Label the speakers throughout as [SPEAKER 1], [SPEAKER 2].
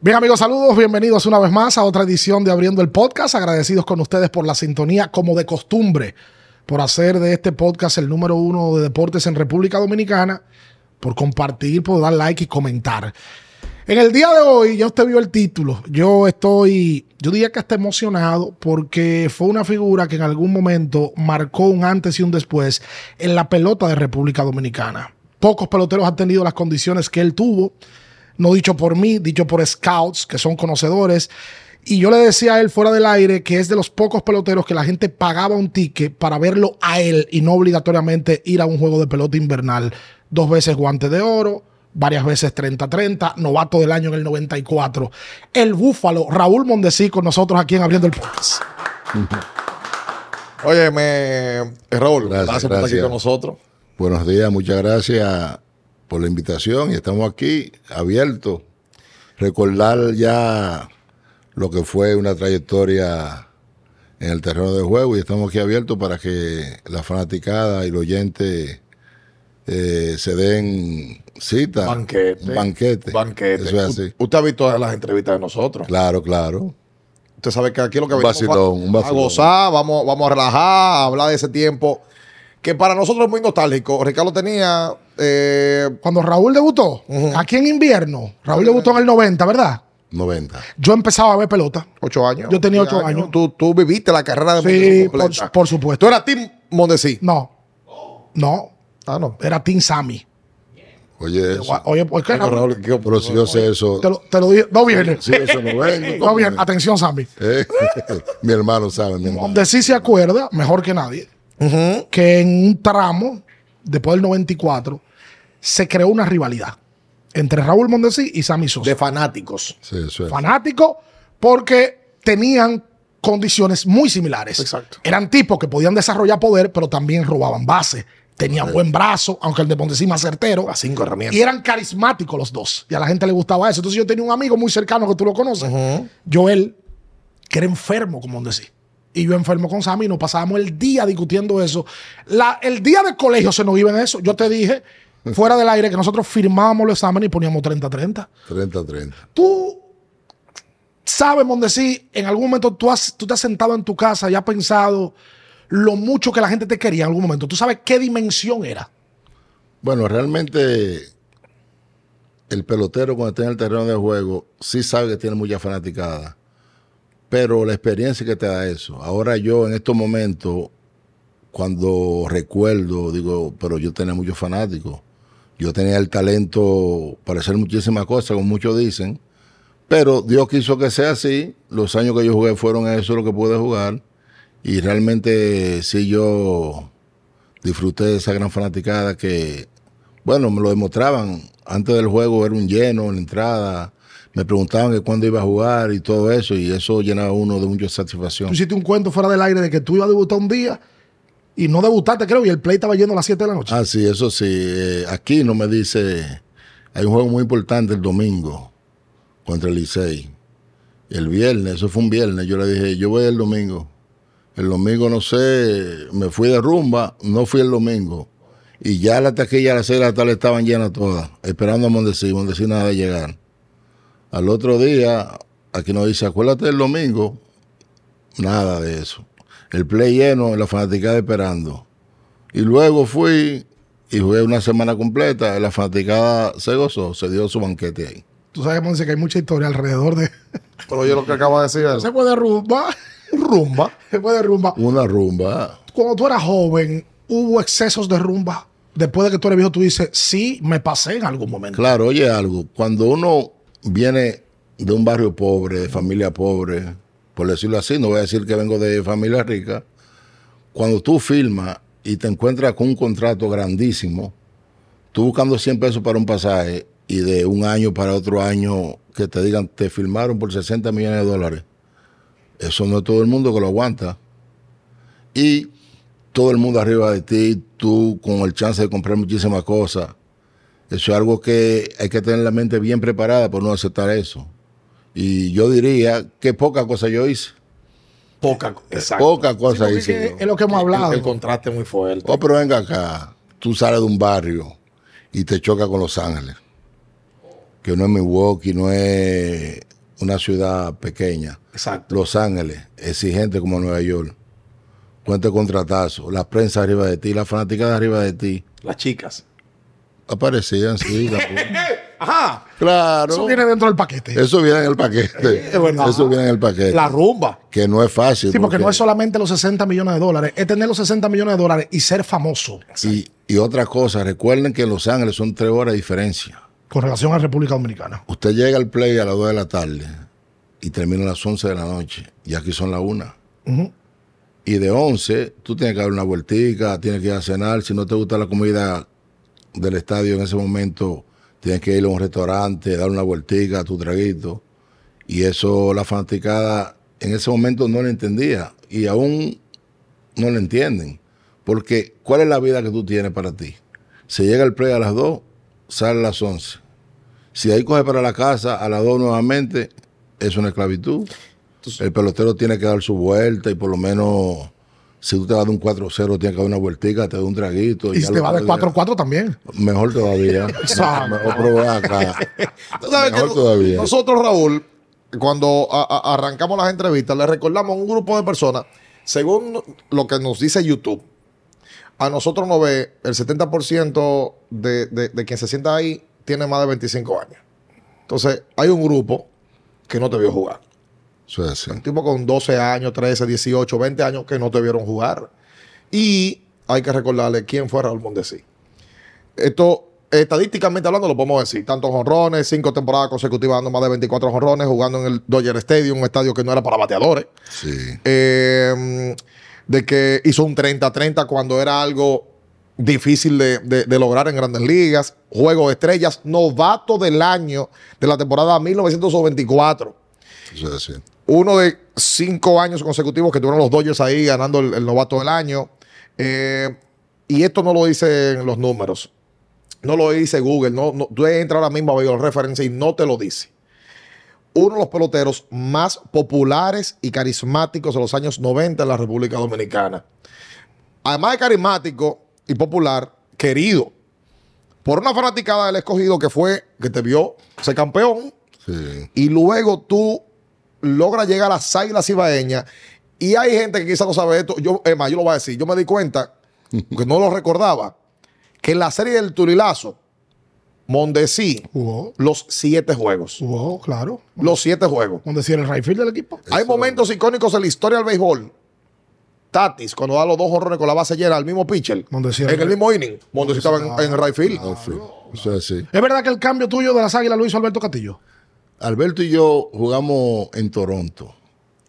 [SPEAKER 1] Bien amigos, saludos, bienvenidos una vez más a otra edición de Abriendo el Podcast. Agradecidos con ustedes por la sintonía, como de costumbre, por hacer de este podcast el número uno de deportes en República Dominicana, por compartir, por dar like y comentar. En el día de hoy, ya usted vio el título, yo estoy, yo diría que está emocionado porque fue una figura que en algún momento marcó un antes y un después en la pelota de República Dominicana. Pocos peloteros han tenido las condiciones que él tuvo no dicho por mí, dicho por scouts que son conocedores. Y yo le decía a él fuera del aire que es de los pocos peloteros que la gente pagaba un ticket para verlo a él y no obligatoriamente ir a un juego de pelota invernal. Dos veces guante de oro, varias veces 30-30, novato del año en el 94. El búfalo, Raúl Mondesí con nosotros aquí en Abriendo el Podcast.
[SPEAKER 2] Oye, me... eh, Raúl,
[SPEAKER 3] Gracias,
[SPEAKER 2] gracias, por estar aquí
[SPEAKER 3] gracias.
[SPEAKER 2] con nosotros.
[SPEAKER 3] Buenos días, muchas gracias por la invitación y estamos aquí abiertos. Recordar ya lo que fue una trayectoria en el terreno de juego y estamos aquí abiertos para que la fanaticada y los oyentes eh, se den cita.
[SPEAKER 2] Banquete.
[SPEAKER 3] Banquete.
[SPEAKER 2] Banquete.
[SPEAKER 3] Eso es así.
[SPEAKER 2] U- Usted ha visto todas las entrevistas de nosotros.
[SPEAKER 3] Claro, claro.
[SPEAKER 2] Usted sabe que aquí lo que
[SPEAKER 3] Un
[SPEAKER 2] venimos
[SPEAKER 3] vacilón,
[SPEAKER 2] va-
[SPEAKER 3] un vacilón.
[SPEAKER 2] a gozar, vamos, vamos a relajar, a hablar de ese tiempo que para nosotros es muy nostálgico. Ricardo tenía... eh,
[SPEAKER 1] Cuando Raúl debutó, aquí en invierno, Raúl debutó en el 90, ¿verdad?
[SPEAKER 3] 90.
[SPEAKER 1] Yo empezaba a ver pelota.
[SPEAKER 2] Ocho años.
[SPEAKER 1] Yo tenía
[SPEAKER 2] Diez
[SPEAKER 1] ocho años.
[SPEAKER 2] Tú, tú viviste la carrera de Mondesi
[SPEAKER 1] Sí,
[SPEAKER 2] completa.
[SPEAKER 1] por, por supuesto.
[SPEAKER 2] Tú eras Tim Mondesi.
[SPEAKER 1] No, no,
[SPEAKER 2] Ah, no.
[SPEAKER 1] era Team Sammy.
[SPEAKER 3] Oye, eso.
[SPEAKER 1] Oye, ¿por qué?
[SPEAKER 2] Pero,
[SPEAKER 1] Raúl?
[SPEAKER 2] Raúl, ¿qué-
[SPEAKER 3] Pero si yo sé eso.
[SPEAKER 1] Te lo, te lo dije. No viene.
[SPEAKER 3] Si yo eso no vengo.
[SPEAKER 1] No viene. Atención, Sammy.
[SPEAKER 3] Eh, mi hermano sabe, mi hermano.
[SPEAKER 1] Donde sí se acuerda, mejor que nadie,
[SPEAKER 2] Ujú.
[SPEAKER 1] que en un tramo, después del 94, se creó una rivalidad entre Raúl Mondesi y Sammy Sosa.
[SPEAKER 2] De fanáticos.
[SPEAKER 3] Sí, eso es.
[SPEAKER 1] Fanático, porque tenían condiciones muy similares.
[SPEAKER 2] Exacto.
[SPEAKER 1] Eran tipos que podían desarrollar poder, pero también robaban base. Tenían buen brazo, aunque el de Mondesi más certero.
[SPEAKER 2] Las cinco herramientas.
[SPEAKER 1] Y eran carismáticos los dos. Y a la gente le gustaba eso. Entonces yo tenía un amigo muy cercano que tú lo conoces, Joel, que era enfermo, como decía. Y yo enfermo con Sammy y nos pasábamos el día discutiendo eso. La- el día de colegio se nos iba en eso. Yo te dije, fuera del aire, que nosotros firmábamos los exámenes y poníamos 30-30.
[SPEAKER 3] 30-30.
[SPEAKER 1] Tú sabes, Mondesí, en algún momento tú, has, tú te has sentado en tu casa y has pensado lo mucho que la gente te quería en algún momento. Tú sabes qué dimensión era.
[SPEAKER 3] Bueno, realmente el pelotero cuando está en el terreno de juego sí sabe que tiene mucha fanaticada, pero la experiencia que te da eso. Ahora yo en estos momentos, cuando recuerdo, digo, pero yo tenía muchos fanáticos. Yo tenía el talento para hacer muchísimas cosas, como muchos dicen, pero Dios quiso que sea así. Los años que yo jugué fueron eso lo que pude jugar. Y realmente sí yo disfruté de esa gran fanaticada que, bueno, me lo demostraban. Antes del juego era un lleno en la entrada. Me preguntaban que cuándo iba a jugar y todo eso. Y eso llenaba a uno de mucha satisfacción.
[SPEAKER 1] Tú hiciste un cuento fuera del aire de que tú ibas a debutar un día y no debutaste, creo, y el play estaba yendo a las 7 de la noche.
[SPEAKER 3] Ah, sí, eso sí. Eh, aquí no me dice. Hay un juego muy importante el domingo contra el Licey. El viernes, eso fue un viernes. Yo le dije, yo voy el domingo. El domingo, no sé, me fui de rumba, no fui el domingo. Y ya la taquilla a las seis de la tarde estaban llenas todas, esperando a Mondesí. Mondesí nada de llegar. Al otro día, aquí nos dice, acuérdate del domingo. Nada de eso. El play lleno, la fanaticada esperando. Y luego fui y jugué una semana completa. La fanaticada se gozó, se dio su banquete ahí.
[SPEAKER 1] Tú sabes, Mondesi, que hay mucha historia alrededor de...
[SPEAKER 2] Pero yo lo que acabo de decir es...
[SPEAKER 1] Se fue de rumba,
[SPEAKER 2] Rumba.
[SPEAKER 1] se fue de rumba.
[SPEAKER 3] Una rumba.
[SPEAKER 1] Cuando tú eras joven, ¿hubo excesos de rumba? Después de que tú eres viejo, tú dices, sí, me pasé en algún momento.
[SPEAKER 3] Claro, oye algo. Cuando uno viene de un barrio pobre, de familia pobre, por decirlo así, no voy a decir que vengo de familia rica, cuando tú firmas y te encuentras con un contrato grandísimo, tú buscando 100 pesos para un pasaje y de un año para otro año que te digan, te firmaron por 60 millones de dólares. Eso no es todo el mundo que lo aguanta. Y todo el mundo arriba de ti, tú con el chance de comprar muchísimas cosas. Eso es algo que hay que tener la mente bien preparada por no aceptar eso. Y yo diría que poca cosa yo hice.
[SPEAKER 2] Poca. Exacto.
[SPEAKER 3] Poca
[SPEAKER 1] Sí,
[SPEAKER 3] cosa
[SPEAKER 1] porque
[SPEAKER 3] hice.
[SPEAKER 1] es,
[SPEAKER 3] yo.
[SPEAKER 1] es lo que hemos hablado.
[SPEAKER 2] El, el contraste muy fuerte.
[SPEAKER 3] Oh, pero venga acá. Tú sales de un barrio y te choca con Los Ángeles. Que no es Milwaukee, no es una ciudad pequeña.
[SPEAKER 1] Exacto.
[SPEAKER 3] Los Ángeles, exigente como Nueva York. Cuenta contratazo, la prensa arriba de ti, la fanaticada arriba de ti.
[SPEAKER 1] Las chicas.
[SPEAKER 3] Aparecían, sí. la pu-
[SPEAKER 1] Ajá.
[SPEAKER 3] claro.
[SPEAKER 1] Eso viene dentro del paquete.
[SPEAKER 3] Eso viene en el paquete.
[SPEAKER 1] Es verdad.
[SPEAKER 3] Eso viene en el paquete.
[SPEAKER 1] La rumba.
[SPEAKER 3] Que no es fácil.
[SPEAKER 1] Sí, porque no es solamente los 60 millones de dólares, es tener los 60 millones de dólares y ser famoso
[SPEAKER 3] Y, y otra cosa, recuerden que en Los Ángeles son tres horas de diferencia.
[SPEAKER 1] con relación a República Dominicana.
[SPEAKER 3] Usted llega al play a las 2 de la tarde y termina a las 11 de la noche. Y aquí son las 1.
[SPEAKER 1] Ujú.
[SPEAKER 3] Y de 11, tú tienes que dar una vueltica, tienes que ir a cenar. Si no te gusta la comida del estadio en ese momento, tienes que ir a un restaurante, dar una vueltica, tu traguito. Y eso la fanaticada en ese momento no lo entendía. Y aún no lo entienden. Porque, ¿cuál es la vida que tú tienes para ti? Se llega al play a las 2, sale a las 11. Si de ahí coge para la casa a las 2 nuevamente, es una esclavitud. El pelotero tiene que dar su vuelta y por lo menos, si tú te vas de un 4-0, tienes que dar una vueltica, te da un traguito.
[SPEAKER 1] Y
[SPEAKER 3] ya
[SPEAKER 1] si te
[SPEAKER 3] lo
[SPEAKER 1] va de
[SPEAKER 3] puedes-
[SPEAKER 1] 4-4 también.
[SPEAKER 3] Mejor todavía.
[SPEAKER 1] sea,
[SPEAKER 3] Mejor probar acá.
[SPEAKER 2] Tú sabes
[SPEAKER 3] Mejor
[SPEAKER 2] que
[SPEAKER 3] todavía.
[SPEAKER 2] Nosotros, Raúl, cuando a- a- arrancamos las entrevistas, le recordamos a un grupo de personas, según lo que nos dice YouTube, a nosotros nos ve el 70% de, de, de quien se sienta ahí tiene más de 25 años. Entonces, hay un grupo que no te vio jugar.
[SPEAKER 3] Eso es así.
[SPEAKER 2] Tipo con 12 años, 13, 18, 20 años que no te vieron jugar. Y hay que recordarle quién fue Raúl Mondesi. Esto, estadísticamente hablando, lo podemos decir. Tantos honrones, cinco temporadas consecutivas dando más de 24 honrones, jugando en el Dodger Stadium, un estadio que no era para bateadores.
[SPEAKER 3] Sí.
[SPEAKER 2] Eh, de que hizo un 30-30 cuando era algo difícil de, de- de lograr en grandes ligas. Juego de estrellas, novato del año de la temporada 1924
[SPEAKER 3] Eso es así.
[SPEAKER 2] uno de cinco años consecutivos que tuvieron los Dodgers ahí ganando el, el novato del año. Eh, y esto no lo dicen los números. No lo dice Google. No, no, tú entras ahora mismo a ver los referencias y no te lo dice. Uno de los peloteros más populares y carismáticos de los años 90 en la República Dominicana. Además de carismático y popular, querido por una fanaticada del escogido que fue, que te vio ser campeón,
[SPEAKER 3] Sí.
[SPEAKER 2] y luego tú logras llegar a las águilas cibaeñas. Y hay gente que quizás no sabe esto. Yo, es más, yo lo voy a decir. Yo me di cuenta, que no lo recordaba, que en la serie del Turilazo, Mondesí,
[SPEAKER 1] Jugó,
[SPEAKER 2] los siete juegos.
[SPEAKER 1] jugó, claro.
[SPEAKER 2] Los siete juegos.
[SPEAKER 1] Donde si era el right field del equipo.
[SPEAKER 2] Hay momentos icónicos en la historia del béisbol. Tatis, cuando da los dos horrores con la base llena al mismo pitcher,
[SPEAKER 1] Mondesi era-
[SPEAKER 2] en el mismo inning, Mondesi estaba en, en right field.
[SPEAKER 3] Eso es así.
[SPEAKER 1] ¿Es verdad que el cambio tuyo de las águilas lo hizo Alberto Castillo?
[SPEAKER 3] Alberto y yo jugamos en Toronto.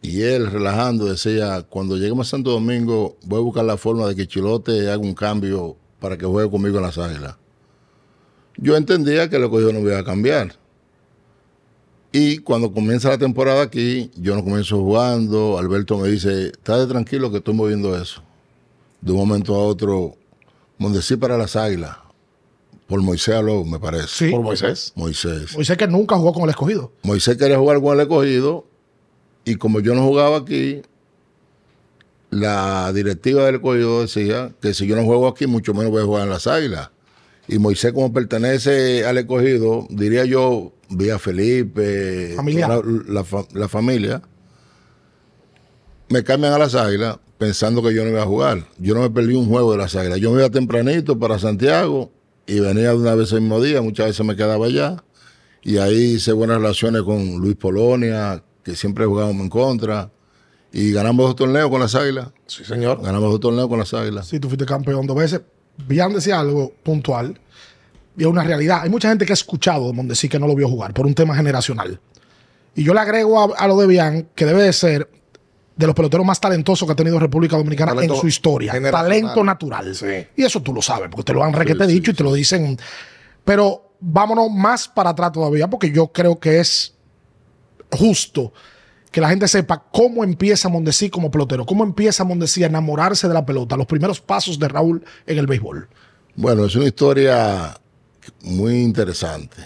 [SPEAKER 3] Y él, relajando, decía, cuando lleguemos a Santo Domingo, voy a buscar la forma de que Chilote haga un cambio para que juegue conmigo en las águilas. Yo entendía que lo que yo no iba a cambiar. Y cuando comienza la temporada aquí, yo no comienzo jugando. Alberto me dice, estate tranquilo que estoy moviendo eso. De un momento a otro, Mondesí para las águilas. Por Moisés Alou, me parece.
[SPEAKER 1] Sí.
[SPEAKER 2] Por Moisés.
[SPEAKER 3] Moisés.
[SPEAKER 1] Hoy sé que nunca jugó con el escogido.
[SPEAKER 3] Moisés quería jugar con el escogido y como yo no jugaba aquí, la directiva del escogido decía que si yo no juego aquí, mucho menos voy a jugar en las águilas. Y Moisés, como pertenece al escogido, diría yo, vía Felipe,
[SPEAKER 1] Familiar.
[SPEAKER 3] La, la fa- la familia, me cambian a las águilas pensando que yo no iba a jugar. Yo no me perdí un juego de las águilas. Yo me iba tempranito para Santiago y venía de una vez el mismo día, muchas veces me quedaba allá. Y ahí hice buenas relaciones con Luis Polonia, que siempre jugábamos en contra. Y ganamos dos torneos con las Águilas.
[SPEAKER 2] Sí, señor.
[SPEAKER 3] Ganamos dos torneos con las Águilas.
[SPEAKER 1] Sí, tú fuiste campeón dos veces. Bien decía algo puntual. Y es una realidad. Hay mucha gente que ha escuchado de Mondesi que no lo vio jugar por un tema generacional. Y yo le agrego a, a lo de Bian que debe de ser de los peloteros más talentosos que ha tenido República Dominicana
[SPEAKER 2] Talento
[SPEAKER 1] en su historia.
[SPEAKER 2] generacional.
[SPEAKER 1] Talento natural.
[SPEAKER 2] Sí.
[SPEAKER 1] Y eso tú lo sabes, porque te lo han requete dicho y te lo dicen. Pero vámonos más para atrás todavía, porque yo creo que es justo que la gente sepa cómo empieza Mondesí como pelotero, cómo empieza Mondesí a enamorarse de la pelota, los primeros pasos de Raúl en el béisbol.
[SPEAKER 3] Bueno, es una historia muy interesante.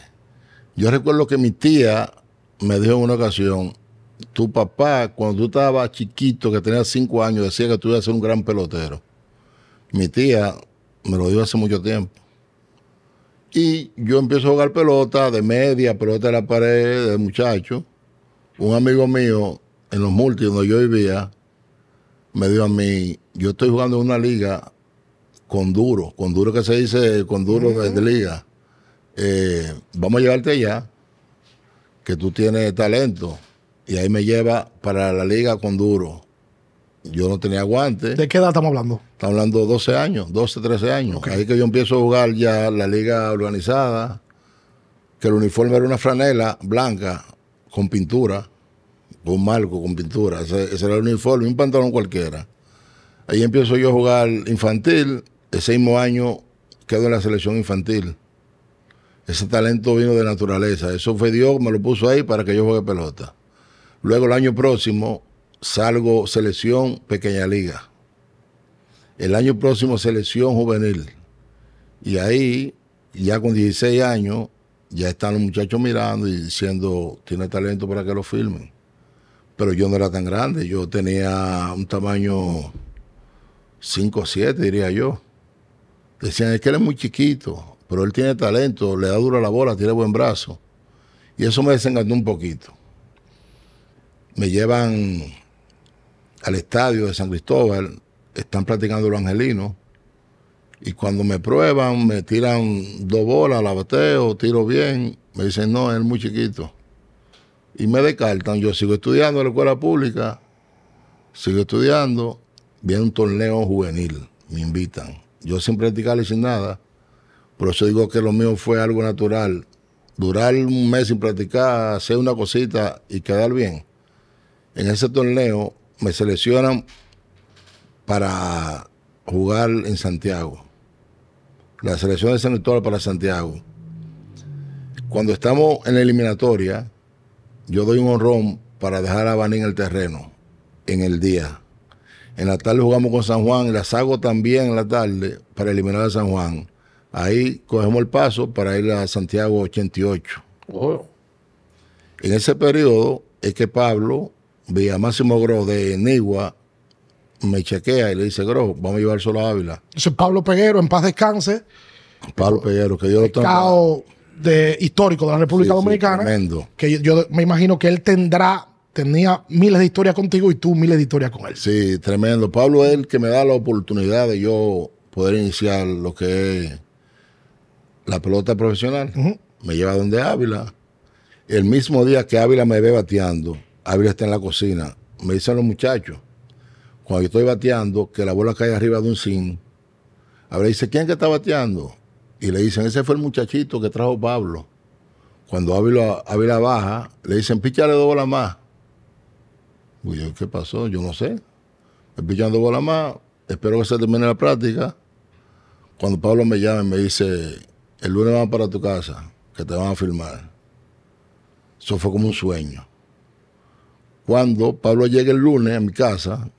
[SPEAKER 3] Yo recuerdo que mi tía me dijo en una ocasión, tu papá, cuando tú estabas chiquito, que tenías cinco años, decía que tú ibas a ser un gran pelotero. Mi tía me lo dijo hace mucho tiempo. Y yo empiezo a jugar pelota de media, pelota de la pared, de muchacho. un amigo mío en los multis donde yo vivía me dijo a mí, yo estoy jugando en una liga con duro, con duro que se dice, con duro de- de liga. Eh, vamos a llevarte allá, que tú tienes talento. Y ahí me lleva para la liga con duro. Yo no tenía guantes.
[SPEAKER 1] ¿De qué edad estamos hablando?
[SPEAKER 3] Está hablando 12 años, 12, 13 años. Ahí que yo empiezo a jugar ya la liga organizada, que el uniforme era una franela blanca con pintura, con marco, con pintura. Ese, ese era el uniforme, un pantalón cualquiera. Ahí empiezo yo a jugar infantil. Ese mismo año quedo en la selección infantil. Ese talento vino de naturaleza. Eso fue Dios, me lo puso ahí para que yo juegue pelota. Luego el año próximo salgo selección pequeña liga el año próximo selección juvenil. Y ahí, ya con 16 años, ya están los muchachos mirando y diciendo, tiene talento para que lo filmen. Pero yo no era tan grande, yo tenía un tamaño 5 o 7, diría yo. Decían, es que él es muy chiquito, pero él tiene talento, le da duro a la bola, tiene buen brazo. Y eso me desencantó un poquito. Me llevan al estadio de San Cristóbal, están practicando los angelinos. Y cuando me prueban, me tiran dos bolas, la bateo, tiro bien. Me dicen, no, él es muy chiquito. Y me descartan. Yo sigo estudiando en la escuela pública, sigo estudiando. Viene un torneo juvenil, me invitan. Yo sin practicar y sin nada. Por eso digo que lo mío fue algo natural. Durar un mes sin practicar, hacer una cosita y quedar bien. En ese torneo me seleccionan para jugar en Santiago. La selección de San Cristóbal para Santiago. Cuando estamos en la eliminatoria, yo doy un honrón para dejar a Baní en el terreno, en el día. En la tarde jugamos con San Juan, y las hago también en la tarde para eliminar a San Juan. Ahí cogemos el paso para ir a Santiago 88.
[SPEAKER 2] Oh.
[SPEAKER 3] En ese periodo es que Pablo, vía Máximo Gros de Nigua, me chequea y le dice, Gros, vamos a llevar solo a Ávila.
[SPEAKER 1] Eso es Pablo Peguero, en paz descanse,
[SPEAKER 3] Pablo Peguero, que Dios lo tenga.
[SPEAKER 1] cao de, histórico de la
[SPEAKER 3] Sí, sí,
[SPEAKER 1] República Dominicana.
[SPEAKER 3] tremendo.
[SPEAKER 1] que yo, yo me imagino que él tendrá, tenía miles de historias contigo y tú miles de historias con él.
[SPEAKER 3] Sí, tremendo. Pablo es el que me da la oportunidad de yo poder iniciar lo que es la pelota profesional.
[SPEAKER 1] Ujú.
[SPEAKER 3] Me lleva donde Ávila. El mismo día que Ávila me ve bateando, Ávila está en la cocina. Me dicen los muchachos, cuando yo estoy bateando, que la bola cae arriba de un zinc. Ávila dice, ¿quién que está bateando? Y le dicen, ese fue el muchachito que trajo Pablo. Cuando Ávila, Ávila baja, le dicen, píchale dos bolas más. Pues yo, ¿qué pasó? Yo no sé. Me pichan dos bolas más. Espero que se termine la práctica. Cuando Pablo me llama y me dice, el lunes vamos para tu casa, que te van a firmar. Eso fue como un sueño. Cuando Pablo llega el lunes a mi casa,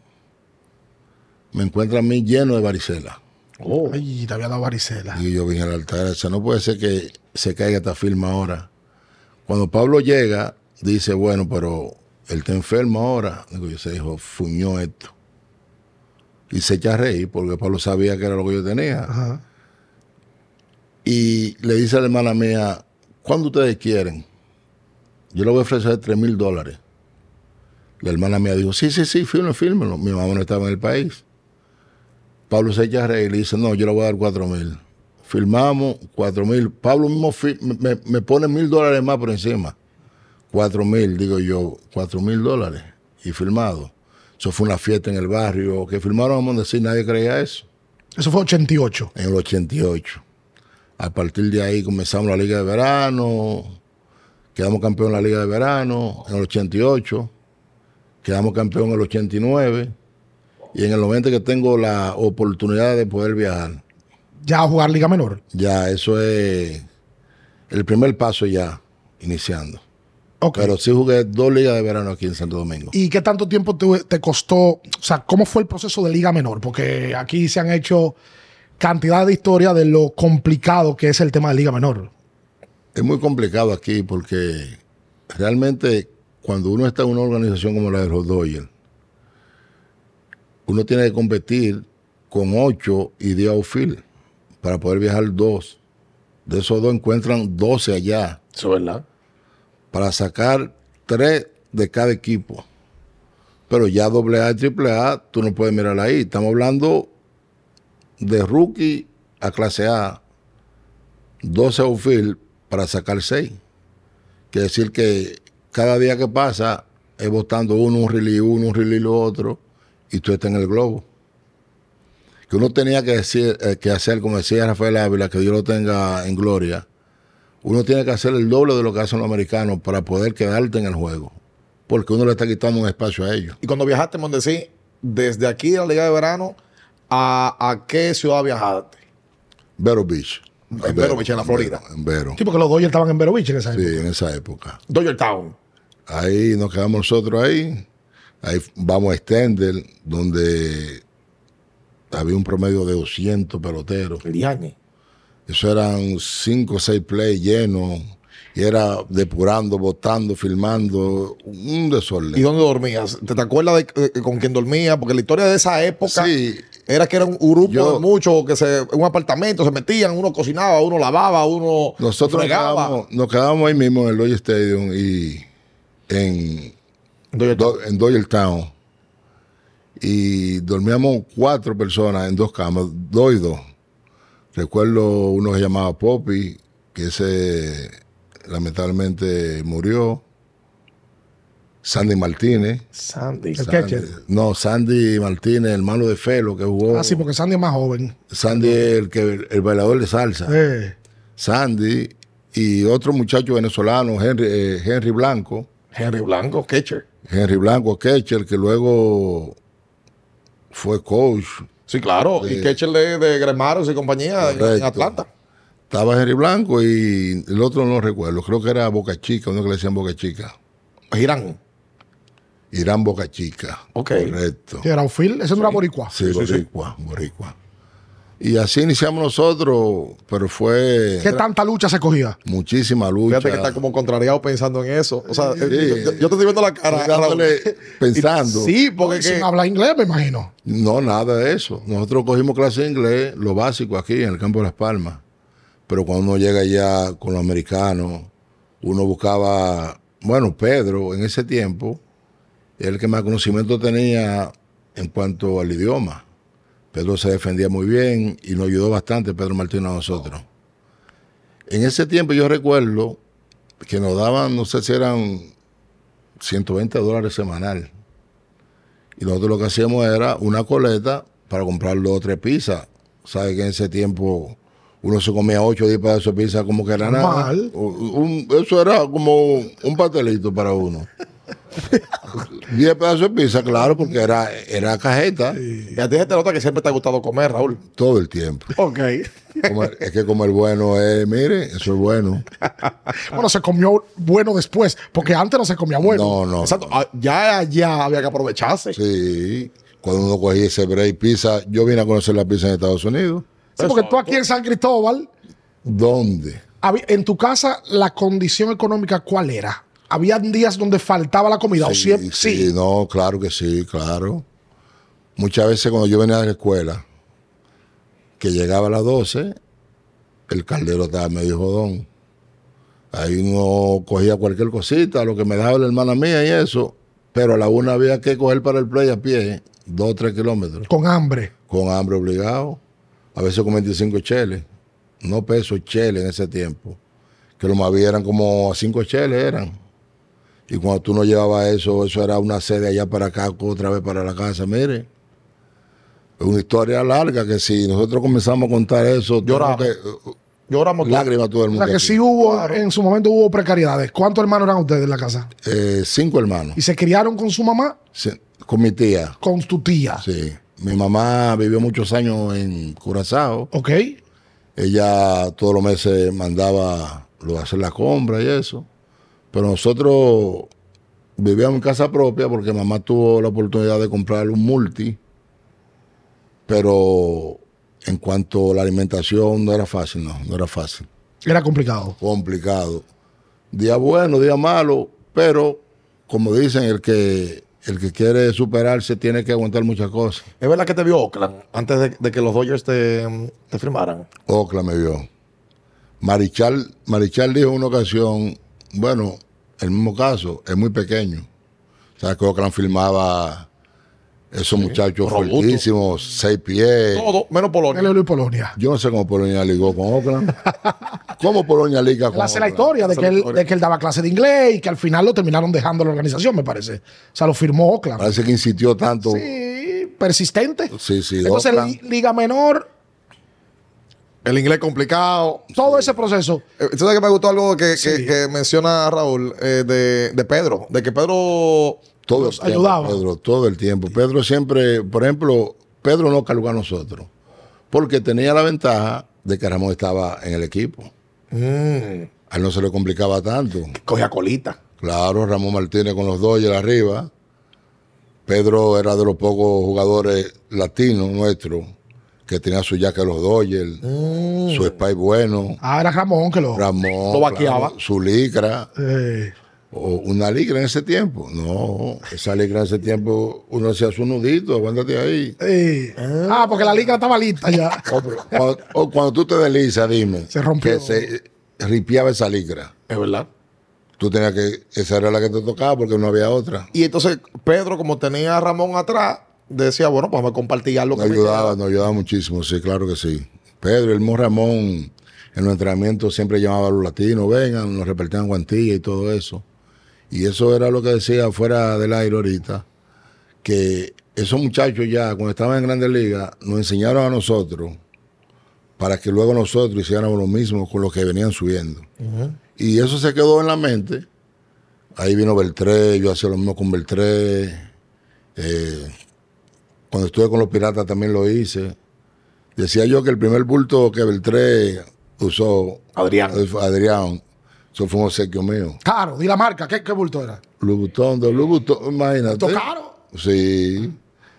[SPEAKER 3] me encuentra a mí lleno de varicela.
[SPEAKER 2] Oh.
[SPEAKER 1] Ay, te había dado varicela.
[SPEAKER 3] Y yo vine al altar, o sea, no puede ser que se caiga esta firma ahora. Cuando Pablo llega, dice, bueno, pero él está enfermo ahora. Digo, yo se dijo, fuñó esto. Y se echa a reír porque Pablo sabía que era lo que yo tenía.
[SPEAKER 1] Ajá.
[SPEAKER 3] Y le dice a la hermana mía, ¿cuándo ustedes quieren? Yo le voy a ofrecer 3 mil dólares. La hermana mía dijo, sí, sí, sí, fírmelo, fírmelo. Mi mamá no estaba en el país. Pablo se echa a reír y le dice, no, yo le voy a dar 4 mil. Firmamos 4 mil. Pablo mismo fi- me, me pone mil dólares más por encima. 4 mil, digo yo, 4 mil dólares. Y firmado. Eso fue una fiesta en el barrio. Que firmaron, vamos a decir, nadie creía eso
[SPEAKER 1] Eso fue 88.
[SPEAKER 3] en el 88. A partir de ahí comenzamos la Liga de Verano, quedamos campeón en la Liga de Verano en el 88, quedamos campeón en el 89 y en el 90 que tengo la oportunidad de poder viajar.
[SPEAKER 1] Ya a jugar Liga Menor.
[SPEAKER 3] Ya, eso es el primer paso ya iniciando.
[SPEAKER 1] Ok.
[SPEAKER 3] Pero sí jugué dos ligas de verano aquí en Santo Domingo.
[SPEAKER 1] ¿Y qué tanto tiempo te, te costó? O sea, ¿cómo fue el proceso de Liga Menor? Porque aquí se han hecho cantidad de historias de lo complicado que es el tema de Liga Menor.
[SPEAKER 3] Es muy complicado aquí porque realmente cuando uno está en una organización como la de los Dodgers, uno tiene que competir con 8 y 10 outfield para poder viajar dos. De esos dos encuentran 12 allá
[SPEAKER 2] Eso es verdad.
[SPEAKER 3] para sacar tres de cada equipo. Pero ya AA y AAA, tú no puedes mirar ahí. Estamos hablando de rookie a clase A, 12 outfield para sacar 6. Quiere decir que cada día que pasa es votando uno, un release, uno, un release, lo otro, y tú estás en el globo. Que uno tenía que, decir, eh, que hacer, como decía Rafael Ávila, que Dios lo tenga en gloria, uno tiene que hacer el doble de lo que hacen los americanos para poder quedarte en el juego. Porque uno le está quitando un espacio a ellos.
[SPEAKER 2] Y cuando viajaste, Mondesí, desde aquí de la Liga de Verano, ¿a, a qué ciudad viajaste?
[SPEAKER 3] Vero Beach.
[SPEAKER 2] En Vero Beach, en la Florida.
[SPEAKER 3] En Vero.
[SPEAKER 1] Sí, porque los Dodgers estaban en Vero Beach en esa época.
[SPEAKER 3] Sí, en esa época.
[SPEAKER 2] Dodger Town.
[SPEAKER 3] Ahí nos quedamos nosotros ahí. Ahí vamos a Stendel, donde había un promedio de 200 peloteros.
[SPEAKER 2] Liane.
[SPEAKER 3] Eso eran cinco o seis plays llenos. Y era depurando, votando, filmando. Un
[SPEAKER 2] ¿Y
[SPEAKER 3] desorden.
[SPEAKER 2] dónde dormías? ¿Te, te acuerdas de, de- con quién dormías? Porque la historia de esa época
[SPEAKER 3] Sí.
[SPEAKER 2] era que era un grupo
[SPEAKER 3] Yo-
[SPEAKER 2] de muchos que se, en un apartamento se metían, uno cocinaba, uno lavaba, uno
[SPEAKER 3] Nosotros nos
[SPEAKER 2] fregaba.
[SPEAKER 3] quedábamos, nos quedábamos ahí mismo en el Dodger Stadium y en,
[SPEAKER 2] Dodger
[SPEAKER 3] Do- en Doyle Town. Y dormíamos cuatro personas en dos camas, dos y dos. Recuerdo uno que se llamaba Poppy, que ese lamentablemente murió. Sandy Martínez.
[SPEAKER 2] Sandy.
[SPEAKER 1] El catcher.
[SPEAKER 3] No, Sandy Martínez, hermano de Felo, que jugó.
[SPEAKER 1] Ah, sí, porque Sandy es más joven.
[SPEAKER 3] Sandy es el, que, el bailador de salsa.
[SPEAKER 1] Eh,
[SPEAKER 3] Sandy y otro muchacho venezolano, Henry, eh, Henry Blanco.
[SPEAKER 2] Henry Blanco, catcher.
[SPEAKER 3] Henry Blanco Ketcher, que luego fue coach.
[SPEAKER 2] Sí, claro. Y catcher de, de Gremaros y compañía en- en
[SPEAKER 3] Correcto.
[SPEAKER 2] Atlanta.
[SPEAKER 3] Estaba Henry Blanco y el otro no recuerdo. Creo que era Boca Chica, uno que le decían Boca Chica.
[SPEAKER 2] Girán.
[SPEAKER 3] Irán Boca Chica.
[SPEAKER 2] Ok.
[SPEAKER 3] Correcto.
[SPEAKER 1] que era outfield. Ese no era boricua.
[SPEAKER 3] Sí, boricua, boricua. Y así iniciamos nosotros, pero fue
[SPEAKER 1] ¿Qué tanta lucha se cogía?
[SPEAKER 3] muchísima lucha.
[SPEAKER 2] Fíjate que está como contrariado pensando en eso. O sea, eh, yo, yo te estoy viendo la cara.
[SPEAKER 3] Estoy dándole-
[SPEAKER 2] Raúl.
[SPEAKER 3] pensando.
[SPEAKER 2] Sí, porque que-
[SPEAKER 1] Sin hablar inglés, me imagino.
[SPEAKER 3] No, nada de eso. Nosotros cogimos clase de inglés, lo básico aquí en el campo de Las Palmas. Pero cuando uno llega allá con los americanos, uno buscaba, bueno, Pedro en ese tiempo, el que más conocimiento tenía en cuanto al idioma. Pedro se defendía muy bien y nos ayudó bastante Pedro Martínez a nosotros. En ese tiempo yo recuerdo que nos daban, no sé si eran 120 dólares semanal. Y nosotros lo que hacíamos era una coleta para comprar dos o tres pizzas. ¿Sabes que en ese tiempo uno se comía ocho o diez pedazos de pizza como que era nada?
[SPEAKER 1] Mal.
[SPEAKER 3] O- un- eso era como un pastelito para uno. Diez pedazos de pizza, claro, porque era, era cajeta
[SPEAKER 2] Y a ti se te nota que siempre te ha gustado comer, Raúl.
[SPEAKER 3] todo el tiempo.
[SPEAKER 2] Ok.
[SPEAKER 3] Comer- es que como el bueno es, mire, eso es bueno.
[SPEAKER 1] Bueno, se comió bueno después, porque antes no se comía bueno.
[SPEAKER 3] no, no.
[SPEAKER 2] Exacto. Ah, Ya, ya había que aprovecharse.
[SPEAKER 3] Sí. Cuando uno cogía ese break pizza, yo vine a conocer la pizza en Estados Unidos.
[SPEAKER 1] Sí, porque tú aquí en San Cristóbal,
[SPEAKER 3] ¿Dónde?
[SPEAKER 1] había- en tu casa, la condición económica, ¿cuál era? ¿Habían días donde faltaba la comida? o siempre, sí.
[SPEAKER 3] no, claro que sí, claro. Muchas veces cuando yo venía de la escuela, que llegaba a las 12, el caldero estaba medio jodón. Ahí uno cogía cualquier cosita, lo que me daba la hermana mía y eso, pero a la una había que coger para el play a pie, dos o tres kilómetros.
[SPEAKER 1] Con hambre.
[SPEAKER 3] con hambre obligado, a veces con 25 cheles, no pesos, cheles en ese tiempo, que lo más bien eran como 5 cheles eran. Y cuando tú no llevabas eso, eso era una sede allá para acá, otra vez para la casa, mire. Es una historia larga que si nosotros comenzamos a contar eso,
[SPEAKER 2] Lloraba.
[SPEAKER 3] tenemos que- eh,
[SPEAKER 2] Lloramos todos.
[SPEAKER 3] lágrimas todo el
[SPEAKER 1] O
[SPEAKER 3] mundo.
[SPEAKER 1] sea que
[SPEAKER 3] aquí.
[SPEAKER 1] sí hubo, en su momento hubo precariedades. ¿Cuántos hermanos eran ustedes en la casa?
[SPEAKER 3] Eh, cinco hermanos,
[SPEAKER 1] Y se criaron con su mamá,
[SPEAKER 3] Sí, con mi tía.
[SPEAKER 1] con tu tía.
[SPEAKER 3] Sí. Mi mamá vivió muchos años en Curazao.
[SPEAKER 1] ¿Ok?
[SPEAKER 3] Ella todos los meses mandaba lo, hacer la compra y eso. Pero nosotros vivíamos en casa propia porque mamá tuvo la oportunidad de comprar un multi. Pero en cuanto a la alimentación, no era fácil, no, no era fácil.
[SPEAKER 1] Era complicado.
[SPEAKER 3] Complicado. Día bueno, día malo, pero como dicen, el que, el que quiere superarse tiene que aguantar muchas cosas.
[SPEAKER 2] Es verdad que te vio Oakland antes de, de que los Dodgers te, te firmaran.
[SPEAKER 3] Ocla me vio. Marichal, Marichal dijo en una ocasión, bueno, el mismo caso, es muy pequeño. O sea, que Oakland filmaba esos muchachos
[SPEAKER 2] robusto.
[SPEAKER 3] fuertísimos, seis pies.
[SPEAKER 2] Todo, menos Polonia.
[SPEAKER 1] Él es Luis Polonia.
[SPEAKER 3] Yo no sé cómo Polonia ligó con Oakland. ¿Cómo Polonia liga con
[SPEAKER 1] Él hace la
[SPEAKER 3] Oakland?
[SPEAKER 1] historia de
[SPEAKER 2] Hace
[SPEAKER 1] que,
[SPEAKER 2] la
[SPEAKER 1] él,
[SPEAKER 2] historia.
[SPEAKER 1] de que él daba clase de inglés y que al final lo terminaron dejando la organización, me parece. O sea, lo firmó Oakland.
[SPEAKER 3] Parece que insistió tanto.
[SPEAKER 1] Sí, persistente.
[SPEAKER 3] Sí, sí,
[SPEAKER 1] Entonces,
[SPEAKER 3] Oakland.
[SPEAKER 1] li- Liga Menor,
[SPEAKER 2] El inglés complicado.
[SPEAKER 1] todo ese proceso.
[SPEAKER 2] Eh, ¿Tú sabes que me gustó algo que, que-
[SPEAKER 1] Sí.
[SPEAKER 2] que menciona Raúl eh, de, de Pedro? De que Pedro.
[SPEAKER 3] Todo
[SPEAKER 1] Nos
[SPEAKER 3] el tiempo,
[SPEAKER 1] ayudaba.
[SPEAKER 3] Pedro, todo el tiempo. Pedro siempre, por ejemplo, Pedro no cargó a nosotros, porque tenía la ventaja de que Ramón estaba en el equipo. A él no se le complicaba tanto.
[SPEAKER 2] Cogía colita.
[SPEAKER 3] Claro, Ramón Martínez con los Dodgers arriba. Pedro era de los pocos jugadores latinos nuestros que tenía su jaque de los Dodgers, su spy bueno,
[SPEAKER 1] Ah, era Ramón que lo.
[SPEAKER 3] Ramón,
[SPEAKER 2] Lo vaqueaba.
[SPEAKER 3] su licra.
[SPEAKER 1] eh,
[SPEAKER 3] O una ligra en ese tiempo. No, esa ligra en ese tiempo uno hacía su nudito, aguántate ahí.
[SPEAKER 1] eh. Ah, porque la liga estaba lista ya.
[SPEAKER 3] O cuando, o cuando tú te deslizas, dime.
[SPEAKER 1] Se rompió.
[SPEAKER 3] Que se ripiaba esa ligra.
[SPEAKER 2] Es verdad.
[SPEAKER 3] Tú tenías que, esa era la que te tocaba porque no había otra.
[SPEAKER 2] Y entonces Pedro, como tenía a Ramón atrás, decía, bueno, pues me compartía lo
[SPEAKER 3] Nos
[SPEAKER 2] que me
[SPEAKER 3] ayudaba,
[SPEAKER 2] queda.
[SPEAKER 3] nos ayudaba muchísimo, sí, claro que sí. Pedro, el Mo Ramón, en los entrenamientos siempre llamaba a los latinos, vengan, nos repartían guantillas y todo eso. Y eso era lo que decía fuera del aire ahorita, que esos muchachos ya, cuando estaban en Grandes Ligas, nos enseñaron a nosotros para que luego nosotros hiciéramos lo mismo con los que venían subiendo. Y eso se quedó en la mente. Ahí vino Beltré, yo hacía lo mismo con Beltré. Eh, cuando estuve con los piratas también lo hice. Decía yo que el primer bulto que Beltré usó,
[SPEAKER 2] Adrián.
[SPEAKER 3] eh, fue Adrián, eso fue un obsequio mío.
[SPEAKER 1] Caro, di la marca, ¿qué, qué bulto era?
[SPEAKER 3] Lubutón, de Lubutón, imagínate.
[SPEAKER 1] ¿Bulto caro?
[SPEAKER 3] Sí.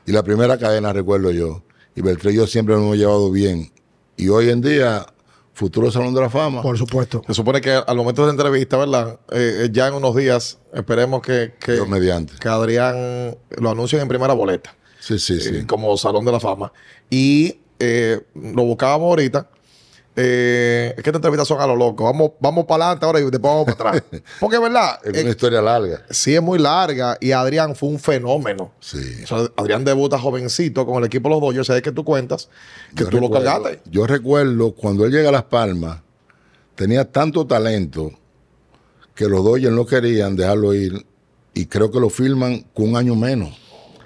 [SPEAKER 3] Y la primera cadena, recuerdo yo. Y Beltré y yo siempre nos hemos llevado bien. Y hoy en día, futuro Salón de la Fama.
[SPEAKER 1] Por supuesto.
[SPEAKER 2] Se supone que al momento de la entrevista, ¿verdad? Eh, eh, ya en unos días, esperemos que, que,
[SPEAKER 3] Dios mediante.
[SPEAKER 2] que Adrián lo anuncien en primera boleta,
[SPEAKER 3] Sí, sí, sí.
[SPEAKER 2] eh, como Salón de la Fama. Y eh, lo buscábamos ahorita. Eh, es que estas entrevistas son a lo loco. Vamos, vamos para adelante ahora y después vamos para atrás. Porque, ¿verdad?
[SPEAKER 3] es una
[SPEAKER 2] Eh,
[SPEAKER 3] historia larga.
[SPEAKER 2] sí es muy larga y Adrián fue un fenómeno.
[SPEAKER 3] Sí.
[SPEAKER 2] O sea, Adrián debuta jovencito con el equipo de los Dodgers, sabes que tú cuentas, que tú lo
[SPEAKER 3] recuerdo-
[SPEAKER 2] cargaste.
[SPEAKER 3] Yo recuerdo cuando él llega a Las Palmas, tenía tanto talento que los Dodgers no querían dejarlo ir y creo que lo filman con un año menos.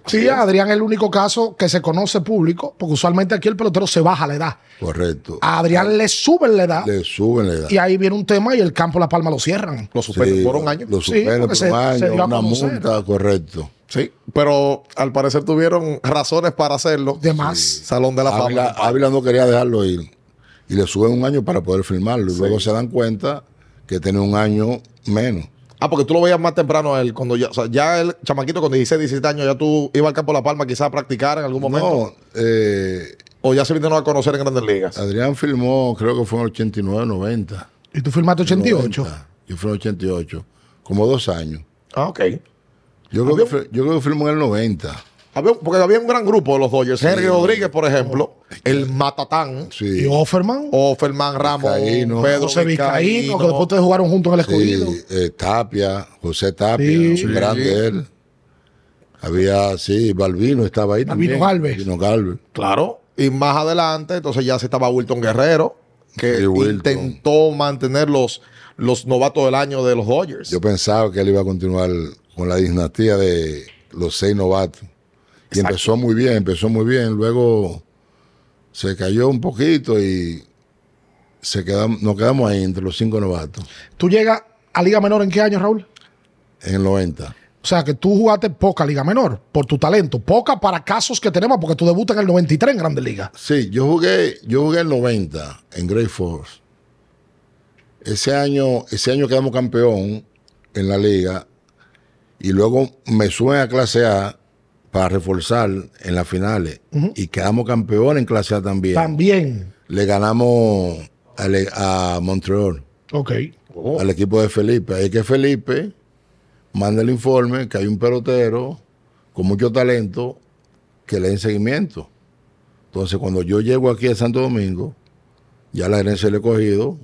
[SPEAKER 1] Sí, Adrián es el único caso que se conoce público, porque usualmente aquí el pelotero se baja la edad.
[SPEAKER 3] Correcto.
[SPEAKER 2] Ah.
[SPEAKER 1] A Adrián le suben la edad
[SPEAKER 3] Le suben la edad.
[SPEAKER 1] y ahí viene un tema y el campo La Palma lo cierran.
[SPEAKER 2] Lo suspenden pues, por un año.
[SPEAKER 3] Lo
[SPEAKER 1] Sí,
[SPEAKER 3] suspenden
[SPEAKER 1] porque
[SPEAKER 3] por
[SPEAKER 1] se-
[SPEAKER 3] un año,
[SPEAKER 1] se dio a
[SPEAKER 3] una
[SPEAKER 1] conocer.
[SPEAKER 3] multa, correcto.
[SPEAKER 2] Sí, pero al parecer tuvieron razones para hacerlo.
[SPEAKER 1] De más.
[SPEAKER 2] Salón de la
[SPEAKER 3] Ávila,
[SPEAKER 2] Fama.
[SPEAKER 3] Ávila no quería dejarlo ir y le suben un año para poder firmarlo. Y luego se dan cuenta que tiene un año menos.
[SPEAKER 2] Ah, porque tú lo veías más temprano a él, cuando ya, o sea, ya el chamaquito con 16, 17 años, ya tú ibas al campo de la Palma quizás a practicar en algún momento.
[SPEAKER 3] No, eh,
[SPEAKER 2] O ya se vinieron a conocer en grandes ligas.
[SPEAKER 3] Adrián firmó, creo que fue en 89, 90.
[SPEAKER 1] Y tú firmaste 88.
[SPEAKER 3] 90. Yo fui en 88, como dos años.
[SPEAKER 2] Ah, ok.
[SPEAKER 3] Yo creo, que, fir- yo creo que firmó en el 90.
[SPEAKER 2] Había- porque había un gran grupo de los Dodgers. Henry Rodríguez, por ejemplo, el Matatán,
[SPEAKER 1] Y
[SPEAKER 3] Oh. Sí.
[SPEAKER 1] Offerman,
[SPEAKER 2] o Fermán Ramos,
[SPEAKER 3] Vizcaíno.
[SPEAKER 2] Pedro
[SPEAKER 1] José Vizcaíno, que después ustedes jugaron juntos en el escogido.
[SPEAKER 3] Sí, eh, Tapia, José Tapia,
[SPEAKER 1] Sí.
[SPEAKER 3] un grande él. Había, sí, Balvino estaba ahí
[SPEAKER 1] Balvino
[SPEAKER 3] también.
[SPEAKER 1] Galvez.
[SPEAKER 3] Balvino Galvez.
[SPEAKER 2] Claro. Y más adelante, entonces ya se estaba Wilton Guerrero, que
[SPEAKER 3] Sí, Wilton.
[SPEAKER 2] intentó mantener los, los novatos del año de los Dodgers.
[SPEAKER 3] Yo pensaba que él iba a continuar con la dinastía de los seis novatos. Y
[SPEAKER 2] Exacto.
[SPEAKER 3] empezó muy bien, empezó muy bien. Luego se cayó un poquito y se quedam- nos quedamos ahí entre los cinco novatos
[SPEAKER 1] ¿Tú llegas a Liga Menor en qué año, Raúl?
[SPEAKER 3] en el 90.
[SPEAKER 1] O sea, que tú jugaste poca Liga Menor por tu talento. Poca para casos que tenemos, porque tú debutas en el 93 en Grandes Ligas.
[SPEAKER 3] Sí, yo jugué, yo jugué el 90 en Grey Force. Ese año, ese año quedamos campeón en la liga y luego me suben a clase A para reforzar en las finales y quedamos campeón en clase A también.
[SPEAKER 1] También.
[SPEAKER 3] Le ganamos a, Le- a Montreal,
[SPEAKER 1] Ok.
[SPEAKER 2] Oh,
[SPEAKER 3] al equipo de Felipe. Ahí que Felipe manda el informe que hay un pelotero con mucho talento que le den seguimiento. Entonces, cuando yo llego aquí a Santo Domingo, ya la herencia le he cogido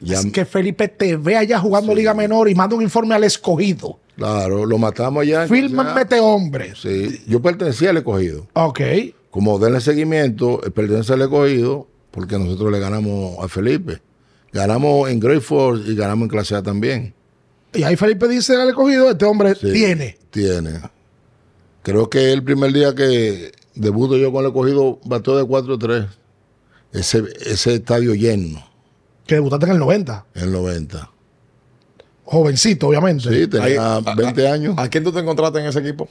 [SPEAKER 3] Ya-
[SPEAKER 1] Es que Felipe te ve allá jugando Liga Menor y manda un informe al escogido.
[SPEAKER 3] Claro, lo matamos allá.
[SPEAKER 1] Fírmenme
[SPEAKER 3] ya.
[SPEAKER 1] este hombre.
[SPEAKER 3] Sí, yo pertenecía al escogido.
[SPEAKER 1] Ok.
[SPEAKER 3] Como denle seguimiento, eh, pertenece al escogido, porque nosotros le ganamos a Felipe. Ganamos en Great Force y ganamos en clase A también.
[SPEAKER 1] Y ahí Felipe dice al escogido, este hombre
[SPEAKER 3] Sí,
[SPEAKER 1] tiene.
[SPEAKER 3] Tiene. Creo que el primer día que debuto yo con el escogido, bateó de 4-3. Ese, ese estadio lleno,
[SPEAKER 1] Que debutaste en el 90.
[SPEAKER 3] en el 90.
[SPEAKER 1] Jovencito, obviamente.
[SPEAKER 3] Sí, tenía
[SPEAKER 2] Ahí- ah,
[SPEAKER 3] 20 años.
[SPEAKER 2] ¿A quién tú te encontraste en ese equipo?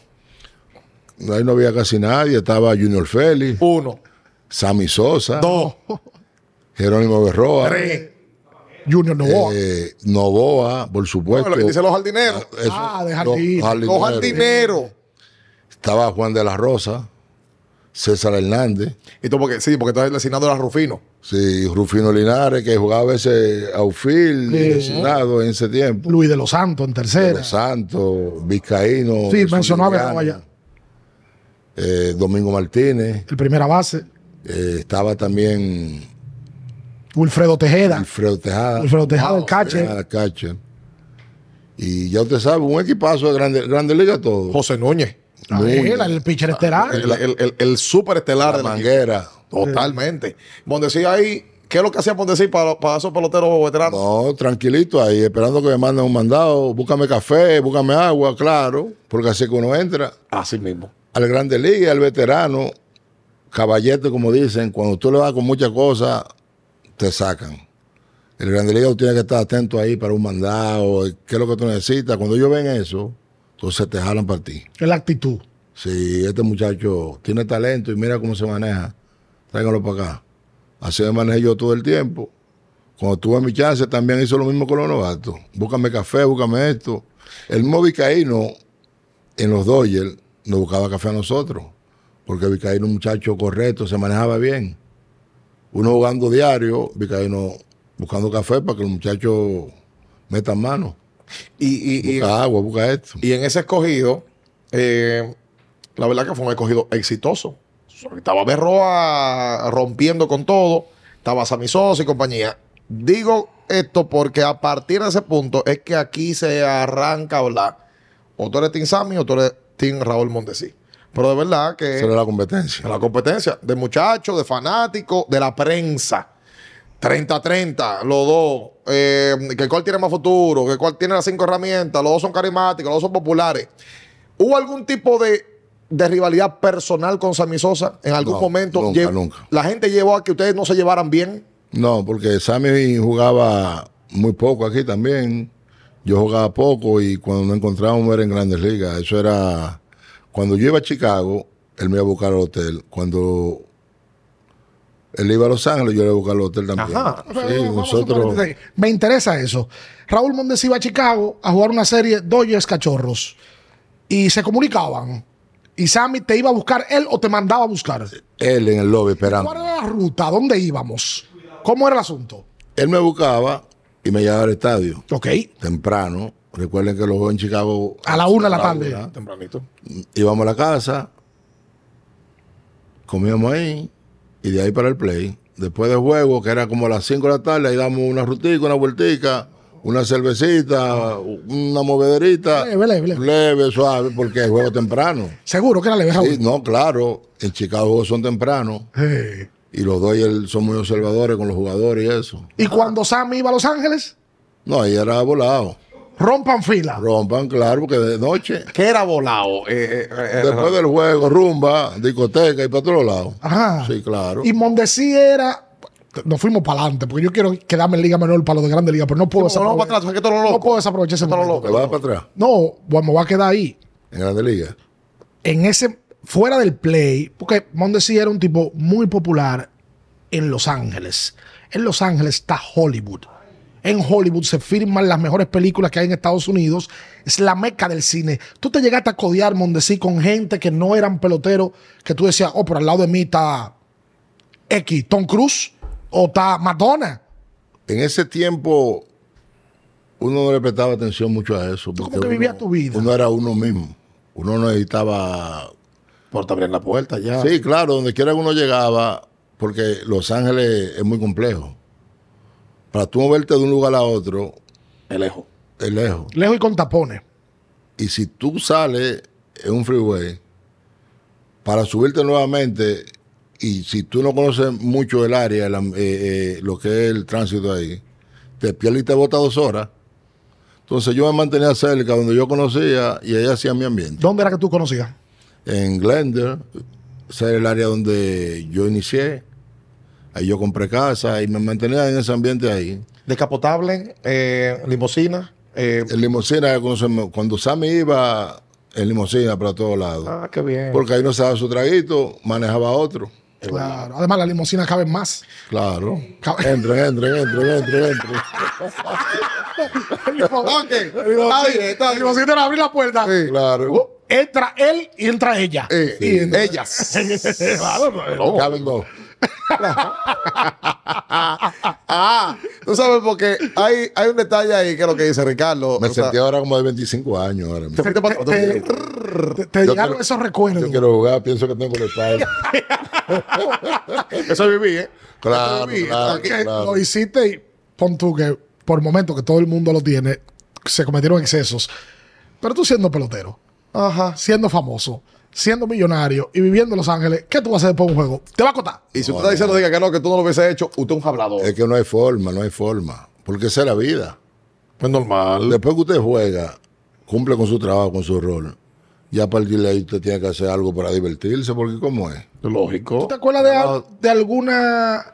[SPEAKER 3] Ahí no había casi nadie. Estaba Junior Félix,
[SPEAKER 2] Uno,
[SPEAKER 3] Sammy Sosa,
[SPEAKER 2] dos,
[SPEAKER 3] Jerónimo Berroa,
[SPEAKER 2] tres.
[SPEAKER 1] Eh, Junior Novoa.
[SPEAKER 3] eh, Novoa, por
[SPEAKER 2] Bueno,
[SPEAKER 3] supuesto.
[SPEAKER 2] lo que dicen los jardineros.
[SPEAKER 3] Eso,
[SPEAKER 1] Ah, de
[SPEAKER 3] los
[SPEAKER 1] jardín.
[SPEAKER 2] Los jardineros.
[SPEAKER 3] Estaba Juan de la Rosa, César Hernández,
[SPEAKER 2] Y tú, porque, sí, porque estás lesionado a Rufino.
[SPEAKER 3] sí, Rufino Linares, que jugaba a veces outfield,
[SPEAKER 1] Sí.
[SPEAKER 3] lesionado en ese tiempo.
[SPEAKER 1] Luis de los Santos en tercera.
[SPEAKER 3] Los Santos, Vizcaíno.
[SPEAKER 1] Sí, mencionó a
[SPEAKER 3] Sudamericanos,
[SPEAKER 1] Berroa ya.
[SPEAKER 3] eh, Domingo Martínez.
[SPEAKER 1] El primera base.
[SPEAKER 3] eh, estaba también
[SPEAKER 1] Wilfredo Tejeda.
[SPEAKER 3] Alfredo Tejada.
[SPEAKER 1] Wilfredo Ah. Tejada, el catcher.
[SPEAKER 3] Tejada, catcher. Y ya usted sabe, un equipazo de Grande, grande Liga todo.
[SPEAKER 2] José Núñez.
[SPEAKER 1] Ah,
[SPEAKER 3] Núñez,
[SPEAKER 1] él, el pitcher estelar.
[SPEAKER 2] El, el, el, el superestelar
[SPEAKER 3] la
[SPEAKER 2] de la
[SPEAKER 3] Manguera.
[SPEAKER 2] Totalmente. Mondesi ahí, ¿qué es lo que hacía Mondesi para, para esos peloteros veteranos?
[SPEAKER 3] No, tranquilito ahí, esperando que me manden un mandado. Búscame café, búscame agua, claro, porque así que uno entra
[SPEAKER 2] Así mismo.
[SPEAKER 3] al Grande Liga, al veterano, caballete, como dicen, cuando tú le vas con muchas cosas, te sacan. El Grande Liga tú tienes que estar atento ahí para un mandado, qué es lo que tú necesitas. Cuando ellos ven eso, entonces te jalan para ti.
[SPEAKER 1] Es la actitud.
[SPEAKER 3] Si este muchacho tiene talento y mira cómo se maneja, tráigalo para acá. Así me manejé yo todo el tiempo. Cuando tuve mi chance también hizo lo mismo con los novatos. Búscame café, búscame esto. El mismo Vizcaíno en los Dodgers nos buscaba café a nosotros. Porque Vizcaíno un muchacho correcto, se manejaba bien. Uno jugando diario, Vizcaíno buscando café para que los muchachos metan mano.
[SPEAKER 2] Y, y, y,
[SPEAKER 3] Busca agua, busca esto.
[SPEAKER 2] y en ese escogido, eh, la verdad que fue un escogido exitoso. Estaba Berroa rompiendo con todo, estaba Samisosa y compañía. Digo esto porque a partir de ese punto es que aquí se arranca a hablar. O tú eres Team Sammy o tú eres Team Raúl Mondesi. Pero de verdad que...
[SPEAKER 3] Esa era la competencia.
[SPEAKER 2] A la competencia de muchachos, de fanáticos, de la prensa. 30-30, los dos. Eh, que cuál tiene más futuro, que cuál tiene las cinco herramientas, los dos son carismáticos, los dos son populares. ¿Hubo algún tipo de, de rivalidad personal con Sammy Sosa en algún
[SPEAKER 3] No,
[SPEAKER 2] momento?
[SPEAKER 3] nunca,
[SPEAKER 2] Lle-
[SPEAKER 3] nunca.
[SPEAKER 2] La gente llevó a que ustedes no se llevaran bien.
[SPEAKER 3] No, porque Sammy jugaba muy poco aquí también. Yo jugaba poco y cuando nos encontrábamos era en grandes ligas. Eso era. Cuando yo iba a Chicago, él me iba a buscar al hotel. Cuando él iba a Los Ángeles, yo le iba a buscar al hotel también.
[SPEAKER 2] Ajá.
[SPEAKER 3] Sí,
[SPEAKER 1] Pero vamos a
[SPEAKER 3] nosotros.
[SPEAKER 1] suponer- Me interesa eso. Raúl Mondes iba a Chicago a jugar una serie Dodgers Cachorros y se comunicaban. Y Sammy te iba a buscar él o te mandaba a buscar.
[SPEAKER 3] Él en el lobby esperando.
[SPEAKER 1] ¿Cuál era la ruta? ¿Dónde íbamos? ¿Cómo era el asunto?
[SPEAKER 3] Él me buscaba y me llevaba al estadio
[SPEAKER 1] Ok.
[SPEAKER 3] temprano. Recuerden que los juegos en Chicago.
[SPEAKER 1] A la una de la
[SPEAKER 3] a
[SPEAKER 1] tarde.
[SPEAKER 3] una.
[SPEAKER 2] Tempranito.
[SPEAKER 3] íbamos a la casa, comíamos ahí y de ahí para el play. Después del juego, que era como a las 5 de la tarde, ahí damos una rutica, una vueltica, una cervecita, una movederita.
[SPEAKER 1] Leve, leve, leve.
[SPEAKER 3] Leve, suave, porque es juego temprano.
[SPEAKER 1] Seguro que era leve, Raúl.
[SPEAKER 3] Sí, no, claro, en Chicago son tempranos
[SPEAKER 1] Eh.
[SPEAKER 3] y los Dodgers son muy observadores con los jugadores y eso.
[SPEAKER 1] Y cuando Sammy iba a Los Ángeles,
[SPEAKER 3] No, ahí era volado.
[SPEAKER 1] rompan fila.
[SPEAKER 3] Rompan, claro, porque de noche,
[SPEAKER 2] ¿Qué era volado? Eh, eh, eh,
[SPEAKER 3] después del juego, rumba, discoteca y para todos lados.
[SPEAKER 1] Ajá.
[SPEAKER 3] Sí, claro.
[SPEAKER 1] Y Mondesi era. Nos fuimos para adelante, porque yo quiero quedarme en Liga Menor para lo de Grande Liga, pero no puedo
[SPEAKER 2] no, no, para
[SPEAKER 1] desaprovechar.
[SPEAKER 2] atrás, que todo lo
[SPEAKER 1] No
[SPEAKER 2] loco.
[SPEAKER 1] puedo desaprovechar ese
[SPEAKER 2] Esto lo
[SPEAKER 1] momento.
[SPEAKER 3] Te vas para atrás,
[SPEAKER 1] No, bueno, me voy a quedar ahí.
[SPEAKER 3] en Grande Liga.
[SPEAKER 1] en ese fuera del play, porque Mondesi era un tipo muy popular en Los Ángeles. En Los Ángeles está Hollywood. En Hollywood se firman las mejores películas que hay en Estados Unidos. Es la meca del cine. Tú te llegaste a codear, Mondesi, con gente que no eran peloteros, que tú decías, oh, pero al lado de mí está X, Tom Cruise, o está Madonna.
[SPEAKER 3] En ese tiempo, uno no le prestaba atención mucho a eso.
[SPEAKER 1] como
[SPEAKER 3] porque
[SPEAKER 1] que vivías
[SPEAKER 3] uno-
[SPEAKER 1] tu vida.
[SPEAKER 3] Uno era uno mismo. Uno no necesitaba.
[SPEAKER 2] Por te abrir la puerta
[SPEAKER 1] Ah.
[SPEAKER 2] ya.
[SPEAKER 3] Sí, claro, donde quiera que uno llegaba, porque Los Ángeles es muy complejo. Para tú moverte de un lugar a otro,
[SPEAKER 4] de lejos.
[SPEAKER 3] es lejos.
[SPEAKER 1] Lejos y con tapones.
[SPEAKER 3] Y si tú sales en un freeway, para subirte nuevamente, y si tú no conoces mucho el área, la- eh, eh, lo que es el tránsito ahí, te pierdes y te bota dos horas. Entonces yo me mantenía cerca donde yo conocía y ahí hacía mi ambiente.
[SPEAKER 1] ¿Dónde era que tú conocías?
[SPEAKER 3] En Glender, ese era el área donde yo inicié. Ahí yo compré casa y me mantenía en ese ambiente ahí.
[SPEAKER 2] Descapotable, eh, limosina. eh,
[SPEAKER 3] En limusina, cuando, cuando Sammy iba en limusina para todos lados.
[SPEAKER 2] ah, qué bien.
[SPEAKER 3] Porque ahí no se daba su traguito, manejaba otro.
[SPEAKER 1] Claro. Además, las limusinas caben más.
[SPEAKER 3] Claro.
[SPEAKER 1] Cab-
[SPEAKER 3] Entren, entren, entren, entren, entren.
[SPEAKER 2] Ok, está bien, está
[SPEAKER 1] La
[SPEAKER 2] bien.
[SPEAKER 1] limusina era abrir la puerta.
[SPEAKER 3] Claro.
[SPEAKER 1] Oh, Entra él y entra ella.
[SPEAKER 2] Eh,
[SPEAKER 1] Y entra-
[SPEAKER 2] Ellas.
[SPEAKER 3] Caben dos.
[SPEAKER 2] Ah, tú sabes, porque hay, hay un detalle ahí que es lo que dice Ricardo.
[SPEAKER 3] Me
[SPEAKER 2] o sea,
[SPEAKER 3] sentí ahora como de 25 años. Ahora.
[SPEAKER 2] te
[SPEAKER 3] mismo.
[SPEAKER 2] fuiste para-
[SPEAKER 1] Te, te- te llegaron
[SPEAKER 3] quiero-
[SPEAKER 1] esos recuerdos.
[SPEAKER 3] Yo quiero jugar, pienso que tengo la espalda.
[SPEAKER 2] Eso viví, ¿eh?
[SPEAKER 3] Claro,
[SPEAKER 2] Eso viví,
[SPEAKER 3] claro,
[SPEAKER 2] porque-
[SPEAKER 1] que
[SPEAKER 3] claro.
[SPEAKER 1] lo hiciste y pon tú que por momentos que todo el mundo lo tiene, se cometieron excesos. Pero tú siendo pelotero,
[SPEAKER 2] Ajá.
[SPEAKER 1] siendo famoso, siendo millonario y viviendo en Los Ángeles, ¿qué tú vas a hacer después de un juego? Te va a acotar.
[SPEAKER 2] Y si usted está diciendo diga que no, que tú no lo hubieses hecho, usted es un hablador.
[SPEAKER 3] Es que no hay forma, no hay forma. Porque esa es la vida.
[SPEAKER 2] Es normal.
[SPEAKER 3] Después que usted juega, cumple con su trabajo, con su rol. Ya a partir de ahí usted tiene que hacer algo para divertirse, porque ¿cómo es?
[SPEAKER 2] Lógico.
[SPEAKER 1] ¿Tú te acuerdas de, al- de alguna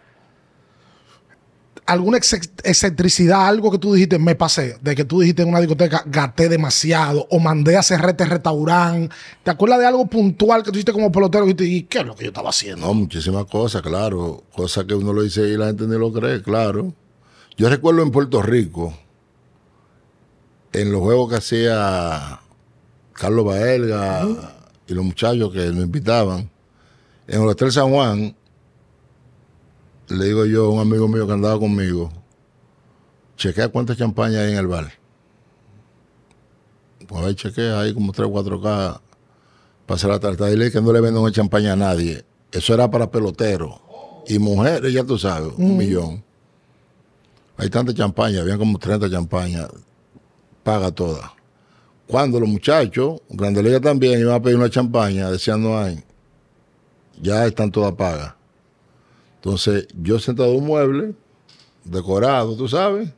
[SPEAKER 1] alguna ex- excentricidad, algo que tú dijiste, me pasé, de que tú dijiste en una discoteca, gaté demasiado, o mandé a cerrar este restaurante? ¿Te acuerdas de algo puntual que tú hiciste como pelotero y, te- y qué es lo que yo estaba haciendo?
[SPEAKER 3] No, muchísimas cosas, claro. Cosas que uno lo dice y la gente ni lo cree, claro. Yo recuerdo en Puerto Rico, en los juegos que hacía Carlos Baelga y los muchachos que nos invitaban, en el Hotel San Juan, le digo yo a un amigo mío que andaba conmigo, chequea cuántas champañas hay en el bar. Pues ahí chequea, hay como tres o cuatro cajas pasar la tarta. Dile que no le venden una champaña a nadie. Eso era para peloteros. Y mujeres, ya tú sabes, un millón. Hay tantas champañas, habían como 30 champañas. Paga todas. Cuando los muchachos, Grandelega también, iban a pedir una champaña, decían no hay. Ya están todas pagas. Entonces, yo sentado en un mueble, decorado, tú sabes.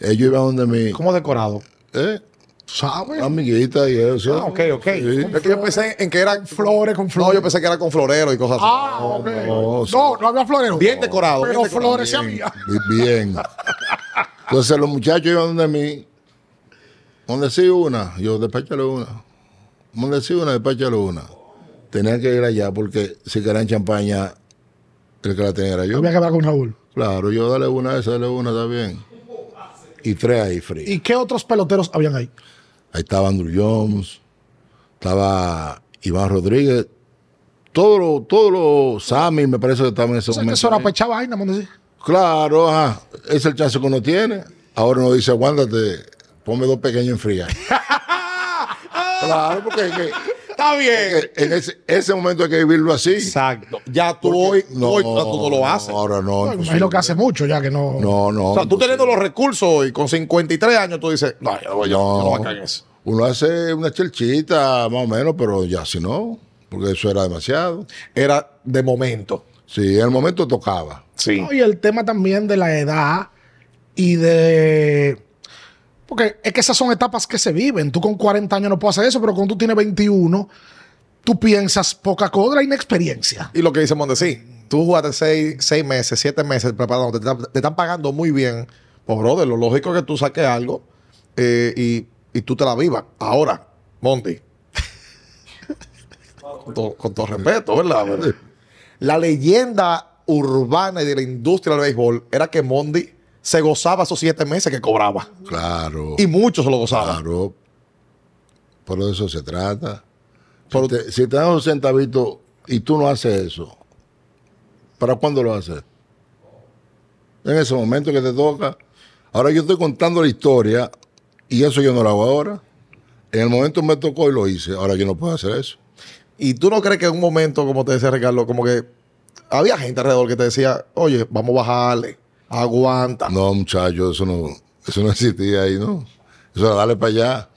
[SPEAKER 3] Ellos iban donde mi.
[SPEAKER 2] ¿Cómo decorado?
[SPEAKER 3] ¿Eh?
[SPEAKER 1] ¿Tú ¿Sabes?
[SPEAKER 3] Amiguita y eso.
[SPEAKER 2] Ah, ok, ok.
[SPEAKER 3] Sí.
[SPEAKER 2] Es que yo pensé en que eran
[SPEAKER 1] flores, con flores.
[SPEAKER 2] No, yo pensé que era con florero y cosas
[SPEAKER 1] Ah,
[SPEAKER 2] así.
[SPEAKER 1] ok.
[SPEAKER 3] no,
[SPEAKER 1] No, no, había florero.
[SPEAKER 2] Bien decorado,
[SPEAKER 1] Pero
[SPEAKER 2] bien decorado.
[SPEAKER 1] flores sí había.
[SPEAKER 3] Bi- Bien. Entonces los muchachos iban donde mí. Donde sí una, yo despáchale una. Donde sí una, despáchale una. Tenían que ir allá porque si querían champaña, el que la tenía era yo.
[SPEAKER 1] Había que hablar con Raúl.
[SPEAKER 3] Claro, yo dale una a esa, dale una, está bien. Y tres ahí, frío.
[SPEAKER 1] ¿Y qué otros peloteros habían ahí?
[SPEAKER 3] Ahí estaba Andrew Jones, estaba Iván Rodríguez. Todos los, todos los Sammy me parece que estaban en ese
[SPEAKER 1] O sea, que
[SPEAKER 3] momento.
[SPEAKER 1] eso era para echar vaina, vamos a decir.
[SPEAKER 3] Claro, ajá. Ese es el chance que uno tiene. Ahora uno dice, aguántate, ponme dos pequeños en fría. claro, porque es que-
[SPEAKER 2] Está bien.
[SPEAKER 3] es que en ese, ese momento hay que vivirlo así.
[SPEAKER 2] Exacto. Ya tú hoy, hoy tú no lo haces.
[SPEAKER 3] Ahora no.
[SPEAKER 1] Bueno, me
[SPEAKER 3] imposible.
[SPEAKER 1] imagino que hace mucho ya que no.
[SPEAKER 3] No, no.
[SPEAKER 2] O sea, tú teniendo los recursos y con 53 años tú dices, no, yo no voy, yo no, yo no voy a caer en eso.
[SPEAKER 3] Uno hace una chelchita, más o menos, pero ya si no, porque eso era demasiado.
[SPEAKER 2] Era de momento.
[SPEAKER 3] Sí, en el momento tocaba.
[SPEAKER 2] Sí.
[SPEAKER 1] No, Y el tema también de la edad y de. Porque es que esas son etapas que se viven. Tú con 40 años no puedes hacer eso, pero cuando tú tienes 21, tú piensas poca cosa, la inexperiencia.
[SPEAKER 2] Y lo que dice Mondesí, tú jugaste seis, seis meses, siete meses preparándote, te, están- te están pagando muy bien. Pues, brother, lo lógico es que tú saques algo eh, y, y tú te la vivas. Ahora, Monty. con, todo, con todo respeto, ¿verdad? Pero La leyenda urbana y de la industria del béisbol era que Monty se gozaba esos siete meses que cobraba.
[SPEAKER 3] Claro.
[SPEAKER 2] Y muchos se lo gozaban.
[SPEAKER 3] Claro. Pero de Ah, eso se trata. Si te, si te dan un centavito y tú no haces eso, ¿para cuándo lo haces? En ese momento que te toca. Ahora yo estoy contando la historia y eso yo no lo hago ahora. En el momento me tocó y lo hice. Ahora yo no puedo hacer eso.
[SPEAKER 2] ¿Y tú no crees que en un momento, como te decía Ricardo, como que había gente alrededor que te decía, oye, vamos a bajarle, Aguanta.
[SPEAKER 3] No, muchachos, eso no, eso no existía ahí, ¿no? Eso era darle para allá.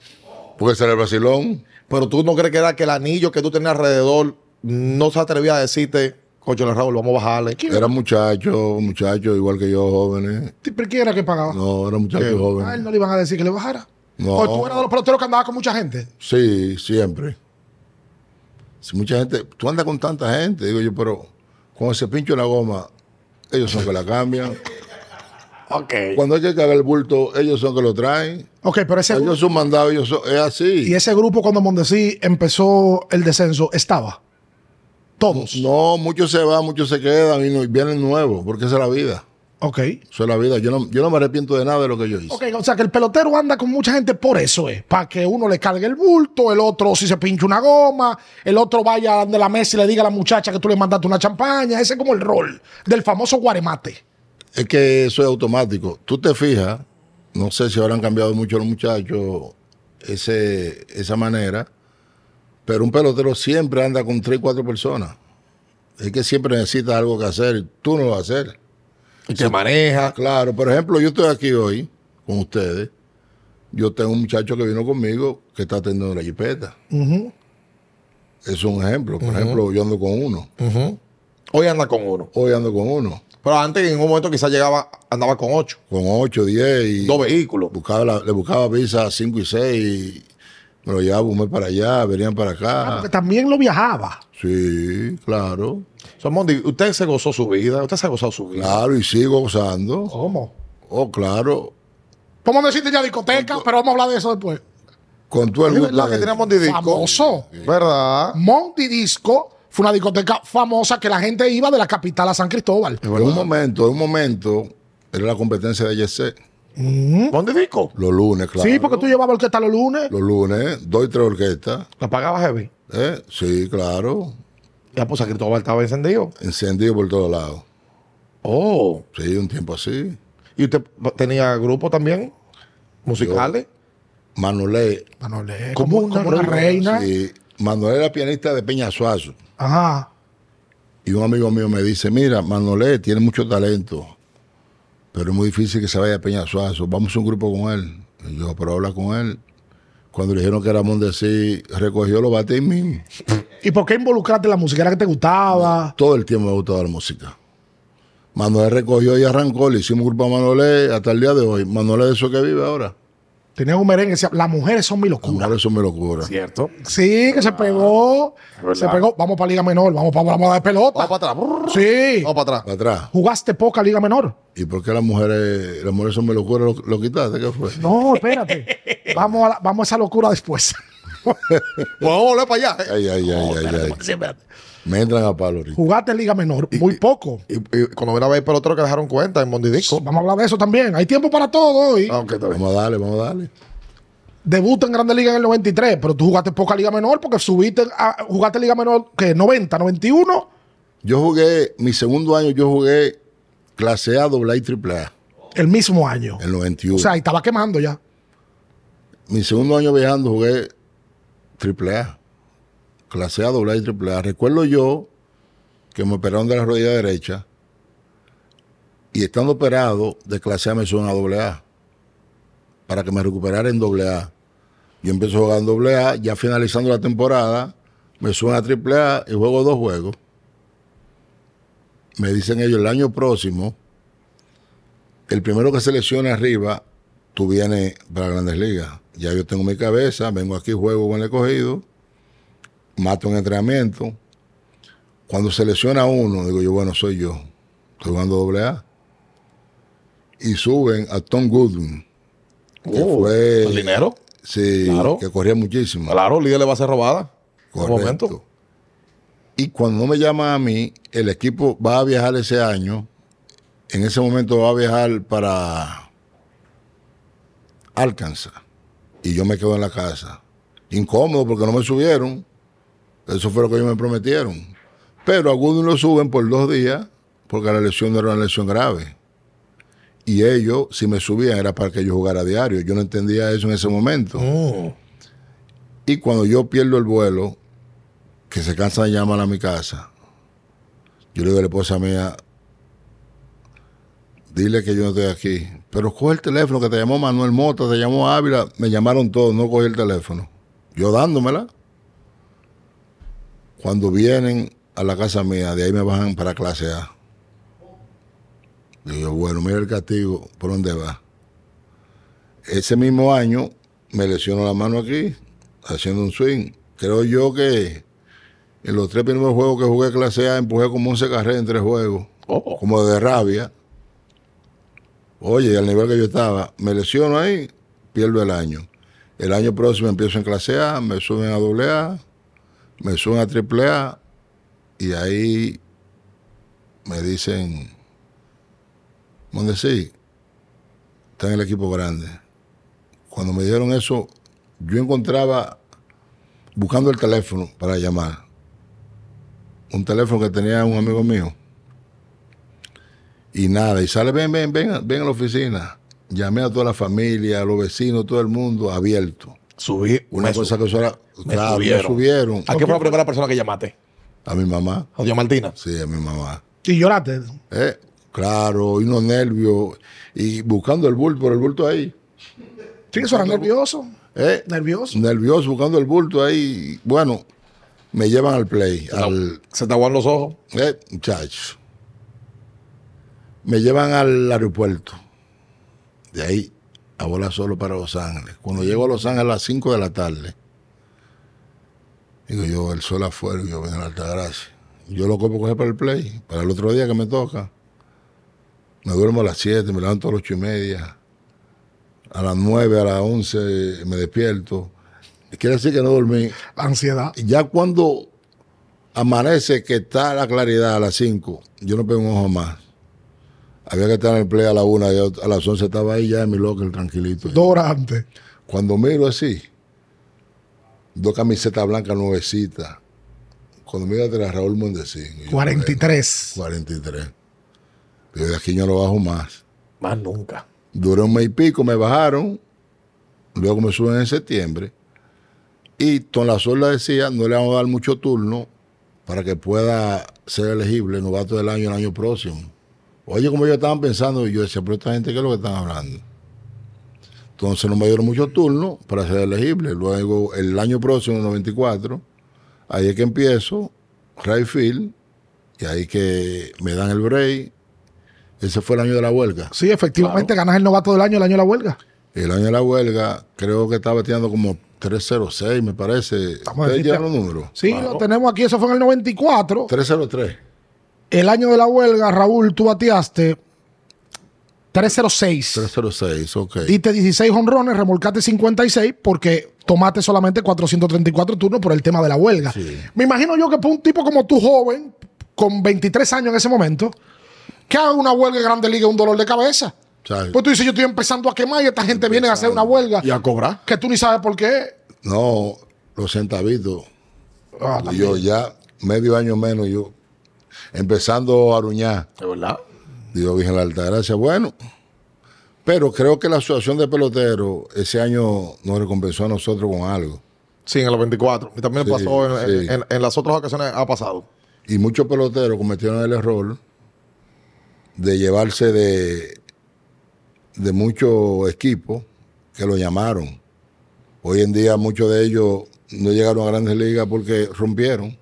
[SPEAKER 3] Porque ese era el vacilón.
[SPEAKER 2] Pero tú no crees que era que el anillo que tú tenías alrededor no se atrevía a decirte, coño, le Raúl, vamos a bajarle.
[SPEAKER 3] Era muchacho, muchacho, igual que yo, jóvenes.
[SPEAKER 1] ¿Por qué era que pagaba?
[SPEAKER 3] No, era muchacho
[SPEAKER 2] ¿Qué?
[SPEAKER 1] A él
[SPEAKER 3] joven.
[SPEAKER 1] no le iban a decir que le bajara.
[SPEAKER 3] No.
[SPEAKER 1] O tú eras de los peloteros que andabas con mucha gente.
[SPEAKER 3] Sí, siempre. Si mucha gente, tú andas con tanta gente, digo yo, pero cuando se pincha la goma, ellos son que la cambian.
[SPEAKER 2] Ok.
[SPEAKER 3] Cuando hay que cagar el bulto, ellos son que lo traen.
[SPEAKER 1] Ok, pero ese
[SPEAKER 3] Ellos son mandados, ellos son, es
[SPEAKER 1] y
[SPEAKER 3] así.
[SPEAKER 1] ese grupo cuando Mondesí empezó el descenso estaba. Todos.
[SPEAKER 3] No, muchos se van, muchos se quedan y no- y vienen nuevos, porque esa es la vida.
[SPEAKER 1] Ok.
[SPEAKER 3] Eso es la vida. Yo no, yo no me arrepiento de nada de lo que yo hice.
[SPEAKER 1] Ok, o sea que el pelotero anda con mucha gente por eso, es. Para que uno le cargue el bulto, el otro si se pincha una goma, el otro vaya donde la mesa y le diga a la muchacha que tú le mandaste una champaña. Ese es como el rol del famoso guaremate.
[SPEAKER 3] Es que eso es automático. Tú te fijas, no sé si ahora han cambiado mucho los muchachos ese, esa manera, pero un pelotero siempre anda con tres, cuatro personas. Es que siempre necesitas algo que hacer y tú no lo vas a hacer.
[SPEAKER 2] Y te eh, maneja.
[SPEAKER 3] Claro, por ejemplo, yo estoy aquí hoy con ustedes. Yo tengo un muchacho que vino conmigo que está atendiendo la jipeta. Es un ejemplo. Por ejemplo, yo ando con uno.
[SPEAKER 2] Hoy anda con uno.
[SPEAKER 3] Hoy ando con uno.
[SPEAKER 2] Pero antes, en un momento, quizás llegaba, andaba con ocho.
[SPEAKER 3] Con ocho, diez y...
[SPEAKER 2] Dos vehículos.
[SPEAKER 3] buscaba la- le buscaba visa 5 y 6 y me lo llevaba un mes para allá, venían para
[SPEAKER 1] Ah,
[SPEAKER 3] acá.
[SPEAKER 1] Porque también lo viajaba.
[SPEAKER 3] Sí, claro,
[SPEAKER 2] Somondi, usted se gozó su vida. Usted se ha gozado su vida.
[SPEAKER 3] claro, y sigo gozando.
[SPEAKER 1] ¿Cómo?
[SPEAKER 3] Oh, claro,
[SPEAKER 1] ¿Cómo decirte ya discoteca? Pero vamos a hablar de eso después.
[SPEAKER 3] con todo el
[SPEAKER 2] Es verdad
[SPEAKER 3] gusto.
[SPEAKER 2] que
[SPEAKER 3] de-
[SPEAKER 2] tenía Mondi Disco.
[SPEAKER 1] Famoso.
[SPEAKER 2] ¿Verdad?
[SPEAKER 1] Monty Disco fue una discoteca famosa que la gente iba de la capital a San Cristóbal.
[SPEAKER 3] En un momento, en un momento, era la competencia de YC,
[SPEAKER 2] Mondi Disco.
[SPEAKER 3] los lunes, claro.
[SPEAKER 1] Sí, porque tú llevabas orquesta los lunes.
[SPEAKER 3] Los lunes, dos y tres orquestas.
[SPEAKER 2] La pagaba Heavy.
[SPEAKER 3] ¿eh? Sí, claro,
[SPEAKER 2] Ya, pues, a Cristóbal estaba encendido.
[SPEAKER 3] encendido por todos lados.
[SPEAKER 2] Oh.
[SPEAKER 3] Sí, un tiempo así.
[SPEAKER 2] ¿Y usted tenía grupo también? ¿Musicales?
[SPEAKER 3] Manuel,
[SPEAKER 1] Manolé, Ah,
[SPEAKER 2] Como
[SPEAKER 1] como,
[SPEAKER 2] una
[SPEAKER 1] como una
[SPEAKER 2] reina.
[SPEAKER 1] reina.
[SPEAKER 3] sí, Manuel era pianista de Peña Suazo.
[SPEAKER 1] Ajá.
[SPEAKER 3] Y un amigo mío me dice, mira, Manolé tiene mucho talento, pero es muy difícil que se vaya a Peña Suazo. Vamos a un grupo con él. Y yo, pero habla con él. Cuando le dijeron que era Mondesi, recogió los bates y mismo.
[SPEAKER 1] ¿Y por qué involucrarte en la música? ¿Era que te gustaba?
[SPEAKER 3] Todo el tiempo me ha gustado la música. Manolé recogió y arrancó, le hicimos un grupo a Manolé hasta el día de hoy. Manolé de eso que vive ahora.
[SPEAKER 1] Tenías un merengue. decía, Las mujeres son mi locura.
[SPEAKER 3] Ahora eso me locura.
[SPEAKER 2] Cierto.
[SPEAKER 1] Sí, que se pegó.
[SPEAKER 2] verdad. Oh.
[SPEAKER 1] Se pegó. Vamos para Liga Menor. Vamos para la moda de pelota.
[SPEAKER 2] Vamos para atrás. brrr.
[SPEAKER 1] Sí.
[SPEAKER 2] Vamos para atrás.
[SPEAKER 3] Para atrás.
[SPEAKER 1] Jugaste poca Liga Menor.
[SPEAKER 3] ¿Y por qué las mujeres, las mujeres son mi locura? ¿Lo, lo quitaste? ¿Qué fue?
[SPEAKER 1] No, espérate. vamos, a la- vamos a esa locura después.
[SPEAKER 2] Bueno, vamos a volver para allá. eh.
[SPEAKER 3] Ay, ay, ay, ay, ay.
[SPEAKER 2] Sí, espérate.
[SPEAKER 3] Me entran a palo ahorita.
[SPEAKER 1] Jugaste Liga Menor. Muy poco.
[SPEAKER 2] Y, y cuando viene a ver pelotero que dejaron cuenta en Mondi Disco.
[SPEAKER 1] Vamos a hablar de eso también. Hay tiempo para todo hoy.
[SPEAKER 2] Ah, ok, está bien.
[SPEAKER 3] Vamos a darle, vamos a darle.
[SPEAKER 1] Debuta en Grande Liga en el 93, pero tú jugaste poca Liga Menor porque subiste, a, jugaste Liga Menor que 90, 91.
[SPEAKER 3] Yo jugué, mi segundo año yo jugué clase A, doble A y triple A,
[SPEAKER 1] el mismo año.
[SPEAKER 3] el 91.
[SPEAKER 1] O sea, y estaba quemando ya.
[SPEAKER 3] mi segundo año viajando jugué triple A, clase A, doble A y triple A. Recuerdo yo que me operaron de la rodilla derecha y estando operado de clase A me suben a doble A para que me recuperara en doble A. Yo empecé a jugar en doble A, ya finalizando la temporada, me suben a triple A y juego dos juegos. Me dicen ellos, el año próximo, el primero que se lesiona arriba, tú vienes para Grandes Ligas. Ya yo tengo mi cabeza, vengo aquí, juego con el cogido, mato un entrenamiento. Cuando se lesiona uno, digo yo, bueno, soy yo. Estoy jugando doble A. Y suben a Tom Goodwin. Que
[SPEAKER 2] Oh,
[SPEAKER 3] fue-
[SPEAKER 2] ¿El dinero?
[SPEAKER 3] Sí,
[SPEAKER 2] Claro.
[SPEAKER 3] que corría muchísimo.
[SPEAKER 2] Claro, líder le va a ser robada. En un
[SPEAKER 3] Correcto.
[SPEAKER 2] momento.
[SPEAKER 3] Y cuando no me llama a mí, el equipo va a viajar ese año. En ese momento va a viajar para Alcanza. Y yo me quedo en la casa. Incómodo porque no me subieron. Eso fue lo que ellos me prometieron. Pero a Goodwin lo suben por dos días porque la lesión no era una lesión grave. Y ellos, si me subían, era para que yo jugara diario. Yo no entendía eso en ese momento.
[SPEAKER 2] Mm.
[SPEAKER 3] Y cuando yo pierdo el vuelo, que se cansan de llamar a mi casa, yo le digo a la esposa mía, Dile que yo no estoy aquí. Pero coge el teléfono, que te llamó Manuel Mota, te llamó Ávila, me llamaron todos, no cogí el teléfono. Yo dándomela. Cuando vienen a la casa mía, de ahí me bajan para clase A. Digo, yo, bueno, mira el castigo, ¿por dónde va? Ese mismo año me lesionó la mano aquí, haciendo un swing. Creo yo que en los tres primeros juegos que jugué clase A, empujé como 11 carreras en tres juegos,
[SPEAKER 2] Oh.
[SPEAKER 3] como de rabia. Oye, al nivel que yo estaba, me lesiono ahí, pierdo el año. El año próximo empiezo en clase A, me suben a doble A, me suben a triple A, y ahí me dicen, ¿dónde sí? Está en el equipo grande. Cuando me dieron eso, yo encontraba buscando el teléfono para llamar. Un teléfono que tenía un amigo mío. Y nada, y sale, ven, ven, ven, ven a la oficina. Llamé a toda la familia, a los vecinos, todo el mundo, abierto.
[SPEAKER 2] Subí.
[SPEAKER 3] Una
[SPEAKER 2] me
[SPEAKER 3] cosa
[SPEAKER 2] sub-
[SPEAKER 3] que eso era,
[SPEAKER 2] me
[SPEAKER 3] claro, me
[SPEAKER 2] subieron.
[SPEAKER 3] subieron.
[SPEAKER 2] ¿A qué fue la primera persona que llamaste?
[SPEAKER 3] A mi mamá,
[SPEAKER 2] ¿A Dios Martina?
[SPEAKER 3] sí, a mi mamá.
[SPEAKER 1] Y lloraste.
[SPEAKER 3] Eh, claro, y unos nervios, y buscando el bulto, pero el bulto ahí.
[SPEAKER 1] Sí, eso era nervioso.
[SPEAKER 3] Eh,
[SPEAKER 1] Nervioso.
[SPEAKER 3] nervioso, buscando el bulto ahí. Bueno, me llevan al play, al,
[SPEAKER 2] Se te aguaron los ojos.
[SPEAKER 3] Eh, muchachos. Me llevan al aeropuerto. De ahí a volar solo para Los Ángeles. Cuando llego a Los Ángeles a las 5 de la tarde, digo yo, el sol afuera, y yo vengo a la Altagracia. Yo lo cojo coger para el play, para el otro día que me toca. Me duermo a las 7, me levanto a las 8 y media. A las 9, a las 11 me despierto. Quiere decir que no dormí
[SPEAKER 1] Ansiedad.
[SPEAKER 3] ya cuando amanece que está la claridad a las 5, yo no pego un ojo más. Había que estar en el play a la 1, a las 11 estaba ahí ya en mi locker tranquilito.
[SPEAKER 1] Dos horas antes.
[SPEAKER 3] Cuando miro así, dos camisetas blancas nuevecitas. Cuando miro atrás, Raúl Mondesín. y yo, eh,
[SPEAKER 1] 43.
[SPEAKER 3] 43. Digo, de aquí yo no bajo más.
[SPEAKER 2] Más nunca.
[SPEAKER 3] Duré un mes y pico, me bajaron. Luego me suben en septiembre. Y Ton La Sola decía, no le vamos a dar mucho turno para que pueda ser elegible novato del año el año próximo. Oye, como yo estaban pensando, y yo decía, pero esta gente, ¿qué es lo que están hablando? Entonces no me dieron mucho turno para ser elegible. Luego, el año próximo, en 94, ahí es que empiezo, Rayfield, y ahí que me dan el break. Ese fue el año de la huelga.
[SPEAKER 1] Sí, efectivamente, ganas el novato del año, el año de la huelga.
[SPEAKER 3] El año de la huelga, creo que estaba bateando como 306, me parece.
[SPEAKER 1] Estamos
[SPEAKER 3] ¿Ustedes
[SPEAKER 1] aquí,
[SPEAKER 3] llevan los números?
[SPEAKER 1] Sí,
[SPEAKER 2] Claro.
[SPEAKER 1] lo tenemos aquí, eso fue en el 94.
[SPEAKER 3] 303.
[SPEAKER 1] El año de la huelga, Raúl, tú bateaste 306.
[SPEAKER 3] 306, ok.
[SPEAKER 1] Diste 16 honrones, remolcaste 56 porque tomaste solamente 434 turnos por el tema de la huelga.
[SPEAKER 3] Sí.
[SPEAKER 1] Me imagino yo que para un tipo como tú, joven, con 23 años en ese momento, que haga una huelga en Grande Liga es un dolor de cabeza.
[SPEAKER 3] ¿Sabes?
[SPEAKER 1] Pues tú dices, yo estoy empezando a quemar y esta gente viene a hacer una huelga
[SPEAKER 2] Y a cobrar.
[SPEAKER 1] que tú ni sabes por qué.
[SPEAKER 3] No, los centavitos.
[SPEAKER 1] Ah,
[SPEAKER 3] Y yo ya, medio año menos, yo empezando a aruñar.
[SPEAKER 2] De verdad.
[SPEAKER 3] Digo, Virgen la Altagracia, bueno. Pero creo que la asociación de peloteros ese año nos recompensó a nosotros con algo.
[SPEAKER 2] Sí, en el 24. Y también
[SPEAKER 3] Sí,
[SPEAKER 2] pasó en, en-
[SPEAKER 3] sí.
[SPEAKER 2] en- en las otras ocasiones. Ha pasado.
[SPEAKER 3] Y muchos peloteros cometieron el error de llevarse de, de muchos equipos que lo llamaron. Hoy en día muchos de ellos no llegaron a grandes ligas porque rompieron.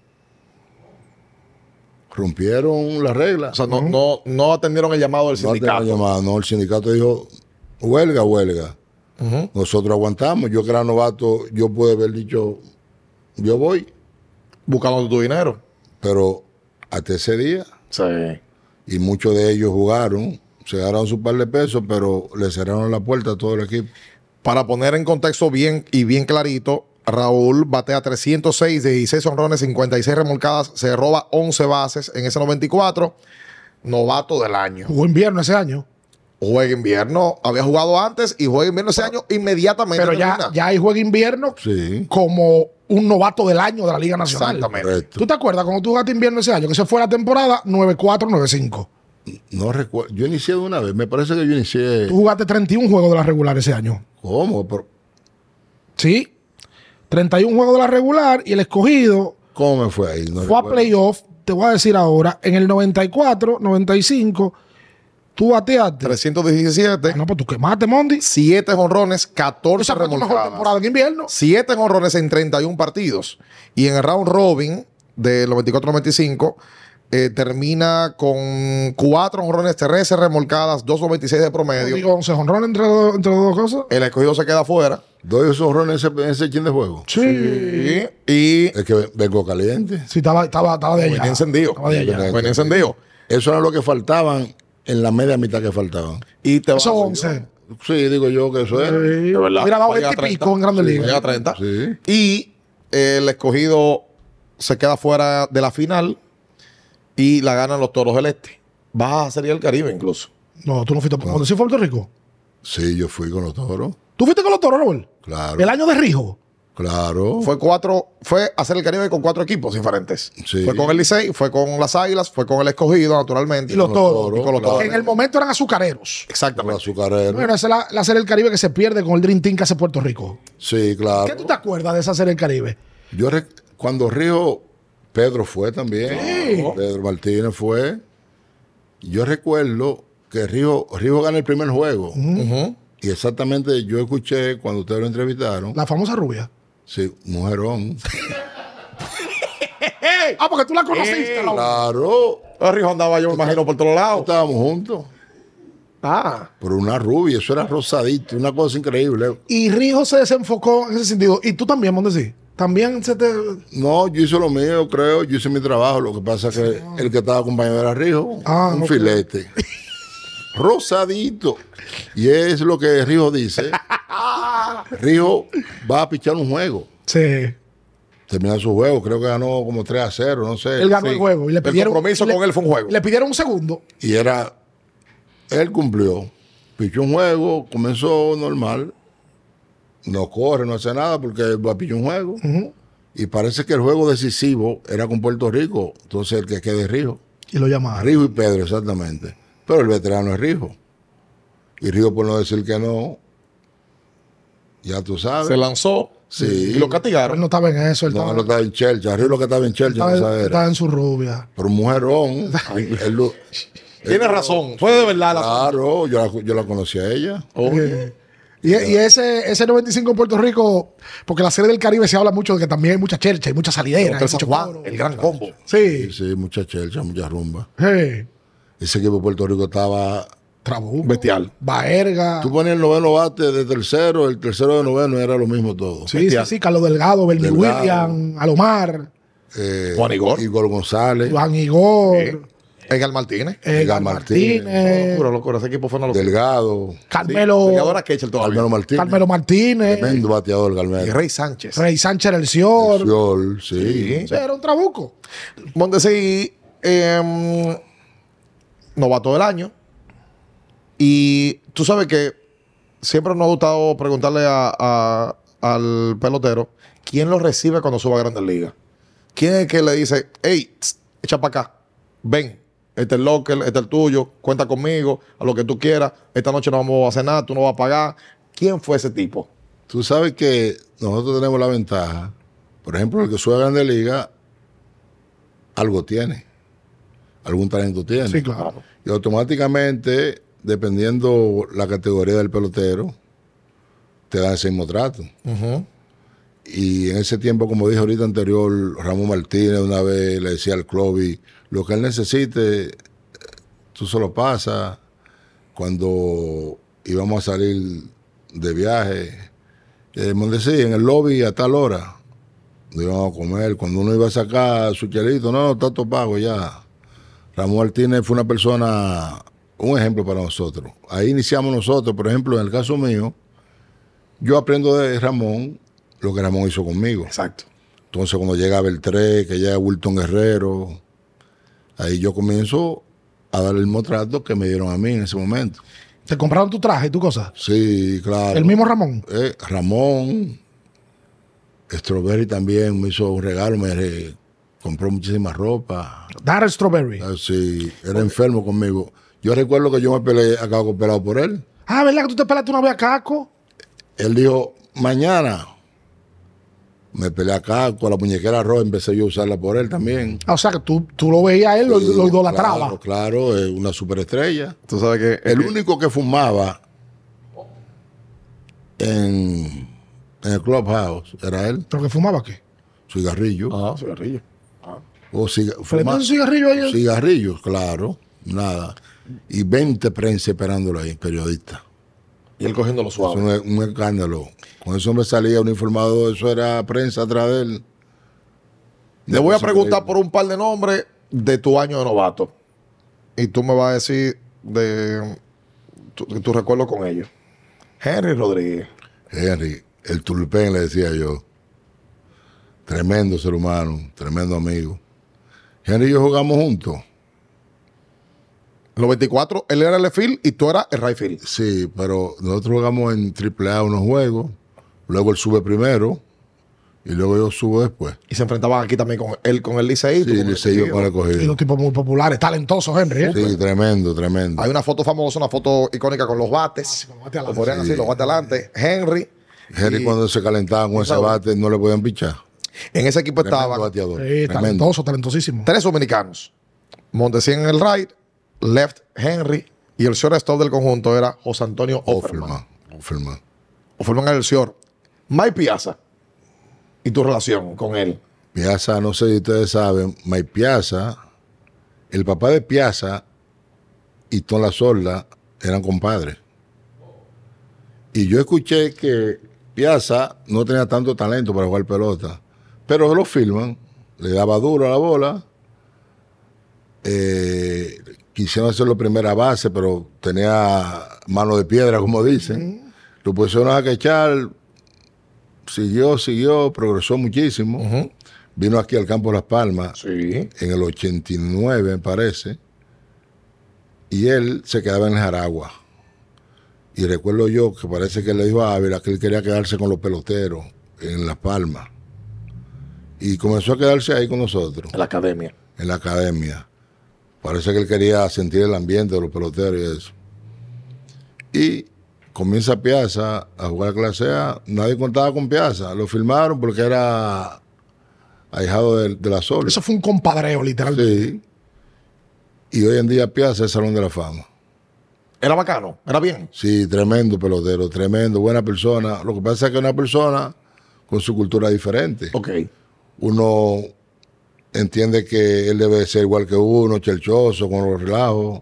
[SPEAKER 3] Rompieron las
[SPEAKER 2] O
[SPEAKER 3] reglas.
[SPEAKER 2] sea, no, no, no atendieron el llamado del
[SPEAKER 3] No
[SPEAKER 2] sindicato.
[SPEAKER 3] atendieron llamada, no, el sindicato dijo, huelga, huelga.
[SPEAKER 2] Ujú.
[SPEAKER 3] Nosotros aguantamos. Yo que era novato, yo pude haber dicho, yo voy.
[SPEAKER 2] Buscando tu dinero.
[SPEAKER 3] Pero hasta ese día
[SPEAKER 2] Sí.
[SPEAKER 3] y muchos de ellos jugaron, se ganaron su par de pesos, pero le cerraron la puerta a todo el equipo.
[SPEAKER 2] Para poner en contexto bien y bien clarito, Raúl batea 306, 16 honrones, 56 remolcadas, se roba 11 bases en ese 94, novato del año.
[SPEAKER 1] Jugó invierno ese año.
[SPEAKER 2] Juega invierno, había jugado antes y juega invierno ese año inmediatamente.
[SPEAKER 1] Pero ya,
[SPEAKER 2] termina.
[SPEAKER 1] ya ahí juega invierno
[SPEAKER 3] Sí.
[SPEAKER 1] como un novato del año de la Liga Nacional.
[SPEAKER 2] Exactamente.
[SPEAKER 3] Correcto.
[SPEAKER 1] ¿Tú te acuerdas cuando tú jugaste invierno ese año? Que se fue la temporada 94-95.
[SPEAKER 3] No recuerdo. Yo inicié de una vez. Me parece que yo inicié.
[SPEAKER 1] Tú jugaste 31 juegos de la regular ese año.
[SPEAKER 3] ¿Cómo? Pero,
[SPEAKER 1] ¿Sí? 31 juegos de la regular y el escogido
[SPEAKER 3] ¿Cómo me fue ahí?
[SPEAKER 1] fue
[SPEAKER 3] No
[SPEAKER 1] a
[SPEAKER 3] recuerdo.
[SPEAKER 1] playoff, te voy a decir ahora, en el 94, 95, Tú bateaste.
[SPEAKER 2] 317,
[SPEAKER 1] Ah, no, pues tú quemaste, Mondi.
[SPEAKER 2] 7 jonrones, 14
[SPEAKER 1] Esa fue tu mejor
[SPEAKER 2] remolcadas.
[SPEAKER 1] temporada en invierno.
[SPEAKER 2] 7 jonrones en 31 partidos. Y en el round robin del 94-95 eh, termina con 4 jonrones, 13 remolcadas, 2.96 de promedio.
[SPEAKER 1] Digo, 11 jonrones entre, los- entre las dos cosas.
[SPEAKER 2] El escogido se queda fuera.
[SPEAKER 3] Doy esos horrones en ese, en ese chin de juego.
[SPEAKER 1] Sí.
[SPEAKER 2] Y
[SPEAKER 3] Es que vengo caliente.
[SPEAKER 1] Sí, estaba, estaba, estaba de allá.
[SPEAKER 2] venía encendido.
[SPEAKER 1] Estaba de allá.
[SPEAKER 3] allá.
[SPEAKER 2] Venía encendido.
[SPEAKER 3] Eso era lo que faltaban en la media mitad que faltaban.
[SPEAKER 2] Y te
[SPEAKER 1] Esos
[SPEAKER 2] vas-
[SPEAKER 1] 11.
[SPEAKER 3] Sí, digo yo que eso era.
[SPEAKER 1] Sí, Hubiera dado
[SPEAKER 2] Llega a
[SPEAKER 1] 20 y
[SPEAKER 2] 30.
[SPEAKER 1] pico en Grandes
[SPEAKER 2] Sí,
[SPEAKER 1] Ligas.
[SPEAKER 2] llega a 30.
[SPEAKER 3] Sí.
[SPEAKER 2] Y el escogido se queda fuera de la final y la ganan los toros del Este. Baja a Serie del Caribe incluso.
[SPEAKER 1] No, tú no fuiste. Cuando sí fue a Puerto Rico.
[SPEAKER 3] Sí, yo fui con los toros.
[SPEAKER 1] ¿Tú fuiste con los toros, Robert?
[SPEAKER 3] Claro.
[SPEAKER 1] El año de Rijo.
[SPEAKER 3] Claro.
[SPEAKER 2] Fue cuatro, fue a Serie del Caribe con cuatro equipos diferentes.
[SPEAKER 3] Sí.
[SPEAKER 2] Fue con el Licey, fue con las Águilas, fue con el escogido, naturalmente.
[SPEAKER 1] Y los
[SPEAKER 2] Con
[SPEAKER 1] Toros.
[SPEAKER 2] Y con los
[SPEAKER 3] Claro.
[SPEAKER 2] toros.
[SPEAKER 1] En el momento eran azucareros.
[SPEAKER 3] Con
[SPEAKER 2] Exactamente.
[SPEAKER 3] azucarero.
[SPEAKER 1] Bueno, esa es la, la serie del Caribe que se pierde con el Dream Team que hace Puerto Rico.
[SPEAKER 3] sí,
[SPEAKER 1] ¿Qué tú
[SPEAKER 3] claro.
[SPEAKER 1] te acuerdas de esa serie del Caribe?
[SPEAKER 3] Yo rec- cuando Río, Pedro fue también.
[SPEAKER 1] Sí.
[SPEAKER 3] Pedro Martínez fue. Yo recuerdo que Río, Río gana el primer juego.
[SPEAKER 2] Ujú.
[SPEAKER 3] Y exactamente yo escuché cuando ustedes lo entrevistaron.
[SPEAKER 1] La famosa rubia.
[SPEAKER 3] Sí, mujerón.
[SPEAKER 1] Ah, porque tú la conociste. la-
[SPEAKER 3] Claro.
[SPEAKER 2] Rijo andaba, yo me imagino, por todos lados.
[SPEAKER 3] Estábamos juntos.
[SPEAKER 1] Ah.
[SPEAKER 3] Pero una rubia, eso era rosadito, una cosa increíble.
[SPEAKER 1] Y Rijo se desenfocó en ese sentido. Y tú también, Mondesi. También se te.
[SPEAKER 3] No, yo hice lo mío, creo, yo hice mi trabajo. Lo que pasa es que el que estaba acompañado era Rijo,
[SPEAKER 1] Ah,
[SPEAKER 3] un
[SPEAKER 1] ok.
[SPEAKER 3] filete. Rosadito. Y es lo que Rijo dice. Rijo va a pichar un juego.
[SPEAKER 1] Sí.
[SPEAKER 3] Termina su juego, creo que ganó como 3 a 0, no sé.
[SPEAKER 1] Él ganó
[SPEAKER 2] Sí.
[SPEAKER 1] el juego. Y le
[SPEAKER 2] El
[SPEAKER 1] pidieron,
[SPEAKER 2] compromiso
[SPEAKER 1] y le-
[SPEAKER 2] con él fue un juego.
[SPEAKER 1] Le pidieron un segundo.
[SPEAKER 3] Y era, él cumplió, pichó un juego, comenzó normal, no corre, no hace nada porque él va a pichar un juego.
[SPEAKER 1] Ujú.
[SPEAKER 3] Y parece que el juego decisivo era con Puerto Rico, entonces el que quede es Rijo.
[SPEAKER 1] Y lo llamaron.
[SPEAKER 3] Rijo y Pedro, exactamente. Pero el veterano es Rijo. Y Rijo, por no decir que no, ya tú sabes.
[SPEAKER 2] Se lanzó
[SPEAKER 3] Sí.
[SPEAKER 2] y lo castigaron.
[SPEAKER 1] Él no estaba en eso. Él
[SPEAKER 3] no,
[SPEAKER 1] estaba,
[SPEAKER 3] él no estaba en Chelcha. Rijo lo que estaba en Chelcha,
[SPEAKER 1] estaba-
[SPEAKER 3] no sabes.
[SPEAKER 1] estaba en su rubia.
[SPEAKER 3] Pero un mujerón. él lo-
[SPEAKER 2] Tienes razón. Fue de verdad la
[SPEAKER 3] claro, yo la, yo la conocí a ella.
[SPEAKER 1] Eh, Y, y ese, ese 95 en Puerto Rico, porque la serie del Caribe se habla mucho de que también hay mucha chercha y mucha salidera.
[SPEAKER 2] Contra el
[SPEAKER 1] y mucho
[SPEAKER 2] San Juan,
[SPEAKER 1] coro.
[SPEAKER 2] el gran combo.
[SPEAKER 1] Sí.
[SPEAKER 3] Sí, sí, mucha Chelcha, mucha rumba.
[SPEAKER 1] sí.
[SPEAKER 3] Ese equipo de Puerto Rico estaba.
[SPEAKER 1] Trabuco.
[SPEAKER 2] Bestial.
[SPEAKER 1] Baerga.
[SPEAKER 3] Tú ponías el noveno bate de tercero, el tercero de noveno era lo mismo todo.
[SPEAKER 1] Sí, sí, sí, Carlos Delgado, Bernie
[SPEAKER 3] Delgado.
[SPEAKER 1] William, Alomar,
[SPEAKER 3] Eh,
[SPEAKER 2] Juan Igor.
[SPEAKER 3] Igor González,
[SPEAKER 1] Iván Igor,
[SPEAKER 2] Edgar Martínez.
[SPEAKER 1] Edgar
[SPEAKER 3] Edgar
[SPEAKER 1] Martínez,
[SPEAKER 3] Martínez.
[SPEAKER 1] Eh,
[SPEAKER 2] locura, locura. Ese equipo fue una locura.
[SPEAKER 3] Delgado,
[SPEAKER 1] Carmelo,
[SPEAKER 2] Ahora que todavía.
[SPEAKER 3] Carmelo Martínez.
[SPEAKER 1] Carmelo Martínez,
[SPEAKER 3] Tremendo bateador,
[SPEAKER 2] Y
[SPEAKER 3] Carmelo.
[SPEAKER 2] Rey Sánchez.
[SPEAKER 1] Rey Sánchez el Sior.
[SPEAKER 3] Fiol, sí.
[SPEAKER 1] Sí, Era un trabuco.
[SPEAKER 2] Mondesi, em, novato del año. Y tú sabes que siempre nos ha gustado preguntarle a- a- al pelotero quién lo recibe cuando suba a Grandes Ligas. ¿Quién es el que le dice, hey, tss, echa para acá, ven, este es el local, este es el tuyo, cuenta conmigo, a lo que tú quieras, esta noche no vamos a hacer nada, tú no vas a pagar? ¿Quién fue ese tipo?
[SPEAKER 3] Tú sabes que nosotros tenemos la ventaja. Por ejemplo, el que sube a Grande Liga, algo tiene. Algún talento tiene.
[SPEAKER 1] Sí, claro.
[SPEAKER 3] Y automáticamente, dependiendo la categoría del pelotero, te dan ese mismo trato. Y en ese tiempo, como dije ahorita anterior, Ramón Martínez una vez le decía al Clovis, lo que él necesite, eh, tú se lo pasas. Cuando íbamos a salir de viaje, eh, Mondesi, en el lobby a tal hora, nos íbamos a comer. Cuando uno iba a sacar su chelito, no, no, está todo pago ya. Ramón Martínez fue una persona, un ejemplo para nosotros. Ahí iniciamos nosotros, por ejemplo, en el caso mío, yo aprendo de Ramón lo que Ramón hizo conmigo.
[SPEAKER 2] Exacto.
[SPEAKER 3] Entonces, cuando llega Beltré, que llega Wilton Guerrero, ahí yo comienzo a dar el mismo trato que me dieron a mí en ese momento.
[SPEAKER 1] Te compraron tu traje y tu cosa.
[SPEAKER 3] Sí, claro.
[SPEAKER 1] El mismo Ramón.
[SPEAKER 3] Eh, Ramón, Strawberry también me hizo un regalo, me re- compró muchísima ropa.
[SPEAKER 1] Darrell Strawberry.
[SPEAKER 3] Ah, Sí, era enfermo conmigo. Yo recuerdo que yo me peleé acá con pelado por él.
[SPEAKER 1] Ah, ¿verdad que tú te pelaste una vez a Caco?
[SPEAKER 3] Él dijo, mañana Me peleé acá con la muñequera roja, empecé yo a usarla por él también.
[SPEAKER 1] Ah, o sea, que tú, tú lo veías a él, lo, lo idolatraba.
[SPEAKER 3] Claro, claro, es una superestrella.
[SPEAKER 2] Tú sabes que
[SPEAKER 3] El único que fumaba en, en el clubhouse era él,
[SPEAKER 1] ¿Pero que fumaba qué?
[SPEAKER 3] cigarrillo.
[SPEAKER 2] Ah, cigarrillo.
[SPEAKER 3] O ciga-
[SPEAKER 1] ¿Le
[SPEAKER 3] fuma-
[SPEAKER 1] metió un cigarrillo ¿eh? a él?
[SPEAKER 3] cigarrillos, claro, nada. Y 20 prensa esperándolo ahí, periodista.
[SPEAKER 2] Y él cogiendo lo
[SPEAKER 3] Eso no es un escándalo. Con ese hombre salía uniformado, eso era prensa atrás de él.
[SPEAKER 2] Le voy a
[SPEAKER 3] Eso
[SPEAKER 2] preguntar por un par de nombres de tu año de novato. Y tú me vas a decir de tu, de tu recuerdo con ellos. Henry Rodríguez.
[SPEAKER 3] Eh, Henry, el tulpén le decía yo. Tremendo ser humano, tremendo amigo. Henry y yo jugamos juntos.
[SPEAKER 2] En los 24, él era el left field y tú eras el right field.
[SPEAKER 3] Sí, pero nosotros jugamos en AAA unos juegos. Luego él sube primero y luego yo subo después.
[SPEAKER 2] Y se enfrentaban aquí también con él, con el Licey.
[SPEAKER 3] Sí,
[SPEAKER 2] tú con el
[SPEAKER 3] le seguí
[SPEAKER 2] Licey.
[SPEAKER 3] con el
[SPEAKER 1] Y
[SPEAKER 3] cogido.
[SPEAKER 1] los tipos muy populares, talentosos, Henry. ¿eh?
[SPEAKER 3] Sí, tremendo, tremendo.
[SPEAKER 2] Hay una foto famosa, una foto icónica con los bates.
[SPEAKER 1] Ah, con los bates
[SPEAKER 2] Lo
[SPEAKER 1] adelante.
[SPEAKER 2] ponían así, los bates adelante. Henry.
[SPEAKER 3] Henry
[SPEAKER 2] Y
[SPEAKER 3] cuando se calentaban con ese bate no le podían pichar.
[SPEAKER 2] En ese equipo
[SPEAKER 3] Tremendo eh.
[SPEAKER 2] estaban
[SPEAKER 1] Sí,
[SPEAKER 3] bateador. tremendo.
[SPEAKER 1] talentoso, talentosísimo.
[SPEAKER 2] tres dominicanos. Montesín en el right, left Henry y el shortstop del conjunto era José Antonio Offerman.
[SPEAKER 3] Offerman. Offerman.
[SPEAKER 2] Offerman era el short. Mike Piazza y tu relación con él.
[SPEAKER 3] Piazza, no sé si ustedes saben, Mike Piazza, el papá de Piazza y Tom La Sorda eran compadres. Y yo escuché que Piazza no tenía tanto talento para jugar pelota, pero lo filman, le daba duro a la bola. Eh, quisieron hacerlo primera base, pero tenía mano de piedra, como dicen. Lo pusieron a quechar, siguió, siguió, progresó muchísimo. Vino aquí al campo de Las Palmas
[SPEAKER 2] Sí.
[SPEAKER 3] en el 89, me parece. Y él se quedaba en el Jaragua. Y recuerdo yo que parece que le dijo a Ávila que él quería quedarse con los peloteros en Las Palmas. Y comenzó a quedarse ahí con nosotros,
[SPEAKER 2] En la academia.
[SPEAKER 3] en la academia. Parece que él quería sentir el ambiente de los peloteros y eso. Y comienza Piazza a jugar clase A. Nadie contaba con Piazza. Lo filmaron porque era ahijado de, de la Sol.
[SPEAKER 1] Eso fue un compadreo, literalmente.
[SPEAKER 3] Sí. Y hoy en día Piazza es Salón de la Fama.
[SPEAKER 2] Era bacano, era bien.
[SPEAKER 3] Sí, tremendo pelotero, tremendo, buena persona. Lo que pasa es que una persona con su cultura diferente.
[SPEAKER 2] Ok.
[SPEAKER 3] Uno entiende que él debe ser igual que uno, chelchoso, con los relajos.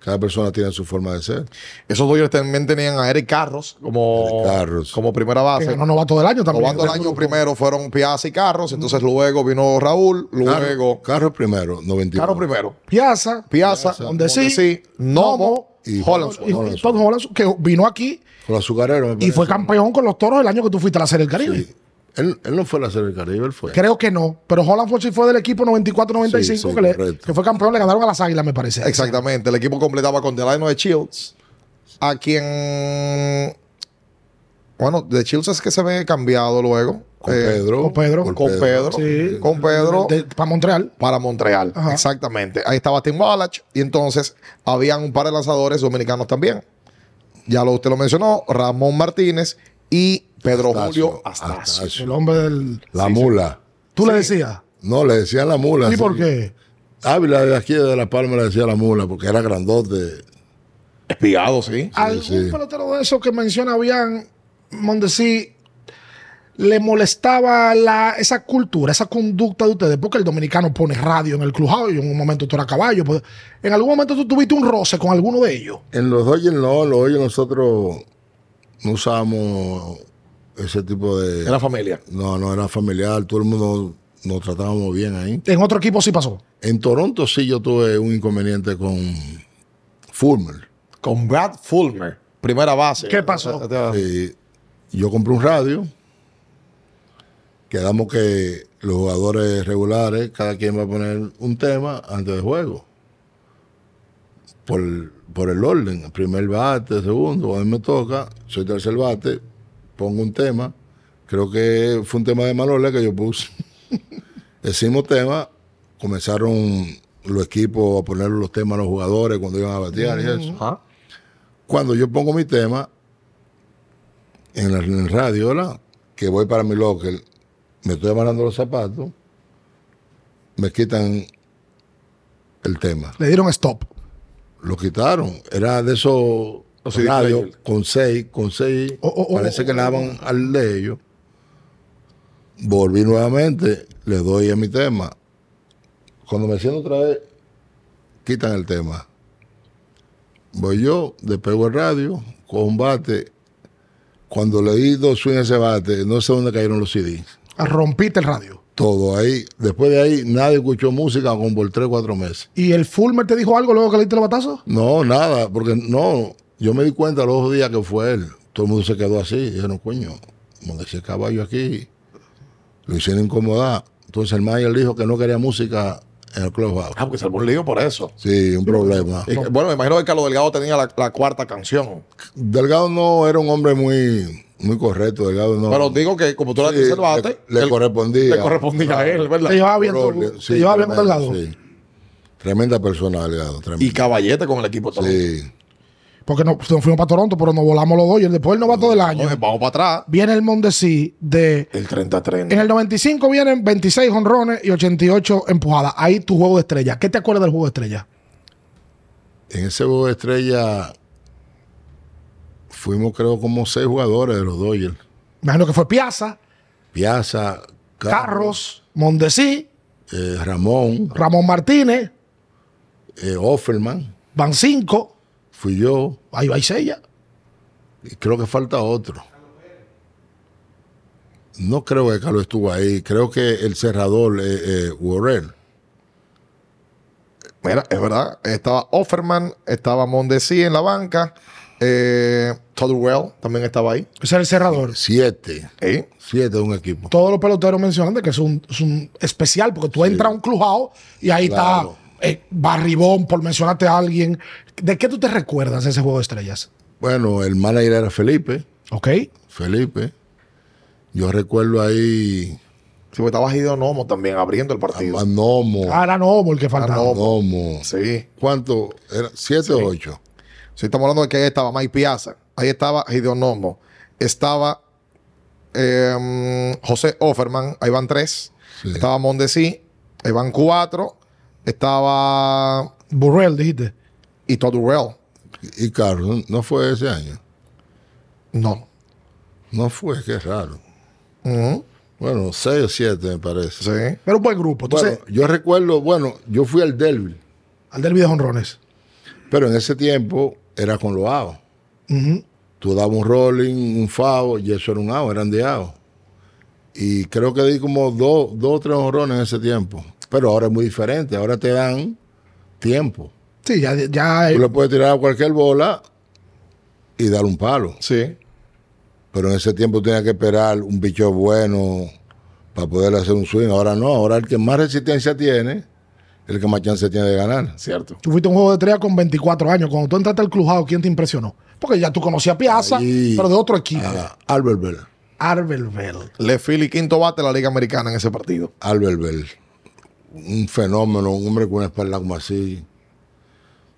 [SPEAKER 3] Cada persona tiene su forma de ser.
[SPEAKER 2] Esos Dodgers también tenían a Eric Carros como,
[SPEAKER 3] Eric Carros.
[SPEAKER 2] como primera
[SPEAKER 1] Que
[SPEAKER 2] base.
[SPEAKER 1] ganó novato del año también.
[SPEAKER 2] Robando el año primero fueron Piazza y Carros, entonces luego vino Raúl, luego
[SPEAKER 3] Carro, Carro primero, 91.
[SPEAKER 2] Carros primero.
[SPEAKER 1] Piazza,
[SPEAKER 2] Piazza,
[SPEAKER 1] Mondesi,
[SPEAKER 2] Mondesi, Nomo
[SPEAKER 3] y
[SPEAKER 2] y
[SPEAKER 1] y- y
[SPEAKER 2] Hollandsworth.
[SPEAKER 3] Hollandsworth.
[SPEAKER 1] Todd Hollandsworth, que vino aquí
[SPEAKER 3] Con los azucareros. me
[SPEAKER 1] y
[SPEAKER 3] parece.
[SPEAKER 1] fue campeón con los toros el año que tú fuiste a la Serie del Caribe.
[SPEAKER 3] Sí. Él, él no fue a la Serie del Caribe, él fue.
[SPEAKER 1] Creo que no, pero Holland sí fue del equipo 94-95
[SPEAKER 3] Sí, sí,
[SPEAKER 1] que, le-
[SPEAKER 3] correcto.
[SPEAKER 1] que fue campeón, le ganaron a las Águilas, me parece.
[SPEAKER 2] Exactamente, el equipo completaba con Delano de Shields, a quien. Bueno, de Shields es que se ve cambiado luego.
[SPEAKER 3] Con
[SPEAKER 2] eh,
[SPEAKER 3] Pedro.
[SPEAKER 1] con Pedro.
[SPEAKER 3] por
[SPEAKER 2] con Pedro.
[SPEAKER 1] Sí.
[SPEAKER 2] Con Pedro
[SPEAKER 1] Para Montreal.
[SPEAKER 2] para Montreal.
[SPEAKER 1] Ajá.
[SPEAKER 2] Exactamente. Ahí estaba Tim Wallach. Y entonces habían un par de lanzadores dominicanos también. Ya lo, usted lo mencionó, Ramón Martínez y Pedro Julio Astacio.
[SPEAKER 3] Astacio.
[SPEAKER 1] El hombre del.
[SPEAKER 3] La mula.
[SPEAKER 1] Tú le decías.
[SPEAKER 3] No, le decían la mula.
[SPEAKER 1] ¿Y por
[SPEAKER 3] sí.
[SPEAKER 1] qué?
[SPEAKER 3] Ávila de aquí de La Palma le decía la mula porque era grandote.
[SPEAKER 2] Espigado, sí.
[SPEAKER 1] ¿Algún
[SPEAKER 3] sí.
[SPEAKER 1] pelotero de esos que menciona habían Mondesi le molestaba la, esa cultura, esa conducta de ustedes? Porque el dominicano pone radio en el clubhouse y en un momento tú eras caballo. pues, en algún momento tú tuviste un roce con alguno de ellos.
[SPEAKER 3] En los Dodgers no, en los Dodgers nosotros no usábamos ese tipo de...
[SPEAKER 2] Era familia.
[SPEAKER 3] No, no, era familiar, todo el mundo nos tratábamos bien ahí.
[SPEAKER 1] En otro equipo sí pasó.
[SPEAKER 3] En Toronto sí yo tuve un inconveniente con Fulmer.
[SPEAKER 2] Con Brad Fulmer, primera base.
[SPEAKER 1] ¿Qué pasó?
[SPEAKER 3] Eh, yo compré un radio. Quedamos que los jugadores regulares, cada quien va a poner un tema antes del juego. Por, por el orden, primer bate, segundo, cuando me toca, soy tercer bate, pongo un tema. Creo que fue un tema de Malola que yo puse. Ese mismo tema, comenzaron los equipos a poner los temas a los jugadores cuando iban a batear y eso
[SPEAKER 2] Ajá.
[SPEAKER 3] cuando yo pongo mi tema en el, en el radio, ¿verdad? Que voy para mi local, me estoy amarrando los zapatos, me quitan el tema.
[SPEAKER 1] Le dieron stop.
[SPEAKER 3] Lo quitaron. Era de esos
[SPEAKER 2] Los CD
[SPEAKER 3] radios
[SPEAKER 2] player.
[SPEAKER 3] con seis, con seis.
[SPEAKER 1] Oh, oh, oh,
[SPEAKER 3] parece
[SPEAKER 1] oh,
[SPEAKER 3] que le daban al de ellos. Volví nuevamente, le doy a mi tema. Cuando me siento otra vez, quitan el tema. Voy yo, despego el radio, cojo un bate. Cuando le di dos swings a ese bate, no sé dónde cayeron los CDs.
[SPEAKER 1] Rompiste el radio.
[SPEAKER 3] Todo ahí. Después de ahí, nadie escuchó música como por tres, cuatro meses.
[SPEAKER 1] ¿Y el Fulmer te dijo algo luego que le diste el batazo?
[SPEAKER 3] No, nada, porque no, yo me di cuenta los dos días que fue él. Todo el mundo se quedó así. Dijeron, coño, como decía el caballo aquí, lo hicieron incomodar. Entonces el Mayer dijo que no quería música en el clubhouse.
[SPEAKER 2] Ah, porque salvó un lío por eso.
[SPEAKER 3] Sí, un problema.
[SPEAKER 2] Y que- bueno, me imagino que Carlos Delgado tenía la, la cuarta canción.
[SPEAKER 3] Delgado no era un hombre muy, muy correcto, Delgado no.
[SPEAKER 2] Pero digo que, como tú la
[SPEAKER 3] Sí,
[SPEAKER 2] dices, el bate,
[SPEAKER 3] le, le
[SPEAKER 2] él-
[SPEAKER 3] correspondía.
[SPEAKER 2] le correspondía a él, ¿verdad?
[SPEAKER 1] Te llevaba bien,
[SPEAKER 3] Pero
[SPEAKER 1] con-
[SPEAKER 3] le-
[SPEAKER 1] te
[SPEAKER 3] sí,
[SPEAKER 1] llevaba bien con
[SPEAKER 3] tremendo,
[SPEAKER 1] Delgado.
[SPEAKER 3] sí. Tremenda persona, Delgado.
[SPEAKER 2] Y
[SPEAKER 3] Tremenda.
[SPEAKER 2] Caballete con el equipo también.
[SPEAKER 3] Sí.
[SPEAKER 1] Porque no- nos fuimos para Toronto, pero nos volamos los Dodgers. Después el novato del año.
[SPEAKER 2] Entonces, vamos para atrás.
[SPEAKER 1] Viene el Mondesi de.
[SPEAKER 2] El 30-30.
[SPEAKER 1] En el 95 vienen 26 honrones y 88 empujadas. Ahí tu juego de estrella. ¿Qué te acuerdas del juego de estrella?
[SPEAKER 3] En ese juego de estrella fuimos creo como seis jugadores de los Dodgers.
[SPEAKER 1] Me imagino que fue Piazza,
[SPEAKER 3] Piazza, Carlos,
[SPEAKER 1] Carros, Mondesi,
[SPEAKER 3] eh, Ramón,
[SPEAKER 1] Ramón Martínez,
[SPEAKER 3] eh, Offerman,
[SPEAKER 1] Van 5,
[SPEAKER 3] fui yo,
[SPEAKER 1] ahí va Isella.
[SPEAKER 3] y creo que falta otro. No creo que Carlos estuvo ahí, creo que el cerrador, eh, eh, Warren.
[SPEAKER 2] Mira, eh, es verdad. Estaba Offerman, estaba Mondesi en la banca. Eh, Todwell también estaba ahí.
[SPEAKER 1] Ese es el cerrador.
[SPEAKER 3] siete,
[SPEAKER 2] Sí.
[SPEAKER 3] siete de un equipo.
[SPEAKER 1] Todos los peloteros mencionan de que es un, es un especial, porque tú entras a un clujado y ahí
[SPEAKER 3] Claro.
[SPEAKER 1] está eh, Barribón, por mencionarte a alguien. ¿De qué tú te recuerdas de ese juego de estrellas?
[SPEAKER 3] Bueno, el manager era Felipe,
[SPEAKER 1] ¿Ok?
[SPEAKER 3] Felipe. Yo recuerdo ahí
[SPEAKER 2] Sí, porque estaba Gideon Nomo también abriendo el partido.
[SPEAKER 3] a Nomo,
[SPEAKER 1] Ah, era Nomo el que faltaba.
[SPEAKER 2] Nomo.
[SPEAKER 3] Nomo.
[SPEAKER 2] Sí.
[SPEAKER 3] ¿Cuánto? Era ¿Siete o ocho?
[SPEAKER 2] Sí, estamos hablando de que ahí estaba Mike Piazza. Ahí estaba Gideon Nomo. Estaba eh, José Offerman. Ahí van tres.
[SPEAKER 3] Sí.
[SPEAKER 2] Estaba Mondesi. Ahí van cuatro. Estaba.
[SPEAKER 1] Burrell, dijiste.
[SPEAKER 2] Y Todwell.
[SPEAKER 3] Y Carlos, no fue ese año.
[SPEAKER 2] No.
[SPEAKER 3] No fue, qué raro.
[SPEAKER 2] Ujú.
[SPEAKER 3] Bueno, seis o siete me parece.
[SPEAKER 2] Sí.
[SPEAKER 1] Pero un buen grupo.
[SPEAKER 3] Bueno,
[SPEAKER 1] Entonces,
[SPEAKER 3] yo recuerdo, bueno, yo fui al Delville,
[SPEAKER 1] al derby de honrones.
[SPEAKER 3] pero en ese tiempo era con los AO. Tú dabas un rolling, un FAO, y eso era un AO, eran de AO. Y creo que di como dos, dos o tres honrones en ese tiempo. Pero ahora es muy diferente, ahora te dan tiempo.
[SPEAKER 1] Sí, ya, ya eh,
[SPEAKER 3] Tú le puedes tirar a cualquier bola y dar un palo.
[SPEAKER 2] Sí.
[SPEAKER 3] Pero en ese tiempo tenía que esperar un bicho bueno para poder hacer un swing. Ahora no, ahora el que más resistencia tiene, el que más chance tiene de ganar.
[SPEAKER 2] Cierto.
[SPEAKER 1] tú fuiste a un juego de estrella con 24 años. Cuando tú entraste al clujado, ¿quién te impresionó? Porque ya tú conocías a Piazza,
[SPEAKER 3] Ahí,
[SPEAKER 1] pero de otro equipo.
[SPEAKER 3] a Albert Bell,
[SPEAKER 1] Arbel Bell.
[SPEAKER 2] Le Philly quinto bate de la Liga Americana en ese partido.
[SPEAKER 3] Albert Bell. Un fenómeno, un hombre con una espalda como así.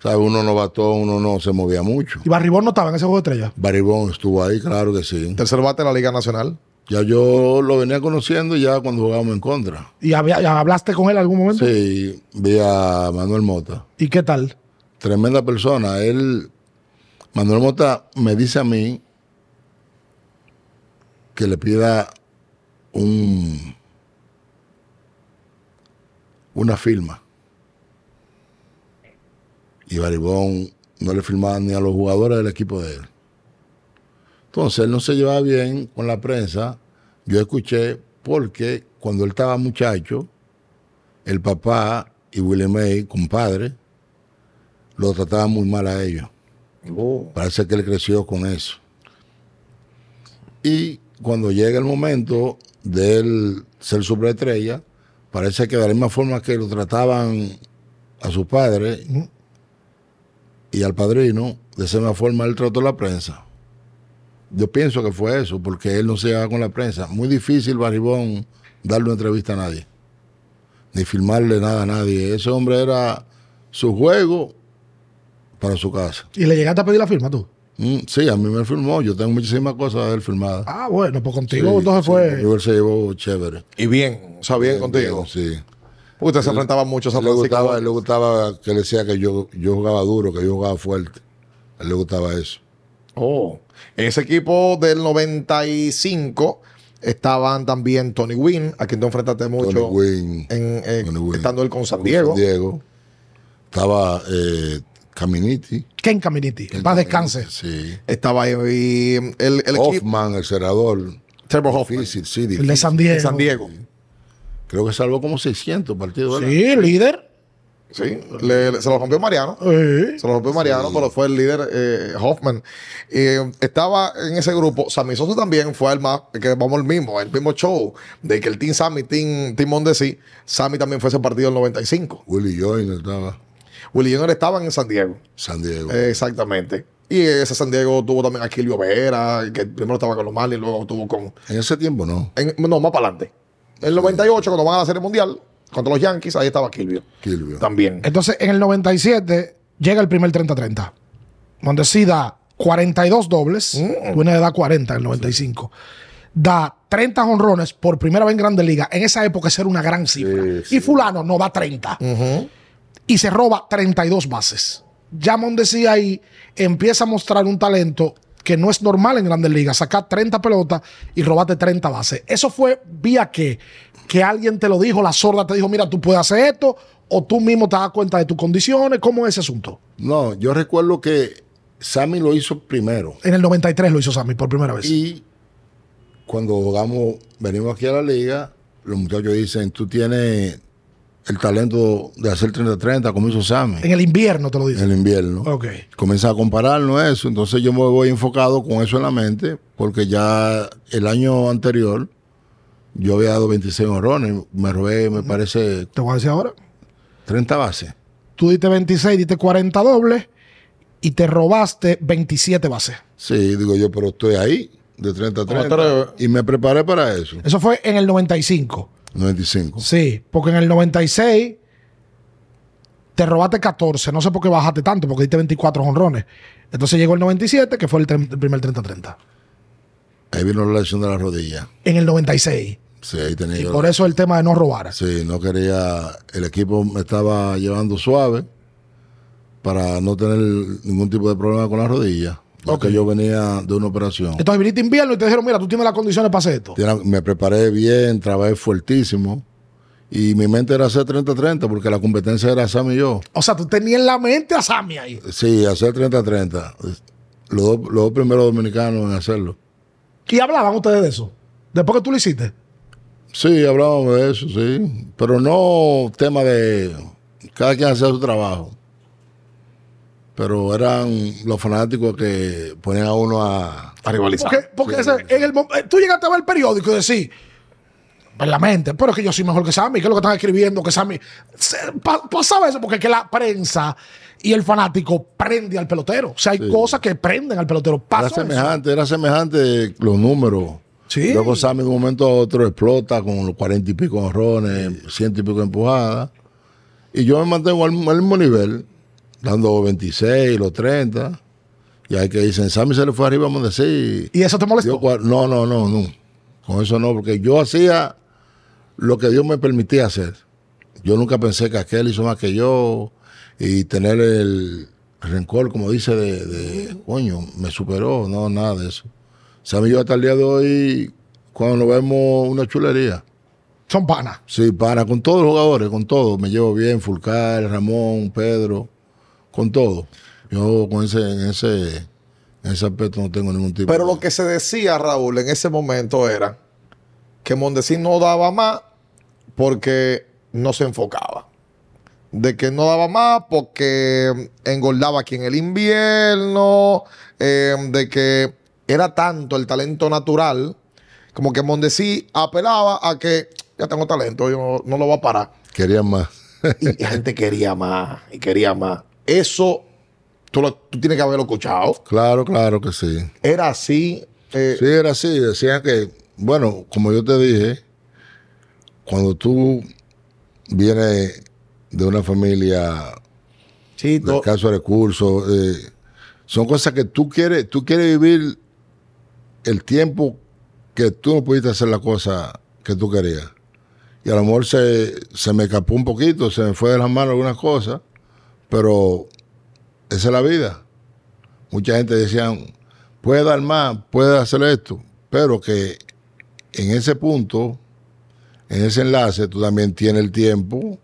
[SPEAKER 3] ¿Sabes? Uno no bató, uno no se movía mucho.
[SPEAKER 1] Y Barribón no estaba en ese juego de estrella.
[SPEAKER 3] Barry Bonds estuvo ahí, claro que sí.
[SPEAKER 2] Tercer bate de la Liga Nacional.
[SPEAKER 3] Ya yo lo venía conociendo ya cuando jugábamos en contra.
[SPEAKER 1] ¿Y había- ya hablaste con él en algún momento?
[SPEAKER 3] Sí, vi a Manuel Mota.
[SPEAKER 1] ¿Y qué tal?
[SPEAKER 3] tremenda persona. Él, Manuel Mota, me dice a mí que le pida un una firma. Y Baribón no le firmaba ni a los jugadores del equipo de él. Entonces él no se llevaba bien con la prensa. Yo escuché porque cuando él estaba muchacho, el papá y Willie May, compadre, lo trataban muy mal a ellos.
[SPEAKER 2] Uh.
[SPEAKER 3] Parece que él creció con eso. Y cuando llega el momento de él ser superestrella, parece que de la misma forma que lo trataban a su padre
[SPEAKER 1] Ujú.
[SPEAKER 3] y al padrino, de esa misma forma él trató a la prensa. Yo pienso que fue eso, porque él no se llevaba con la prensa. Muy difícil, Barribón, darle una entrevista a nadie, ni filmarle nada a nadie. Ese hombre era su juego para su casa.
[SPEAKER 1] ¿Y le llegaste a pedir la firma tú?
[SPEAKER 3] Mm, sí, a mí me filmó. Yo tengo muchísimas cosas de él filmadas.
[SPEAKER 1] Ah, bueno, pues contigo
[SPEAKER 3] Sí,
[SPEAKER 1] entonces
[SPEAKER 3] sí,
[SPEAKER 1] fue.
[SPEAKER 3] Yo él se llevó chévere.
[SPEAKER 2] Y bien, o sea, bien, contigo.
[SPEAKER 3] Bien, sí.
[SPEAKER 2] Porque Usted se enfrentaba mucho a San
[SPEAKER 3] le
[SPEAKER 2] Francisco.
[SPEAKER 3] gustaba, le gustaba que le decía que yo, yo jugaba duro, que yo jugaba fuerte. A él le gustaba eso.
[SPEAKER 2] Oh. Ese equipo del 95 estaban también Tony Wynn, a quien tú enfrentaste mucho.
[SPEAKER 3] Tony Wynn,
[SPEAKER 2] en, eh,
[SPEAKER 3] Tony Wynn.
[SPEAKER 2] Estando él con San
[SPEAKER 3] Con
[SPEAKER 2] Diego.
[SPEAKER 3] San Diego. Estaba eh, Caminiti.
[SPEAKER 1] Ken Caminiti. En paz descanse.
[SPEAKER 3] Sí.
[SPEAKER 2] Estaba ahí em, el, el equipo.
[SPEAKER 3] Hoffman, el cerrador.
[SPEAKER 2] Trevor Hoffman.
[SPEAKER 3] Difícil, sí,
[SPEAKER 1] El de
[SPEAKER 3] difícil.
[SPEAKER 1] San Diego.
[SPEAKER 2] de San Diego.
[SPEAKER 3] Creo que salvó como 600 partidos. ¿verdad?
[SPEAKER 1] Sí, líder.
[SPEAKER 2] Sí, le- le- se lo rompió Mariano.
[SPEAKER 1] Eh,
[SPEAKER 2] Se lo rompió Mariano, pero fue el líder eh, Hoffman. Eh, estaba en ese grupo. Sammy Sosa también fue el más, que vamos el mismo, el mismo show de que el Team Sammy, Team, team Mondesi, Sammy también fue ese partido del 95.
[SPEAKER 3] Willie Joyner estaba.
[SPEAKER 2] Willie Junior estaban en San Diego.
[SPEAKER 3] San Diego.
[SPEAKER 2] Eh, exactamente. Y ese San Diego tuvo también a Kilio Vera, que primero estaba con los Marlins, luego tuvo con.
[SPEAKER 3] en ese tiempo no.
[SPEAKER 2] en- no, más para adelante. En el 98, cuando van a la Serie Mundial, contra los Yankees, ahí estaba Kilvio.
[SPEAKER 3] Kilvio.
[SPEAKER 2] También.
[SPEAKER 1] Entonces, en el 97 llega el primer 30-30, donde sí da 42 dobles, una edad 40 en el 95. Da 30 honrones por primera vez en Grande Liga. En esa época esa era una gran cifra.
[SPEAKER 3] Sí,
[SPEAKER 1] Y fulano no da 30. Y se roba 32 bases. Ya Mondesi ahí empieza a mostrar un talento que no es normal en Grandes Ligas. Sacar 30 pelotas y robarte 30 bases. Eso fue vía que, que alguien te lo dijo, la sorda te dijo, mira, tú puedes hacer esto, o tú mismo te das cuenta de tus condiciones. ¿Cómo es ese asunto?
[SPEAKER 3] No, yo recuerdo que Sammy lo hizo primero.
[SPEAKER 1] En el 93 lo hizo Sammy por primera vez.
[SPEAKER 3] Y cuando jugamos, venimos aquí a la liga, los muchachos dicen, tú tienes el talento de hacer 30-30, como hizo Sammy
[SPEAKER 1] en el invierno te lo
[SPEAKER 3] en
[SPEAKER 1] dice.
[SPEAKER 3] el invierno.
[SPEAKER 1] Ok.
[SPEAKER 3] Comienza a compararnos eso, entonces yo me voy enfocado con eso en la mente, porque ya el año anterior yo había dado 26 honrones, me robé, me parece,
[SPEAKER 1] Te voy a decir ahora.
[SPEAKER 3] 30 bases.
[SPEAKER 1] Tú diste 26, diste 40 dobles y te robaste 27 bases.
[SPEAKER 3] Sí, digo yo, pero estoy ahí, de 30 a
[SPEAKER 2] ¿Cómo
[SPEAKER 3] 30.
[SPEAKER 2] te
[SPEAKER 3] Y me preparé para eso,
[SPEAKER 1] Eso fue en el 95.
[SPEAKER 3] 95.
[SPEAKER 1] Sí, porque en el 96 te robaste 14. No sé por qué bajaste tanto, porque diste 24 honrones. Entonces llegó el 97, que fue el, tre- el primer 30-30.
[SPEAKER 3] Ahí vino la lesión de la rodilla.
[SPEAKER 1] En el 96.
[SPEAKER 3] Sí, ahí tenía
[SPEAKER 1] Y
[SPEAKER 3] yo-
[SPEAKER 1] por e- eso el tema de no robar.
[SPEAKER 3] Sí, no quería. El equipo me estaba llevando suave para no tener ningún tipo de problema con la rodilla. Porque yo venía de una operación.
[SPEAKER 1] Entonces viniste invierno y te dijeron, mira, tú tienes las condiciones para hacer esto.
[SPEAKER 3] Tenía- Me preparé bien, trabajé fuertísimo. Y mi mente era hacer 30-30 porque la competencia era Sam y yo.
[SPEAKER 1] O sea, tú tenías en la mente a Sammy ahí.
[SPEAKER 3] Sí, hacer 30-30. Los dos, los dos primeros dominicanos en hacerlo.
[SPEAKER 1] ¿Y hablaban ustedes de eso? Después que tú lo hiciste.
[SPEAKER 3] Sí, hablábamos de eso, sí. Pero no tema de. Cada quien hacía su trabajo. Pero eran los fanáticos que ponían a uno a.
[SPEAKER 2] A rivalizar.
[SPEAKER 1] Porque, porque ese- en el mom- eh, tú llegaste a ver el periódico y decís, en la mente, pero es que yo soy mejor que Sammy, que es lo que están escribiendo, que Sammy. Se- pa- pasaba eso porque es que la prensa y el fanático prende al pelotero. O sea, hay cosas que prenden al pelotero.
[SPEAKER 3] Era
[SPEAKER 1] Pasó eso.
[SPEAKER 3] semejante, era semejante los números.
[SPEAKER 1] Sí.
[SPEAKER 3] Luego Sammy de un momento a otro explota con los cuarenta y pico honrones, ciento y pico empujadas. Y yo me mantengo al, al mismo nivel, dando 26, los 30. Y hay que dicen, Sammy se le fue arriba, vamos a decir.
[SPEAKER 1] Y eso te molestó.
[SPEAKER 3] Yo cua- no, no, no, no. Con eso no, porque yo hacía lo que Dios me permitía hacer. Yo nunca pensé que aquel hizo más que yo y tener el rencor, como dice, de, de, coño, me superó, no, nada de eso. Sammy y yo hasta el día de hoy, cuando nos vemos, una chulería.
[SPEAKER 1] Son panas.
[SPEAKER 3] Sí, para, con todos los jugadores, con todos. Me llevo bien, Fulcar, Ramón, Pedro, con todo. Yo con ese, en ese, en ese aspecto no tengo ningún tipo
[SPEAKER 2] Pero
[SPEAKER 3] de...
[SPEAKER 2] lo que se decía, Raúl, en ese momento era que Mondesi no daba más porque no se enfocaba. De que no daba más porque engordaba aquí en el invierno, eh, de que era tanto el talento natural, como que Mondesi apelaba a que ya tengo talento, yo no, no lo voy a parar.
[SPEAKER 3] Quería más.
[SPEAKER 2] Y la gente quería más, y quería más. Eso tú, lo- tú tienes que haberlo escuchado.
[SPEAKER 3] Claro, claro que sí.
[SPEAKER 2] Era así. eh,
[SPEAKER 3] Sí, era así. Decían que, bueno, como yo te dije, cuando tú vienes de una familia
[SPEAKER 2] sí,
[SPEAKER 3] de
[SPEAKER 2] to-
[SPEAKER 3] escasos recursos, eh, Son cosas que tú quieres, tú quieres vivir el tiempo que tú no pudiste hacer la cosa que tú querías. Y a lo mejor se, se me escapó un poquito, se me fue de las manos algunas cosas, pero esa es la vida. Mucha gente decía, puede dar más, puede hacer esto, pero que en ese punto, en ese enlace, tú también tienes el tiempo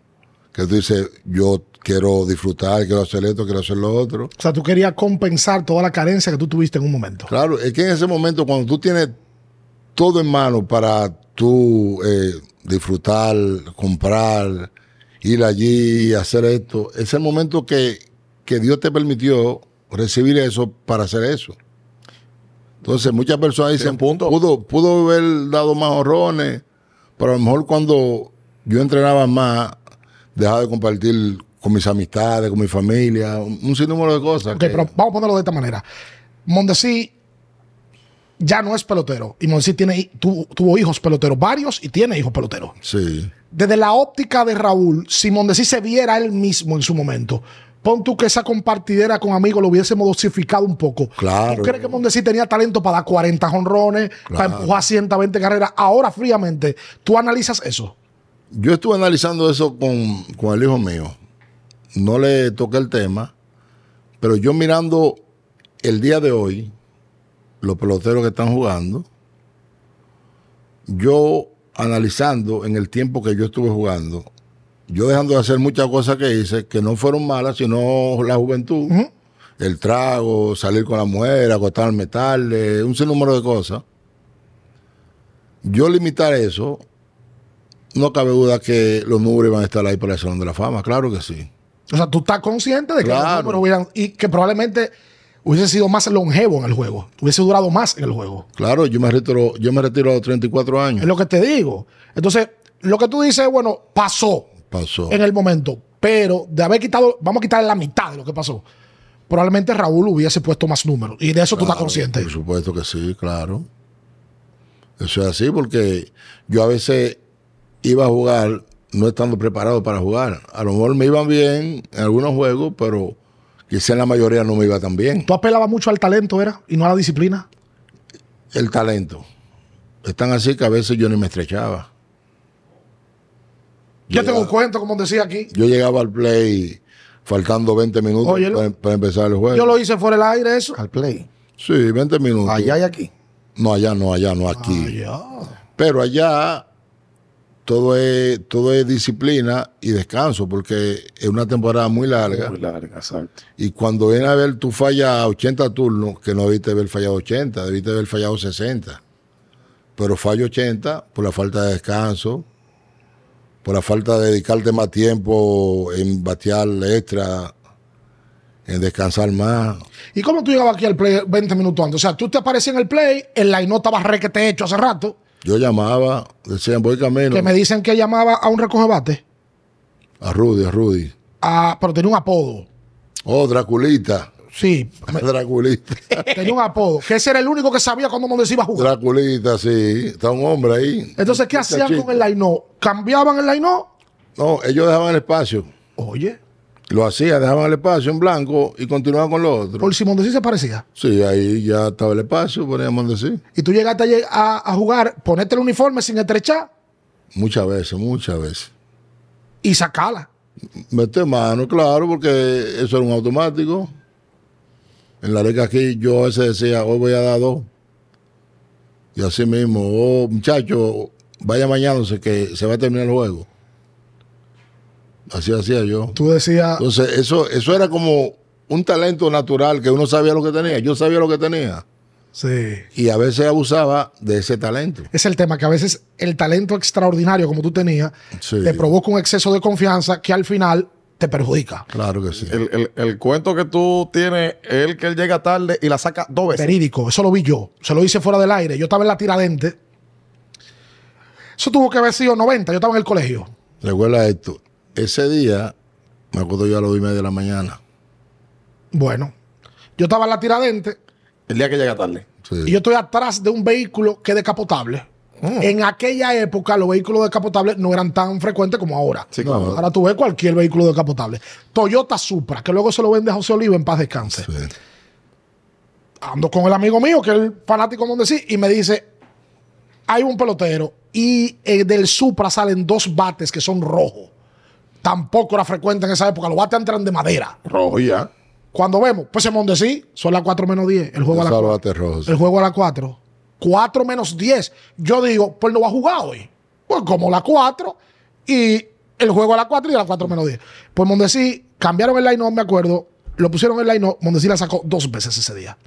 [SPEAKER 3] que tú dices, yo quiero disfrutar, quiero hacer esto, quiero hacer lo otro.
[SPEAKER 1] O sea, tú querías compensar toda la carencia que tú tuviste en un momento.
[SPEAKER 3] Claro, es que en ese momento, cuando tú tienes todo en mano para tú eh, disfrutar, comprar, ir allí y hacer esto, es el momento que, que Dios te permitió recibir eso para hacer eso. Entonces, muchas personas dicen,
[SPEAKER 2] punto.
[SPEAKER 3] pudo, pudo haber dado más horrones, pero a lo mejor cuando yo entrenaba más, dejaba de compartir con mis amistades, con mi familia, un, un sinnúmero de cosas.
[SPEAKER 1] Ok,
[SPEAKER 3] que-
[SPEAKER 1] pero vamos a ponerlo de esta manera. Mondesi ya no es pelotero. Y Mondesi tiene, hi- tu- tuvo hijos peloteros, varios, y tiene hijos peloteros.
[SPEAKER 3] Sí.
[SPEAKER 1] Desde la óptica de Raúl, si Mondesi se viera él mismo en su momento, pon tú que esa compartidera con amigos lo hubiésemos dosificado un poco.
[SPEAKER 3] Claro.
[SPEAKER 1] ¿Tú crees que Mondesi tenía talento para dar 40 jonrones, para
[SPEAKER 3] Claro.
[SPEAKER 1] empujar 120 carreras? Ahora, fríamente, tú analizas eso.
[SPEAKER 3] Yo estuve analizando eso con, con el hijo mío. No le toqué el tema, pero yo mirando el día de hoy, los peloteros que están jugando, yo analizando en el tiempo que yo estuve jugando, yo dejando de hacer muchas cosas que hice, que no fueron malas, sino la juventud, el trago, salir con la mujer, acostarme tarde, un sinnúmero de cosas. Yo limitar eso no cabe duda que los números van a estar ahí para el Salón de la Fama, claro que sí.
[SPEAKER 1] O sea, tú estás consciente de que
[SPEAKER 3] Claro.
[SPEAKER 1] los números hubieran- y que probablemente hubiese sido más longevo en el juego, hubiese durado más en el juego.
[SPEAKER 3] Claro, yo me retiro, yo me retiro a los 34
[SPEAKER 1] Es
[SPEAKER 3] años.
[SPEAKER 1] lo que te digo. Entonces, lo que tú dices, bueno, pasó
[SPEAKER 3] Pasó.
[SPEAKER 1] en el momento, pero de haber quitado, vamos a quitar la mitad de lo que pasó. Probablemente Raúl hubiese puesto más números y de eso tú estás
[SPEAKER 3] Claro,
[SPEAKER 1] consciente.
[SPEAKER 3] Por supuesto que sí, claro. Eso es así porque yo a veces iba a jugar no estando preparado para jugar. A lo mejor me iban bien en algunos juegos, pero quizá en la mayoría no me iba tan bien.
[SPEAKER 1] Tú apelabas mucho al talento, ¿era? Y no a la disciplina.
[SPEAKER 3] El talento. Están así que a veces yo ni me estrechaba.
[SPEAKER 1] Yo
[SPEAKER 3] Ya.
[SPEAKER 1] tengo un cuento, como decía aquí.
[SPEAKER 3] Yo llegaba al play faltando 20 minutos
[SPEAKER 1] Óyelo.
[SPEAKER 3] para, para empezar el juego.
[SPEAKER 1] Yo lo hice fuera del aire, eso.
[SPEAKER 2] Al play.
[SPEAKER 3] Sí, 20 minutos.
[SPEAKER 2] Allá y aquí.
[SPEAKER 3] No, allá no, allá no, aquí.
[SPEAKER 1] Ah, Ya.
[SPEAKER 3] Pero allá todo es, todo es disciplina y descanso, porque es una temporada muy larga.
[SPEAKER 2] Muy larga, exacto.
[SPEAKER 3] Y cuando viene a ver, tú fallas 80 turnos, que no debiste haber fallado 80, debiste haber fallado 60. Pero fallo 80 por la falta de descanso, por la falta de dedicarte más tiempo en batear extra, en descansar más.
[SPEAKER 1] ¿Y cómo tú llegabas aquí al play 20 minutos antes? O sea, tú te aparecías en el play, el line no estaba re que te he hecho hace rato,
[SPEAKER 3] Yo llamaba, decían, voy camino.
[SPEAKER 1] que me dicen que llamaba a un recoge bate,
[SPEAKER 3] A Rudy, a Rudy.
[SPEAKER 1] a- pero tenía un apodo.
[SPEAKER 3] Oh, Draculita.
[SPEAKER 1] Sí,
[SPEAKER 3] Draculita.
[SPEAKER 1] tenía un apodo, que ese era el único que sabía cuando Mondesi iba a jugar.
[SPEAKER 3] Draculita, sí. Está un hombre ahí.
[SPEAKER 1] Entonces, ¿qué
[SPEAKER 3] Chica,
[SPEAKER 1] hacían
[SPEAKER 3] chica.
[SPEAKER 1] con el line ¿Cambiaban el line
[SPEAKER 3] No, ellos dejaban el espacio.
[SPEAKER 1] Oye,
[SPEAKER 3] Lo hacían, dejaban el espacio en blanco y continuaban con lo otro.
[SPEAKER 1] por si Mondesi se parecía.
[SPEAKER 3] Sí, ahí ya estaba el espacio, poníamos decir.
[SPEAKER 1] Y tú llegaste a lleg- a, a jugar, ponerte el uniforme sin estrechar
[SPEAKER 3] Muchas veces, muchas veces.
[SPEAKER 1] y sacarla.
[SPEAKER 3] Mete mano, claro, porque eso era un automático. En la liga aquí yo a veces decía, hoy voy a dar dos. Y así mismo, oh, muchacho, vaya mañana, sé que se va a terminar el juego. Así hacía yo.
[SPEAKER 1] Tú decías,
[SPEAKER 3] Entonces, eso, eso era como un talento natural que uno sabía lo que tenía. Yo sabía lo que tenía.
[SPEAKER 1] sí.
[SPEAKER 3] Y a veces abusaba de ese talento.
[SPEAKER 1] Es el tema que a veces el talento extraordinario como tú tenías
[SPEAKER 3] Sí.
[SPEAKER 1] te provoca un exceso de confianza que al final te perjudica.
[SPEAKER 3] Claro que sí.
[SPEAKER 2] El, el- el cuento que tú tienes es el que él llega tarde y la saca dos
[SPEAKER 3] Pues,
[SPEAKER 2] veces.
[SPEAKER 1] Verídico, eso lo vi yo. Se lo hice fuera del aire. Yo estaba en la tiradente. Eso tuvo que haber sido 90. Yo estaba en el colegio.
[SPEAKER 3] Recuerda esto. Ese día, me acuerdo yo a las dos y media de la mañana.
[SPEAKER 1] Bueno, yo estaba en la tiradente
[SPEAKER 2] El día que llega tarde.
[SPEAKER 3] Sí.
[SPEAKER 1] y yo estoy atrás de un vehículo que es decapotable. En aquella época, los vehículos decapotables no eran tan frecuentes como ahora.
[SPEAKER 2] Sí, claro.
[SPEAKER 1] Ahora tú ves cualquier vehículo decapotable. Toyota Supra, que luego se lo vende a José Oliva en paz descanse.
[SPEAKER 3] Sí.
[SPEAKER 1] ando con el amigo mío, que es el fanático de sí, y me dice, hay un pelotero y eh, del Supra salen dos bates que son rojos. Tampoco era frecuente en esa época, los bates entran de madera.
[SPEAKER 2] Rojo ya.
[SPEAKER 1] Cuando vemos, pues en Mondesí son las 4 menos 10, el juego a las
[SPEAKER 3] Gonzalo
[SPEAKER 1] 4.
[SPEAKER 3] Bate Rojas.
[SPEAKER 1] El juego a las 4. 4 menos 10. Yo digo, pues no va a jugar hoy. Pues como la 4 y el juego a las 4 y a las 4 menos 10. Pues Mondesí cambiaron el line-up, me acuerdo. Lo pusieron en line-up. Mondesí la sacó dos veces ese día.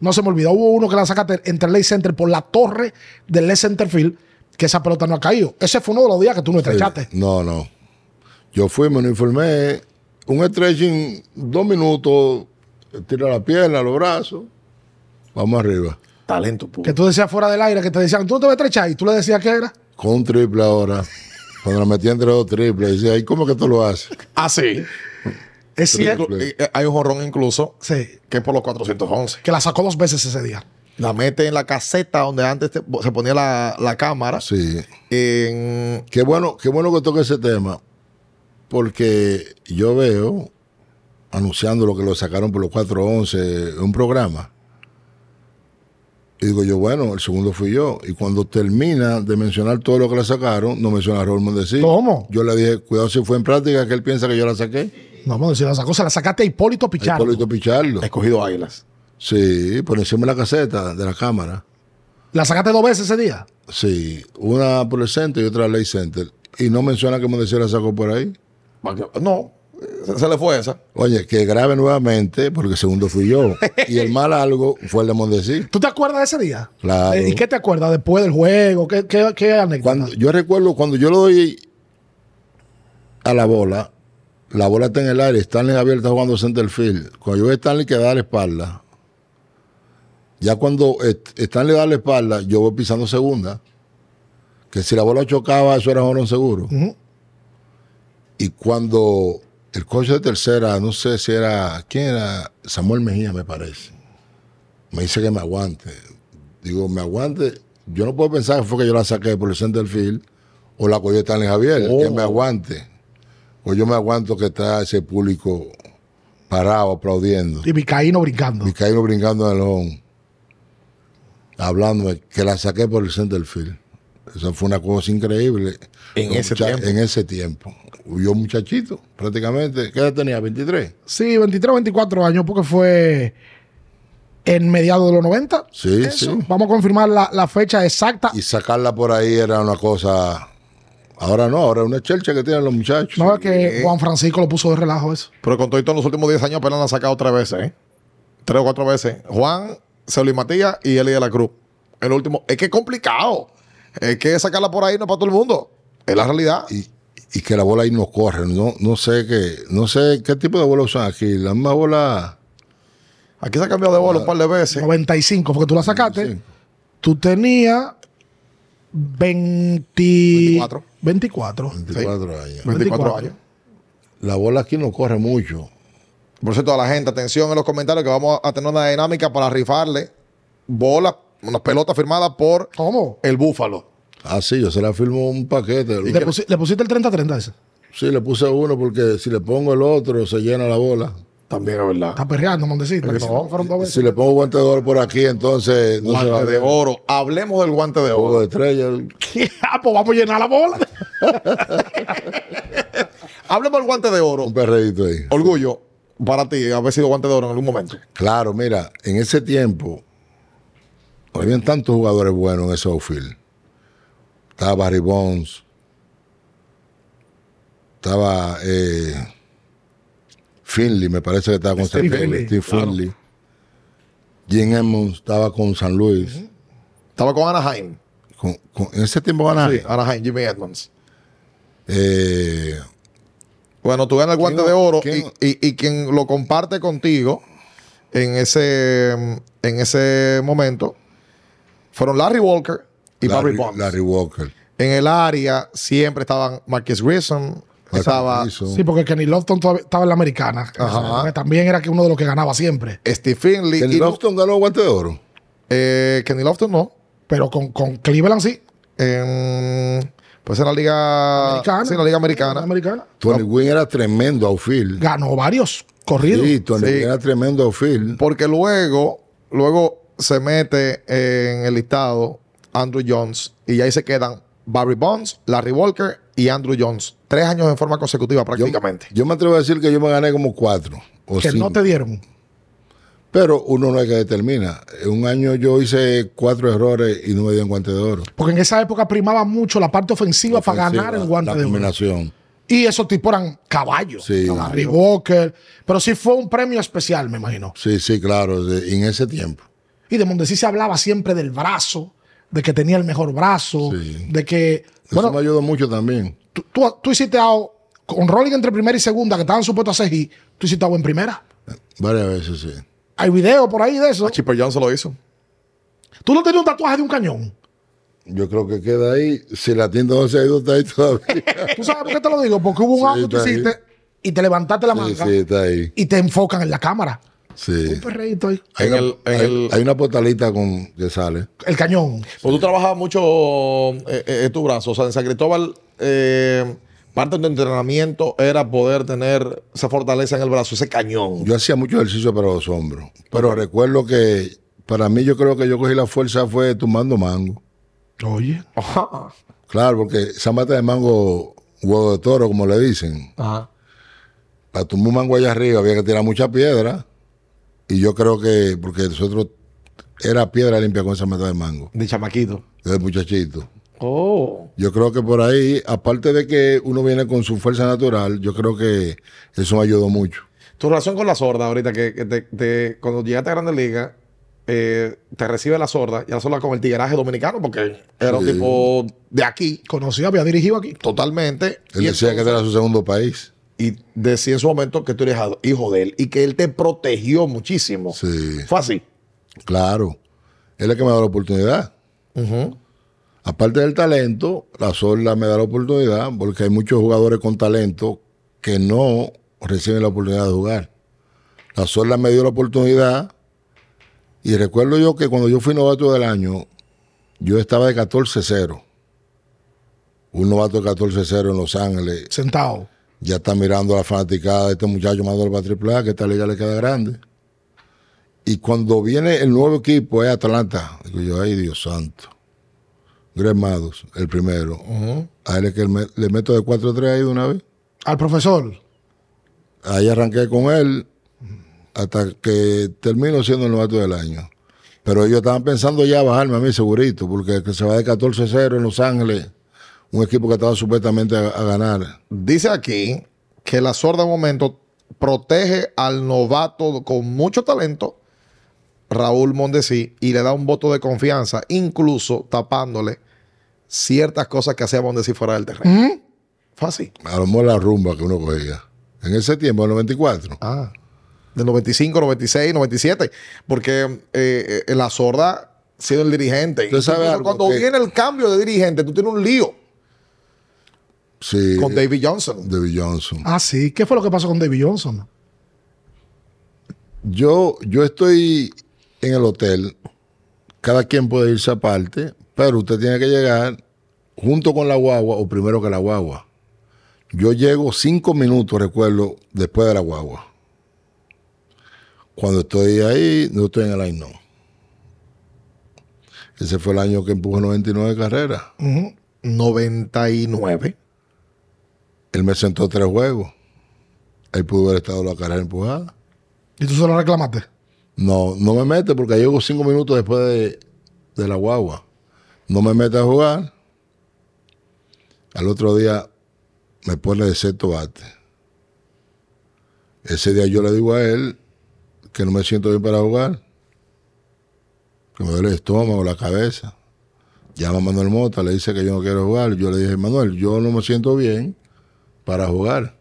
[SPEAKER 1] No se me olvidó. Hubo uno que la sacaste entre el ley center por la torre del left center field, que esa pelota no ha caído. Ese fue uno de los días que tú no estrechaste.
[SPEAKER 3] No, no. Yo fui, me uniformé, un stretching, dos minutos, tira la pierna, los brazos, vamos arriba.
[SPEAKER 2] Talento puro.
[SPEAKER 1] Que tú decías fuera del aire, que te decían, tú no te vas a estrechar. Y tú le decías que era.
[SPEAKER 3] Con un triple ahora. Cuando la metí entre dos triples, decía, ¿y cómo que tú lo haces?
[SPEAKER 2] Ah, sí.
[SPEAKER 1] Es cierto.
[SPEAKER 3] Triple.
[SPEAKER 2] Eh, eh, Hay un jorrón incluso
[SPEAKER 1] Sí.
[SPEAKER 2] que es por los 411.
[SPEAKER 1] Que la sacó dos veces ese día.
[SPEAKER 2] La mete en la caseta donde antes te- se ponía la, la cámara.
[SPEAKER 3] Sí.
[SPEAKER 2] En-
[SPEAKER 3] Qué bueno, qué bueno que toque ese tema, porque yo veo, anunciando lo que lo sacaron por los 411, un programa. Y digo yo, bueno, el segundo fui yo. Y cuando termina de mencionar todo lo que le sacaron, no menciona a Raúl Mondesí.
[SPEAKER 1] ¿Cómo?
[SPEAKER 3] Yo le dije, cuidado si fue en práctica, que él piensa que yo la saqué.
[SPEAKER 1] No, Mondesí la sacó. Se la sacaste a Hipólito
[SPEAKER 3] Hay
[SPEAKER 1] Pichardo.
[SPEAKER 3] Polito Pichardo.
[SPEAKER 2] escogido Águilas.
[SPEAKER 3] Sí, por encima de la caseta de la cámara.
[SPEAKER 1] La sacaste dos veces ese día.
[SPEAKER 3] Sí, una por el center y otra ley center. Y no menciona que Mondesí la sacó por ahí.
[SPEAKER 2] No, se, se le fue esa.
[SPEAKER 3] Oye, que grabe nuevamente, porque segundo fui yo. Y el más largo fue el de Mondesí.
[SPEAKER 1] ¿Tú te acuerdas de ese día?
[SPEAKER 3] Claro.
[SPEAKER 1] Eh, ¿Y qué te acuerdas después del juego? ¿Qué, qué, qué anécdota?
[SPEAKER 3] Cuando, yo recuerdo cuando yo le doy a la bola, la bola está en el aire, Stanley Javier está jugando center field. Cuando yo veo a Stanley que da la espalda, ya cuando est- Stanley da la espalda, yo voy pisando segunda. Que si la bola chocaba, eso era jorón seguro.
[SPEAKER 1] Ujú.
[SPEAKER 3] Y cuando el coach de tercera, no sé si era, ¿quién era? Samuel Mejía, me parece. Me dice que me aguante. Digo, me aguante. Yo no puedo pensar que fue que yo la saqué por el center field o la cogió Stanley Javier,
[SPEAKER 2] Oh.
[SPEAKER 3] que me aguante. O yo me aguanto que está ese público parado, aplaudiendo.
[SPEAKER 1] Y Vizcaíno brincando.
[SPEAKER 3] Y caído brincando en el home. Hablándome que la saqué por el center field. Eso fue una cosa increíble.
[SPEAKER 2] En
[SPEAKER 3] Los
[SPEAKER 2] ese
[SPEAKER 3] mucha-
[SPEAKER 2] tiempo.
[SPEAKER 3] En ese tiempo. Yo muchachito, prácticamente. ¿Qué edad tenía? ¿23?
[SPEAKER 1] Sí, 23 24 años, porque fue en mediados de los 90.
[SPEAKER 3] Sí, sí.
[SPEAKER 1] Vamos a confirmar la, la fecha exacta.
[SPEAKER 3] Y sacarla por ahí era una cosa... Ahora no, ahora es una chelcha que tienen los muchachos.
[SPEAKER 1] no es que Juan Francisco lo puso de relajo eso.
[SPEAKER 2] Pero con todo esto en los últimos 10 años apenas la han sacado tres veces, ¿eh? Tres o cuatro veces. Juan, Ceolín Matías y Eli de la Cruz. El último. Es que es complicado. Es que sacarla por ahí no es para todo el mundo. Es la realidad.
[SPEAKER 3] y, y que la bola ahí no corre. No, no sé qué, no sé qué tipo de bola usan aquí. La misma bola.
[SPEAKER 2] Aquí se ha cambiado de bola un par de veces.
[SPEAKER 1] 95, porque tú la sacaste.
[SPEAKER 3] Sí.
[SPEAKER 1] Tú tenías 20
[SPEAKER 2] 24.
[SPEAKER 1] 24.
[SPEAKER 3] 24 años.
[SPEAKER 2] 24 años.
[SPEAKER 3] La bola aquí no corre mucho.
[SPEAKER 2] Por cierto, a la gente, atención en los comentarios que vamos a tener una dinámica para rifarle bolas, unas pelotas firmadas por
[SPEAKER 1] ¿Cómo?
[SPEAKER 2] el Búfalo.
[SPEAKER 3] Ah, sí, yo se la firmo un paquete.
[SPEAKER 1] ¿Le, pusi- le pusiste el 30-30 ese?
[SPEAKER 3] Sí, le puse uno porque si le pongo el otro se llena la bola.
[SPEAKER 2] También es verdad.
[SPEAKER 1] Está perreando, Mondecito. No, fueron dos veces.
[SPEAKER 3] Si le pongo guante de oro por aquí, entonces no se va a
[SPEAKER 2] Guante de
[SPEAKER 3] ver.
[SPEAKER 2] oro. Hablemos del guante de oro.
[SPEAKER 3] Juego de estrella.
[SPEAKER 1] Ah, pues vamos a llenar la bola.
[SPEAKER 2] Hablemos del guante de oro.
[SPEAKER 3] Un perreíto ahí.
[SPEAKER 2] Orgullo para ti haber sido guante de oro en algún momento.
[SPEAKER 3] Claro, mira, en ese tiempo habían tantos jugadores buenos en ese outfield. Estaba Barry Bonds, estaba eh, Finley, me parece que estaba con
[SPEAKER 1] Steve
[SPEAKER 3] San-
[SPEAKER 1] Finley,
[SPEAKER 3] Steve
[SPEAKER 1] claro.
[SPEAKER 3] Finley. Jim Edmonds estaba con San Luis.
[SPEAKER 2] Estaba con Anaheim.
[SPEAKER 3] Con- con- en ese tiempo ganaba.
[SPEAKER 2] Sí, Anaheim, Jimmy Edmonds.
[SPEAKER 3] Eh,
[SPEAKER 2] Bueno, tú ganas el guante
[SPEAKER 3] ¿Quién-
[SPEAKER 2] de oro y,
[SPEAKER 3] quién-
[SPEAKER 2] y- y quien lo comparte contigo en ese, en ese momento fueron Larry Walker y Barry
[SPEAKER 3] Larry,
[SPEAKER 2] Bonds.
[SPEAKER 3] Larry Walker.
[SPEAKER 2] En el área siempre estaban Marquis Grissom, estaba
[SPEAKER 3] Grissom.
[SPEAKER 1] Sí, porque Kenny Lofton todavía estaba en la americana.
[SPEAKER 2] Ajá.
[SPEAKER 1] Que También era que uno de los que ganaba siempre.
[SPEAKER 2] Steve Finley.
[SPEAKER 3] Kenny
[SPEAKER 2] y-
[SPEAKER 3] Lofton ganó guante de oro.
[SPEAKER 2] eh, Kenny Lofton no.
[SPEAKER 1] Pero con, con Cleveland sí.
[SPEAKER 2] En, pues en la
[SPEAKER 3] Ah,
[SPEAKER 2] liga
[SPEAKER 1] Americana.
[SPEAKER 2] sí, en la liga americana.
[SPEAKER 1] Americana.
[SPEAKER 3] Tony Wynn era tremendo outfield.
[SPEAKER 1] Ganó varios corridos.
[SPEAKER 3] Sí, Tony
[SPEAKER 2] Sí.
[SPEAKER 3] Wynn era tremendo outfield.
[SPEAKER 2] Porque luego Luego se mete en el listado Andrew Jones y ahí se quedan Barry Bonds, Larry Walker y Andrew Jones. Tres años en forma consecutiva
[SPEAKER 3] Yo,
[SPEAKER 2] prácticamente.
[SPEAKER 3] yo me atrevo a decir que yo me gané como cuatro o
[SPEAKER 1] que
[SPEAKER 3] cinco.
[SPEAKER 1] no te dieron.
[SPEAKER 3] Pero uno no es que determina. En un año yo hice cuatro errores y no me dio en guante de oro.
[SPEAKER 1] Porque en esa época primaba mucho la parte ofensiva, para ganar el guante
[SPEAKER 3] la
[SPEAKER 1] de oro.
[SPEAKER 3] combinación.
[SPEAKER 1] Y esos tipos eran caballos.
[SPEAKER 3] Sí.
[SPEAKER 1] Estaba Larry Walker. Pero sí fue un premio especial, me imagino.
[SPEAKER 3] Sí, sí, claro. de- En ese tiempo.
[SPEAKER 1] Y de Mondesi se hablaba siempre del brazo, de que tenía el mejor brazo,
[SPEAKER 3] Sí.
[SPEAKER 1] de que.
[SPEAKER 3] Eso
[SPEAKER 1] Bueno,
[SPEAKER 3] me ayudó mucho también.
[SPEAKER 1] tú, tú- tú hiciste algo con rolling entre primera y segunda, que estaban supuestos a ser hit, tú hiciste algo en primera.
[SPEAKER 3] Varias veces, sí.
[SPEAKER 1] Hay video por ahí de eso.
[SPEAKER 2] Chipper Jones lo hizo.
[SPEAKER 1] Tú no tenías un tatuaje de un cañón.
[SPEAKER 3] Yo creo que queda ahí. Si la tienda no se ha ido, está ahí todavía.
[SPEAKER 1] ¿Tú sabes por qué te lo digo? Porque hubo un algo que tú
[SPEAKER 3] está ahí.
[SPEAKER 1] hiciste y te levantaste la
[SPEAKER 3] sí,
[SPEAKER 1] manga
[SPEAKER 3] sí, está ahí.
[SPEAKER 1] y te enfocan en la cámara.
[SPEAKER 3] Sí.
[SPEAKER 1] Un perreíto ahí.
[SPEAKER 3] Hay,
[SPEAKER 2] En
[SPEAKER 3] una,
[SPEAKER 2] el- en
[SPEAKER 3] hay-
[SPEAKER 2] el-
[SPEAKER 3] hay una portalita con, que sale.
[SPEAKER 1] El cañón.
[SPEAKER 2] Pues tú trabajabas mucho eh, eh, tu brazo. O sea, en San Cristóbal, eh, parte de tu entrenamiento era poder tener esa fortaleza en el brazo, ese cañón.
[SPEAKER 3] Yo hacía mucho ejercicio para los hombros. Pero recuerdo que para mí yo creo que yo cogí la fuerza fue tumbando mango.
[SPEAKER 1] Oye.
[SPEAKER 2] Ajá.
[SPEAKER 3] Claro, porque esa mata de mango, huevo de toro, como le dicen.
[SPEAKER 2] Ajá.
[SPEAKER 3] Para tumbar un mango allá arriba había que tirar mucha piedra. Y yo creo que, porque nosotros era piedra limpia con esa mata de mango,
[SPEAKER 2] De chamaquito.
[SPEAKER 3] desde muchachito.
[SPEAKER 2] Oh.
[SPEAKER 3] Yo creo que por ahí, aparte de que uno viene con su fuerza natural, yo creo que eso me ayudó mucho.
[SPEAKER 2] Tu relación con la sorda ahorita, que, que te- te- cuando llegaste a Grandes Ligas, eh, te recibe la sorda, y la sorda con el tigueraje dominicano, porque era un
[SPEAKER 3] Sí.
[SPEAKER 2] tipo de aquí,
[SPEAKER 1] Conocido, había dirigido aquí.
[SPEAKER 2] totalmente.
[SPEAKER 3] Él
[SPEAKER 2] y,
[SPEAKER 3] decía
[SPEAKER 2] entonces-
[SPEAKER 3] que este era su segundo país.
[SPEAKER 2] y decía en su momento que tú eres hijo de él y que él te protegió muchísimo.
[SPEAKER 3] Sí,
[SPEAKER 2] Fue así.
[SPEAKER 3] claro. Él es el que me da la oportunidad. Aparte del talento, la Solda me da la oportunidad porque hay muchos jugadores con talento que no reciben la oportunidad de jugar. La Solda me dio la oportunidad y recuerdo yo que cuando yo fui novato del año, yo estaba de 14-0. Un novato de 14-0 en Los Ángeles.
[SPEAKER 1] Sentado.
[SPEAKER 3] Ya está mirando a la fanaticada de este muchacho mandando para triple A, que esta liga le queda grande. Y cuando viene el nuevo equipo, es Atlanta. Digo yo, ay Dios santo. Gremados, el primero. A él es que me- le meto de 4-3 ahí de una vez.
[SPEAKER 1] Al profesor.
[SPEAKER 3] Ahí arranqué con él hasta que termino siendo el novato del año. Pero ellos estaban pensando ya bajarme a mí segurito, porque el que se va de 14-0 en Los Ángeles, un equipo que estaba supuestamente a- a ganar.
[SPEAKER 2] Dice aquí que la sorda en un momento protege al novato con mucho talento, Raúl Mondesí, y le da un voto de confianza, incluso tapándole ciertas cosas que hacía Mondesí fuera del terreno. Fácil.
[SPEAKER 3] A lo mejor la rumba que uno cogía. En ese tiempo, en el 94.
[SPEAKER 2] Ah. De 95, 96, 97. Porque eh, eh, la sorda siendo el dirigente.
[SPEAKER 3] Usted sabe
[SPEAKER 2] Incluso
[SPEAKER 3] algo,
[SPEAKER 2] cuando
[SPEAKER 3] que-
[SPEAKER 2] viene el cambio de dirigente, tú tienes un lío
[SPEAKER 3] Sí.
[SPEAKER 2] con David Johnson.
[SPEAKER 3] David Johnson.
[SPEAKER 1] Ah, sí. ¿Qué fue lo que pasó con David Johnson?
[SPEAKER 3] Yo, yo estoy en el hotel. Cada quien puede irse aparte, pero usted tiene que llegar junto con la guagua o primero que la guagua. Yo llego cinco minutos, recuerdo, después de la guagua. Cuando estoy ahí, no estoy en el Ainón. Ese fue el año que empujé 99 carreras.
[SPEAKER 2] 99.
[SPEAKER 3] Él me sentó tres juegos. Él pudo haber estado la carrera empujada.
[SPEAKER 1] Y tú se lo reclamaste.
[SPEAKER 3] No, no me mete porque llego cinco minutos después de, de la guagua. No me mete a jugar. Al otro día me pone de sexto bate. Ese día yo le digo a él que no me siento bien para jugar. Que me duele el estómago, la cabeza. Llama a Manuel Mota, le dice que yo no quiero jugar. Yo le dije, Manuel, yo no me siento bien para jugar.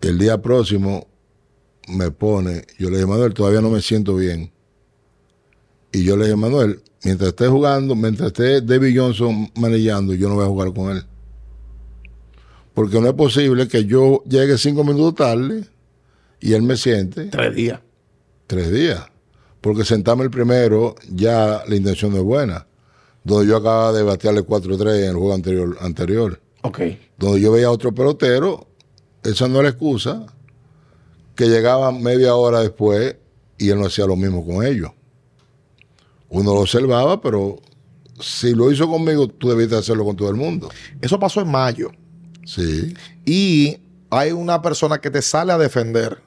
[SPEAKER 3] El día próximo me pone, yo le dije, Manuel, todavía no me siento bien. Y yo le dije, Manuel, mientras esté jugando, mientras esté David Johnson manejando, yo no voy a jugar con él. Porque no es posible que yo llegue cinco minutos tarde y él me siente
[SPEAKER 2] Tres días.
[SPEAKER 3] tres días. Porque sentarme el primero, ya la intención no es buena. Donde yo acababa de batearle 4-3 en el juego anterior, anterior.
[SPEAKER 2] Ok.
[SPEAKER 3] Donde yo veía a otro pelotero, esa no era excusa, que llegaba media hora después y él no hacía lo mismo con ellos. Uno lo observaba, pero si lo hizo conmigo, tú debiste hacerlo con todo el mundo.
[SPEAKER 2] Eso pasó en mayo.
[SPEAKER 3] Sí.
[SPEAKER 2] Y hay una persona que te sale a defender.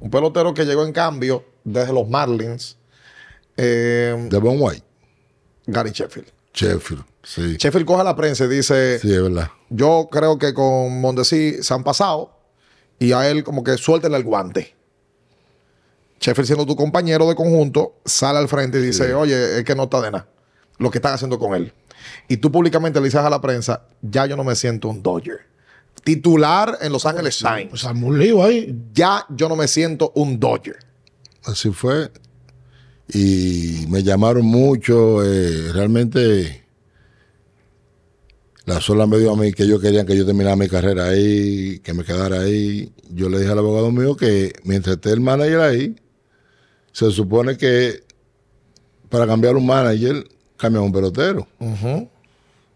[SPEAKER 2] Un pelotero que llegó en cambio desde los Marlins. eh,
[SPEAKER 3] Devon White,
[SPEAKER 2] Gary Sheffield.
[SPEAKER 3] Sheffield, sí.
[SPEAKER 2] Sheffield coge la prensa y dice:
[SPEAKER 3] Sí, es verdad.
[SPEAKER 2] Yo creo que con Mondesi se han pasado y a él como que suéltele el guante. Sheffield, siendo tu compañero de conjunto, sale al frente y dice, oye, es que no está de nada lo que están haciendo con él. Y tú públicamente le dices a la prensa, ya yo no me siento un Dodger. Titular en Los Ángeles Times.
[SPEAKER 1] Pues armó un lío ahí.
[SPEAKER 2] Ya yo no me siento un Dodger.
[SPEAKER 3] Así fue. Y me llamaron mucho. eh, realmente, la sola me dio a mí que ellos querían que yo terminara mi carrera ahí, que me quedara ahí. Yo le dije al abogado mío que mientras esté el manager ahí, se supone que para cambiar un manager, cambian un pelotero.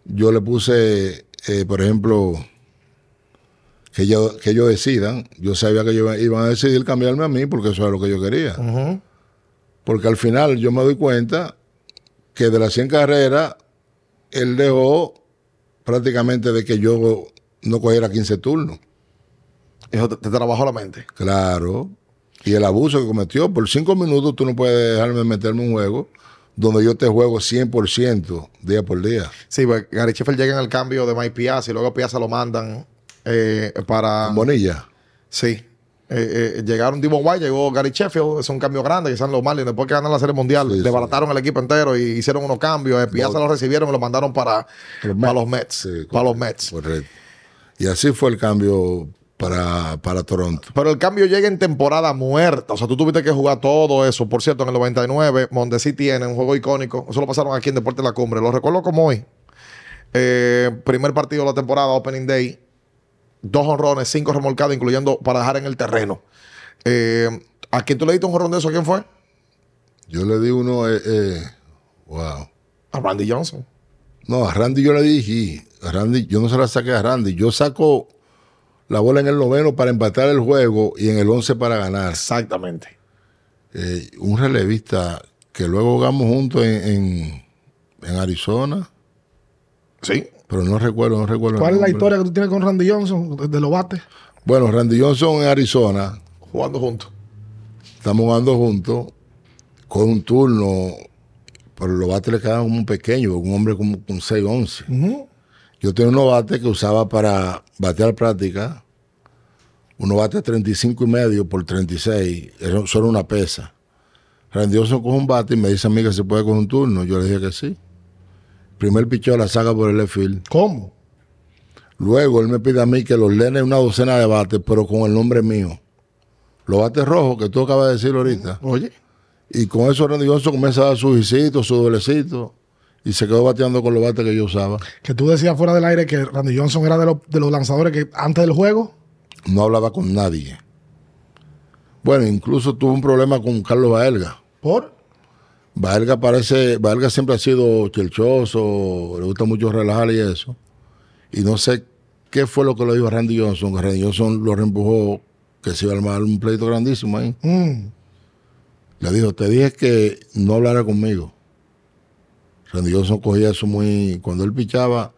[SPEAKER 3] Yo le puse, eh, por ejemplo, que ellos, que ellos decidan. Yo sabía que ellos iban a decidir cambiarme a mí porque eso era lo que yo quería. Porque al final yo me doy cuenta que de las 100 carreras, él dejó prácticamente de que yo no cogiera 15 turnos.
[SPEAKER 2] Eso te, te trabajó la mente.
[SPEAKER 3] Claro. Y el abuso que cometió, por 5 minutos tú no puedes dejarme meterme un juego donde yo te juego 100% día por día.
[SPEAKER 2] Sí, pues Gary Sheffield llega en el cambio de Mike Piazza y luego a Piazza lo mandan eh, para...
[SPEAKER 3] Bonilla.
[SPEAKER 2] Sí. Eh, eh, llegaron Divo White, llegó Gary Sheffield, es un cambio grande que están los Marlins. Después que ganan la serie mundial,
[SPEAKER 3] Sí, sí.
[SPEAKER 2] desbarataron el equipo entero y hicieron unos cambios. Eh, Piazza lo recibieron y lo mandaron para
[SPEAKER 3] Los
[SPEAKER 2] para
[SPEAKER 3] Mets.
[SPEAKER 2] los Mets.
[SPEAKER 3] Sí,
[SPEAKER 2] para
[SPEAKER 3] correcto,
[SPEAKER 2] los Mets.
[SPEAKER 3] Correcto. Y así fue el cambio para, para Toronto.
[SPEAKER 2] Pero el cambio llega en temporada muerta. O sea, tú tuviste que jugar todo eso. Por cierto, en el 99, Mondesi tiene un juego icónico. Eso lo pasaron aquí en Deporte de la Cumbre. Lo recuerdo como hoy. Eh, primer partido de la temporada, Opening Day. Dos honrones, cinco remolcados, incluyendo para dejar en el terreno. Eh, ¿A quién tú le diste un jorrón de eso? ¿A quién fue?
[SPEAKER 3] Yo le di uno, eh, eh, wow.
[SPEAKER 2] A Randy Johnson.
[SPEAKER 3] No, a Randy yo le dije, a Randy, yo no se la saqué a Randy, yo saco la bola en el noveno para empatar el juego y en el once para ganar.
[SPEAKER 2] Exactamente.
[SPEAKER 3] Eh, un relevista que luego jugamos juntos en, en- en Arizona,
[SPEAKER 2] Sí.
[SPEAKER 3] pero no recuerdo, no recuerdo. el
[SPEAKER 1] ¿Cuál es la
[SPEAKER 3] nombre.
[SPEAKER 1] historia que tú tienes con Randy Johnson de, de los bates?
[SPEAKER 3] Bueno, Randy Johnson en Arizona,
[SPEAKER 2] Jugando juntos.
[SPEAKER 3] estamos jugando juntos con un turno, pero los bates le quedaban como un pequeño, un hombre como con 6-11.
[SPEAKER 1] Ujú.
[SPEAKER 3] Yo tenía un bate que usaba para batear práctica, un bate 35 y medio por 36, era solo una pesa. Randy Johnson coge un bate y me dice a mí que se puede coger un turno, yo le dije que sí. Primer picheo la saca por el left field.
[SPEAKER 1] ¿Cómo?
[SPEAKER 3] Luego él me pide a mí que los ordene una docena de bates, pero con el nombre mío. Los bates rojos que tú acabas de decir ahorita.
[SPEAKER 1] Oye,
[SPEAKER 3] Y con eso Randy Johnson comienza a dar sus hicitos, sus doblecitos. Y se quedó bateando con los bates que yo usaba.
[SPEAKER 1] que tú decías fuera del aire que Randy Johnson era de los, de los lanzadores que antes del juego.
[SPEAKER 3] No hablaba con nadie. Bueno, incluso tuvo un problema con Carlos Baelga.
[SPEAKER 1] Por.
[SPEAKER 3] Baelga parece, Baelga siempre ha sido chelchoso, le gusta mucho relajar y eso. Y no sé qué fue lo que le dijo a Randy Johnson, que Randy Johnson lo reempujó, que se iba a armar un pleito grandísimo ahí.
[SPEAKER 1] Mm.
[SPEAKER 3] Le dijo, te dije que no hablara conmigo. Randy Johnson cogía eso muy... Cuando él pichaba,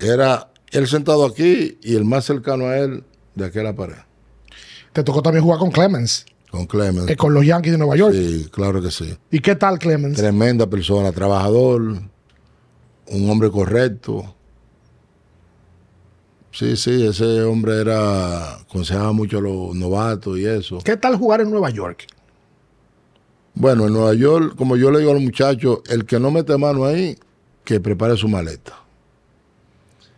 [SPEAKER 3] era él sentado aquí y el más cercano a él de aquella pared,
[SPEAKER 1] Te tocó también jugar con Clemens,
[SPEAKER 3] con Clemens.
[SPEAKER 1] eh, con los Yankees de Nueva York.
[SPEAKER 3] Sí, claro que sí.
[SPEAKER 1] ¿Y qué tal Clemens?
[SPEAKER 3] Tremenda persona, trabajador, un hombre correcto. Sí, sí, ese hombre era, aconsejaba mucho a los novatos y eso.
[SPEAKER 1] ¿Qué tal jugar en Nueva York?
[SPEAKER 3] Bueno, en Nueva York, como yo le digo a los muchachos, el que no mete mano ahí, que prepare su maleta.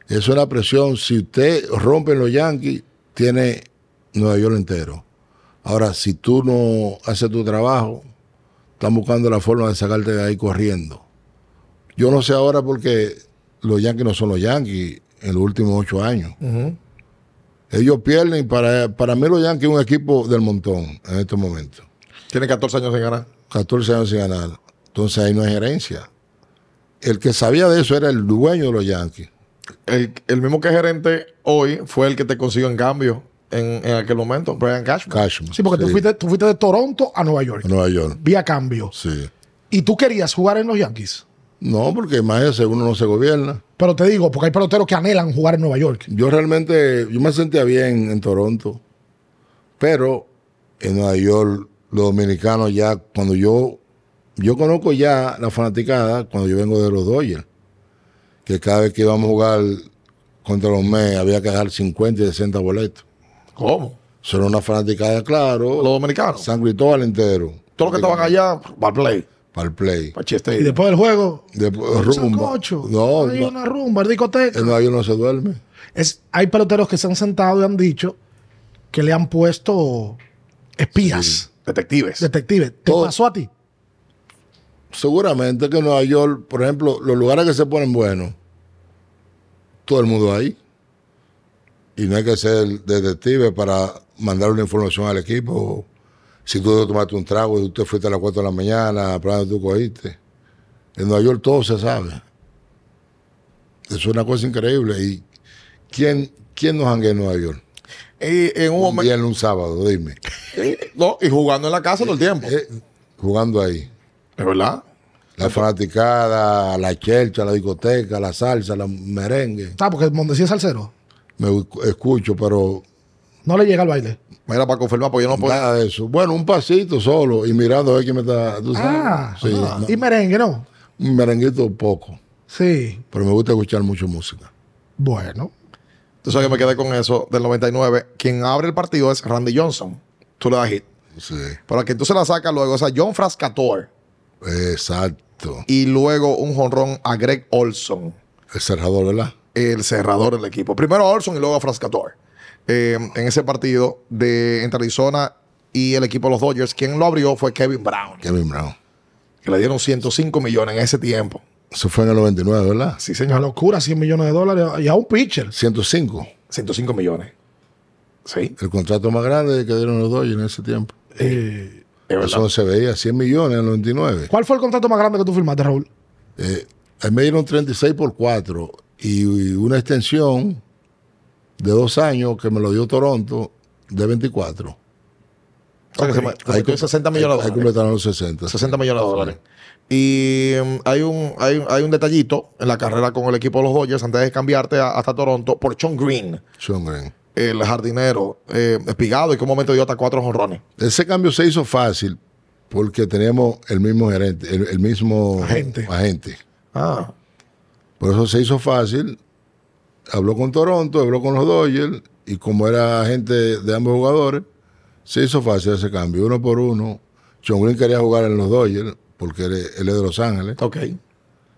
[SPEAKER 3] Eso es la presión. Si usted rompe en los Yankees, tiene Nueva York entero. Ahora, si tú no haces tu trabajo, están buscando la forma de sacarte de ahí corriendo. Yo no sé ahora porque los Yankees no son los Yankees en los últimos ocho años. Ellos pierden y para, para mí los Yankees es un equipo del montón en este estos momentos.
[SPEAKER 2] Tiene 14 años sin ganar.
[SPEAKER 3] 14 años sin ganar. Entonces ahí no hay gerencia. El que sabía de eso era el dueño de los Yankees.
[SPEAKER 2] El, el mismo que es gerente hoy fue el que te consiguió en cambio. en, en aquel momento, Brian Cashman.
[SPEAKER 3] Cashman.
[SPEAKER 1] Sí, porque Tú, fuiste, tú fuiste de Toronto a Nueva York.
[SPEAKER 3] a Nueva York.
[SPEAKER 1] Vía cambios.
[SPEAKER 3] Sí.
[SPEAKER 1] Y tú querías jugar en los Yankees.
[SPEAKER 3] No, porque imagínese, uno no se gobierna.
[SPEAKER 1] Pero te digo, porque hay peloteros que anhelan jugar en Nueva York.
[SPEAKER 3] Yo realmente, yo me sentía bien en Toronto, pero en Nueva York, los dominicanos ya, cuando yo, yo conozco ya la fanaticada cuando yo vengo de los Dodgers, que cada vez que íbamos a jugar contra los Mets había que dejar 50 y 60 boletos.
[SPEAKER 2] ¿Cómo?
[SPEAKER 3] Eso era una fanaticada, claro,
[SPEAKER 2] Los dominicanos.
[SPEAKER 3] San Cristóbal entero.
[SPEAKER 2] Todos los que estaban allá, para play,
[SPEAKER 3] Para el play.
[SPEAKER 2] para chiste.
[SPEAKER 1] Y después del juego,
[SPEAKER 3] Después,
[SPEAKER 1] un
[SPEAKER 3] rumba.
[SPEAKER 1] sancocho,
[SPEAKER 3] No,
[SPEAKER 1] hay
[SPEAKER 3] no,
[SPEAKER 1] una rumba, es discoteca.
[SPEAKER 3] en Nueva York no se duerme.
[SPEAKER 1] Es, hay peloteros que se han sentado y han dicho que le han puesto espías,
[SPEAKER 2] detectives.
[SPEAKER 1] detectives. ¿Te
[SPEAKER 3] Todo.
[SPEAKER 1] pasó a ti?
[SPEAKER 3] Seguramente que en Nueva York, por ejemplo, los lugares que se ponen buenos, todo el mundo ahí. Y no hay que ser detective para mandar una información al equipo. Si tú tomaste un trago y usted fuiste a las 4 de la mañana, probando tú cogiste. En Nueva York todo se sabe. Es una cosa increíble. ¿Y quién, quién nos hangue en Nueva York?
[SPEAKER 2] y en un
[SPEAKER 3] Un
[SPEAKER 2] momento.
[SPEAKER 3] viernes, un sábado, dime.
[SPEAKER 2] No, y jugando en la casa todo el tiempo.
[SPEAKER 3] Eh, jugando ahí.
[SPEAKER 2] Es verdad.
[SPEAKER 3] La fanaticada, la chelcha, la discoteca, la salsa, la merengue.
[SPEAKER 1] Ah, porque Mondesí es salsero.
[SPEAKER 3] Me u- escucho, pero
[SPEAKER 1] No le llega al baile.
[SPEAKER 2] Mira, para confirmar, porque yo no puedo.
[SPEAKER 3] nada de eso. Bueno, un pasito solo y mirando a ver quién me está. ¿tú sabes?
[SPEAKER 1] Ah,
[SPEAKER 3] Sí,
[SPEAKER 1] ah,
[SPEAKER 3] no,
[SPEAKER 1] y merengue, ¿no?
[SPEAKER 3] un merenguito poco,
[SPEAKER 1] Sí.
[SPEAKER 3] pero me gusta escuchar mucho música.
[SPEAKER 1] Bueno.
[SPEAKER 2] Tú sabes que me quedé con eso del 99. Quien abre el partido es Randy Johnson. Tú le das hit.
[SPEAKER 3] Sí,
[SPEAKER 2] Para que tú se la sacas luego, o sea, John Frascator.
[SPEAKER 3] exacto.
[SPEAKER 2] Y luego un jonrón a Greg Olson,
[SPEAKER 3] El cerrador, ¿verdad?
[SPEAKER 2] el cerrador del equipo. Primero a Olson y luego a Frascator. Eh, en ese partido de entre Arizona y el equipo de los Dodgers, quien lo abrió fue Kevin Brown,
[SPEAKER 3] Kevin Brown.
[SPEAKER 2] que le dieron 105 millones en ese tiempo.
[SPEAKER 3] Eso fue en el 99, ¿verdad?
[SPEAKER 2] Sí,
[SPEAKER 1] Una
[SPEAKER 2] señor.
[SPEAKER 1] locura, 100 millones de dólares y a un pitcher.
[SPEAKER 3] 105.
[SPEAKER 2] 105 millones. Sí,
[SPEAKER 3] El contrato más grande que dieron los Dodgers en ese tiempo.
[SPEAKER 1] Eh,
[SPEAKER 2] es
[SPEAKER 3] Eso no
[SPEAKER 2] verdad.
[SPEAKER 3] se veía, 100 millones en el 99.
[SPEAKER 1] ¿Cuál fue el contrato más grande que tú firmaste, Raúl?
[SPEAKER 3] Eh, ahí me dieron 36 por 4 y, y una extensión de dos años que me lo dio Toronto de 24.
[SPEAKER 2] O sea, que se me- se metió en 60 millones de
[SPEAKER 3] Ahí
[SPEAKER 2] dólares.
[SPEAKER 3] completaron los 60.
[SPEAKER 2] 60 millones de dólares. Y mm, hay un, hay, un- hay un detallito en la carrera con el equipo de los Dodgers antes de cambiarte a- hasta Toronto por Sean Green,
[SPEAKER 3] Sean Green.
[SPEAKER 2] el jardinero eh, espigado y que un momento dio hasta cuatro jonrones.
[SPEAKER 3] Ese cambio se hizo fácil porque teníamos el mismo gerente, el, el mismo
[SPEAKER 1] Agente.
[SPEAKER 3] agente.
[SPEAKER 2] Ah,
[SPEAKER 3] Por eso se hizo fácil. Habló con Toronto, habló con los Dodgers y como era agente de ambos jugadores, se hizo fácil ese cambio, uno por uno. Sean Green quería jugar en los Dodgers porque él, es- él es de Los Ángeles.
[SPEAKER 2] ok.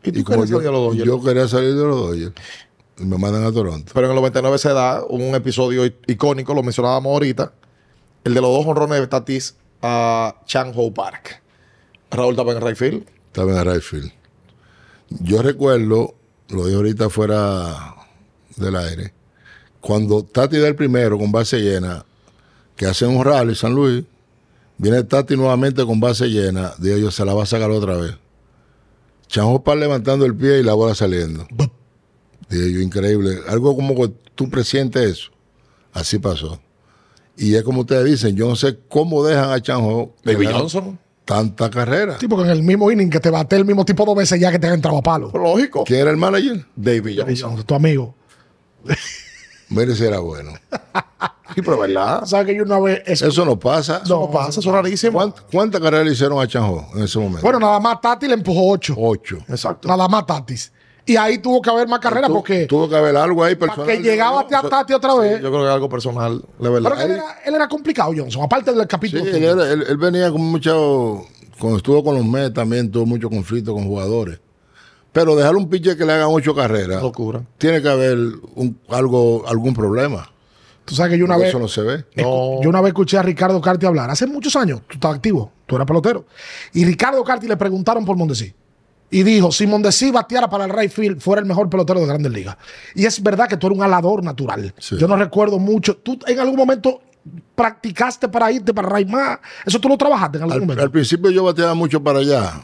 [SPEAKER 2] Y tú
[SPEAKER 3] Y como
[SPEAKER 2] querías
[SPEAKER 3] yo,
[SPEAKER 2] salir a los Dodgers.
[SPEAKER 3] yo quería salir de los Dodgers. Y me mandan a Toronto.
[SPEAKER 2] Pero en el 99 se da un episodio i- icónico, lo mencionábamos ahorita, el de los dos jonrones de Tatis a Chan Ho Park. Raúl estaba en el right field.
[SPEAKER 3] Estaba en el right field. Yo recuerdo, lo dije ahorita fuera del aire, cuando Tati da el primero con base llena, que hacen un rally San Luis, viene Tati nuevamente con base llena, digo yo, se la va a sacar otra vez. Chanjo Par levantando el pie y la bola saliendo. Dije yo, increíble. Algo como que tú presientes eso. Así pasó. Y es como ustedes dicen, yo no sé cómo dejan a Chanjo
[SPEAKER 2] David
[SPEAKER 3] ganar
[SPEAKER 2] Johnson.
[SPEAKER 3] tanta carrera.
[SPEAKER 1] Sí, porque en el mismo inning que te bate el mismo tipo dos veces ya que te han entrado a palo.
[SPEAKER 2] Lógico.
[SPEAKER 3] ¿Quién era el manager?
[SPEAKER 2] David
[SPEAKER 1] Y
[SPEAKER 2] Johnson.
[SPEAKER 1] son Tu amigo.
[SPEAKER 3] Mire si era bueno.
[SPEAKER 2] Sí, pero verdad.
[SPEAKER 1] ¿Sabes que yo una vez... es-
[SPEAKER 3] Eso no pasa.
[SPEAKER 2] No pasa, eso es rarísimo.
[SPEAKER 3] ¿Cuánt- ¿Cuántas carreras le hicieron a Chanjo en ese momento?
[SPEAKER 1] Bueno, nada más Tati le empujó ocho.
[SPEAKER 3] ocho.
[SPEAKER 2] Exacto.
[SPEAKER 1] Nada más Tatis. Y ahí tuvo que haber más carrera
[SPEAKER 3] Tu-
[SPEAKER 1] porque
[SPEAKER 3] tuvo que haber algo ahí
[SPEAKER 1] para
[SPEAKER 3] personal.
[SPEAKER 1] que llegaba a Tati otra
[SPEAKER 2] Sí,
[SPEAKER 1] vez.
[SPEAKER 2] yo creo que es algo personal, la verdad.
[SPEAKER 1] pero que él
[SPEAKER 2] Ahí-
[SPEAKER 1] era, él era complicado, Johnson. Aparte del
[SPEAKER 3] Sí,
[SPEAKER 1] capítulo.
[SPEAKER 3] él, era- él- él venía con mucho. Cuando estuvo con los Mets también tuvo mucho conflicto con jugadores. Pero dejar un pitcher que le hagan ocho carreras,
[SPEAKER 2] Locura.
[SPEAKER 3] tiene que haber un- algo, algún problema.
[SPEAKER 1] Tú sabes que yo una
[SPEAKER 3] Porque
[SPEAKER 1] vez...
[SPEAKER 3] Eso no se ve.
[SPEAKER 2] No.
[SPEAKER 1] Yo una vez escuché a Ricardo Carti hablar, hace muchos años, tú estabas activo, tú eras pelotero. Y Ricardo Carti le preguntaron por Mondesí. Y dijo, si Mondesí bateara para el right field, fuera el mejor pelotero de Grandes Ligas. Y es verdad que tú eres un alador natural.
[SPEAKER 3] Sí.
[SPEAKER 1] Yo no recuerdo mucho. ¿Tú en algún momento practicaste para irte para right más? ¿Eso tú lo trabajaste en algún
[SPEAKER 3] Al,
[SPEAKER 1] momento?
[SPEAKER 3] al principio yo bateaba mucho para allá.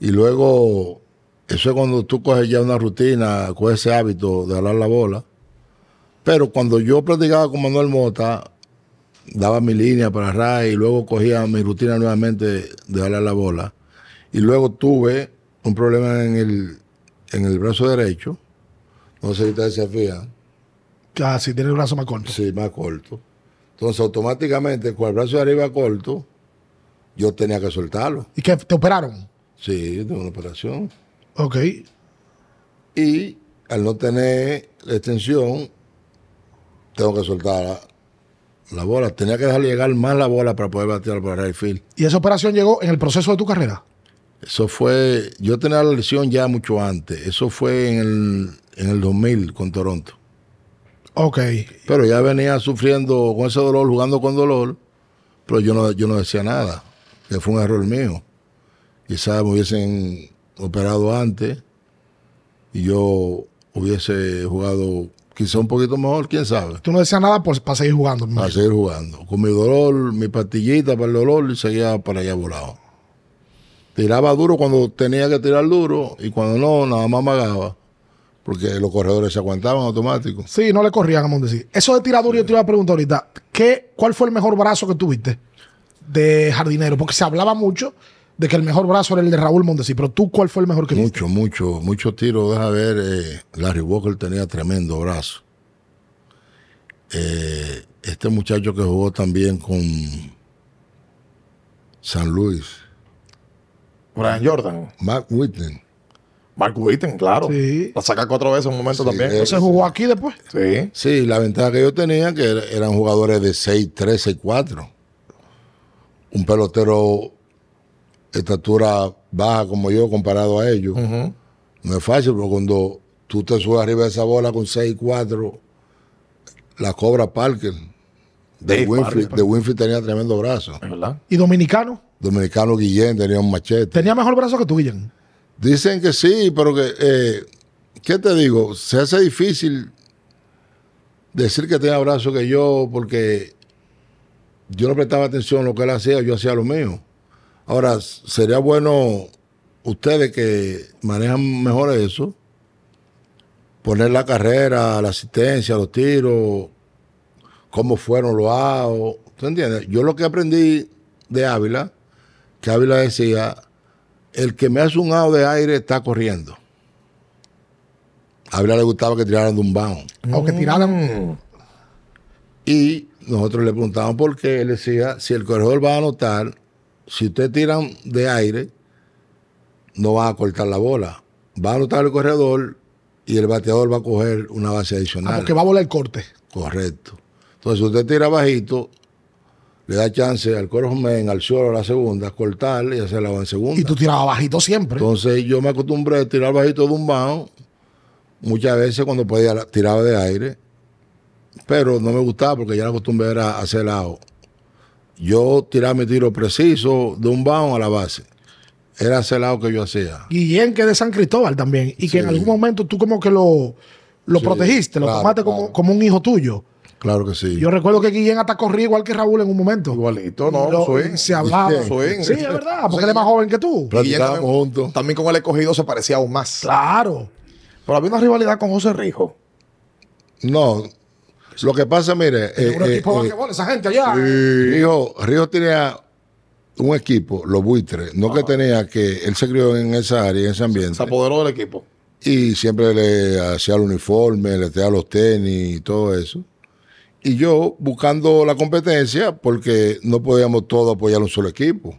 [SPEAKER 3] Y luego, eso es cuando tú coges ya una rutina, coges ese hábito de hablar la bola. Pero cuando yo platicaba con Manuel Mota, daba mi línea para RAI y luego cogía mi rutina nuevamente de darle a la bola. Y luego tuve un problema en el, en el brazo derecho. No sé si ustedes se fijan.
[SPEAKER 1] Ah, sí, tiene el brazo más corto.
[SPEAKER 3] Sí, más corto. Entonces, automáticamente, con el brazo de arriba corto, yo tenía que soltarlo.
[SPEAKER 1] ¿Y que te operaron?
[SPEAKER 3] Sí, yo tuve una operación.
[SPEAKER 1] Ok.
[SPEAKER 3] Y al no tener la extensión, tengo que soltar la, la bola. Tenía que dejar llegar más la bola para poder batear para el right field.
[SPEAKER 1] ¿Y esa operación llegó en el proceso de tu carrera?
[SPEAKER 3] Eso fue, yo tenía la lesión ya mucho antes. Eso fue en el, en el 2000 con Toronto.
[SPEAKER 1] Ok.
[SPEAKER 3] Pero ya venía sufriendo con ese dolor, jugando con dolor, pero yo no, yo no decía nada, que fue un error mío. Quizás me hubiesen operado antes y yo hubiese jugado quizá un poquito mejor, quién sabe,
[SPEAKER 1] Tú no decías nada por, para seguir jugando. me
[SPEAKER 3] para
[SPEAKER 1] imagino.
[SPEAKER 3] seguir jugando. Con mi dolor, mi pastillita para el dolor y seguía para allá volado. Tiraba duro cuando tenía que tirar duro y cuando no, nada más magaba, porque los corredores se aguantaban automático.
[SPEAKER 1] Sí, no le corrían a Mondesi. Eso de tiradura, yo te iba a preguntar ahorita, ¿qué, ¿cuál fue el mejor brazo que tuviste de jardinero? Porque se hablaba mucho de que el mejor brazo era el de Raúl Mondesi, pero tú, ¿cuál fue el mejor que viste?
[SPEAKER 3] Mucho, mucho, mucho tiro. Deja ver, eh, Larry Walker tenía tremendo brazo. Eh, este muchacho que jugó también con San Luis,
[SPEAKER 2] Brian Jordan.
[SPEAKER 3] Mark Whitney.
[SPEAKER 2] Mark Witten, claro.
[SPEAKER 1] Sí.
[SPEAKER 2] La saca cuatro veces en un momento
[SPEAKER 3] Sí,
[SPEAKER 2] también.
[SPEAKER 3] es-
[SPEAKER 1] Se jugó aquí después.
[SPEAKER 2] Sí.
[SPEAKER 3] Sí, la ventaja que yo tenía que er- eran jugadores de 6, 3, 6, 4. Un pelotero de estatura baja como yo comparado a ellos.
[SPEAKER 2] Ujú.
[SPEAKER 3] No es fácil, pero cuando tú te subes arriba de esa bola con 6 4, la cobra Parker. De
[SPEAKER 2] Dave
[SPEAKER 3] Winfield,
[SPEAKER 2] Parker.
[SPEAKER 3] de Winfield tenía tremendo brazo.
[SPEAKER 2] Es verdad.
[SPEAKER 1] ¿Y dominicano?
[SPEAKER 3] Dominicano Guillén tenía un machete.
[SPEAKER 1] Tenía mejor brazo que tú, Guillén.
[SPEAKER 3] Dicen que sí, pero que, eh, ¿qué te digo? Se hace difícil decir que tenía brazo que yo, porque yo no prestaba atención a lo que él hacía, yo hacía lo mío. Ahora, s- sería bueno ustedes que manejan mejor eso, poner la carrera, la asistencia, los tiros, cómo fueron los AO. ¿Tú entiendes? Yo lo que aprendí de Ávila, que Ávila decía, el que me hace un AO de aire está corriendo. A Ávila le gustaba que tiraran de un bound.
[SPEAKER 1] O que tiraran. ah,
[SPEAKER 2] Mm.
[SPEAKER 3] Y nosotros le preguntábamos por qué. Él decía, si el corredor va a anotar, si usted tiran de aire, no va a cortar la bola. Va a anotar el corredor y el bateador va a coger una base
[SPEAKER 1] Ah,
[SPEAKER 3] adicional.
[SPEAKER 1] porque va a volar el corte.
[SPEAKER 3] Correcto. Entonces, si usted tira bajito, le da chance al corredor, al suelo, a la segunda, cortar y hacerla en segunda.
[SPEAKER 1] Y tú tirabas bajito siempre.
[SPEAKER 3] Entonces yo me acostumbré a tirar bajito de un bound, muchas veces cuando podía la- tiraba de aire, pero no me gustaba porque ya la costumbre era hacer lado. Yo tiraba mi tiro preciso de un bound a la base. Era hacer lado que yo hacía.
[SPEAKER 1] Guillén, que es de San Cristóbal también. Y que en
[SPEAKER 3] Sí.
[SPEAKER 1] algún momento tú como que lo, lo
[SPEAKER 3] Sí,
[SPEAKER 1] protegiste, lo
[SPEAKER 3] claro,
[SPEAKER 1] tomaste como,
[SPEAKER 3] claro.
[SPEAKER 1] como un hijo tuyo.
[SPEAKER 3] Claro que sí.
[SPEAKER 1] Yo recuerdo que Guillén hasta corría igual que Raúl en un momento.
[SPEAKER 2] Igualito, no,
[SPEAKER 1] Lo-
[SPEAKER 2] swing.
[SPEAKER 1] Se hablaba.
[SPEAKER 2] Swing.
[SPEAKER 1] Sí, es verdad,
[SPEAKER 2] O
[SPEAKER 1] porque
[SPEAKER 2] sea,
[SPEAKER 1] él es más joven que tú.
[SPEAKER 3] Claro.
[SPEAKER 2] Guillén
[SPEAKER 3] Practicábamos
[SPEAKER 2] también-
[SPEAKER 3] juntos.
[SPEAKER 2] También con el escogido se parecía aún más.
[SPEAKER 1] Claro.
[SPEAKER 2] Pero había una rivalidad con José Rijo.
[SPEAKER 3] No, lo que pasa, mire, eh,
[SPEAKER 1] un
[SPEAKER 3] eh,
[SPEAKER 1] equipo de
[SPEAKER 3] eh,
[SPEAKER 1] basquetbol, esa gente allá.
[SPEAKER 3] Río, Río tenía un equipo, los buitres, no que tenía que, él se crió en esa área, en ese ambiente.
[SPEAKER 2] Se apoderó del equipo.
[SPEAKER 3] Y siempre le hacía el uniforme, le hacía los tenis y todo eso. Y yo buscando la competencia porque no podíamos todos apoyar a un solo equipo.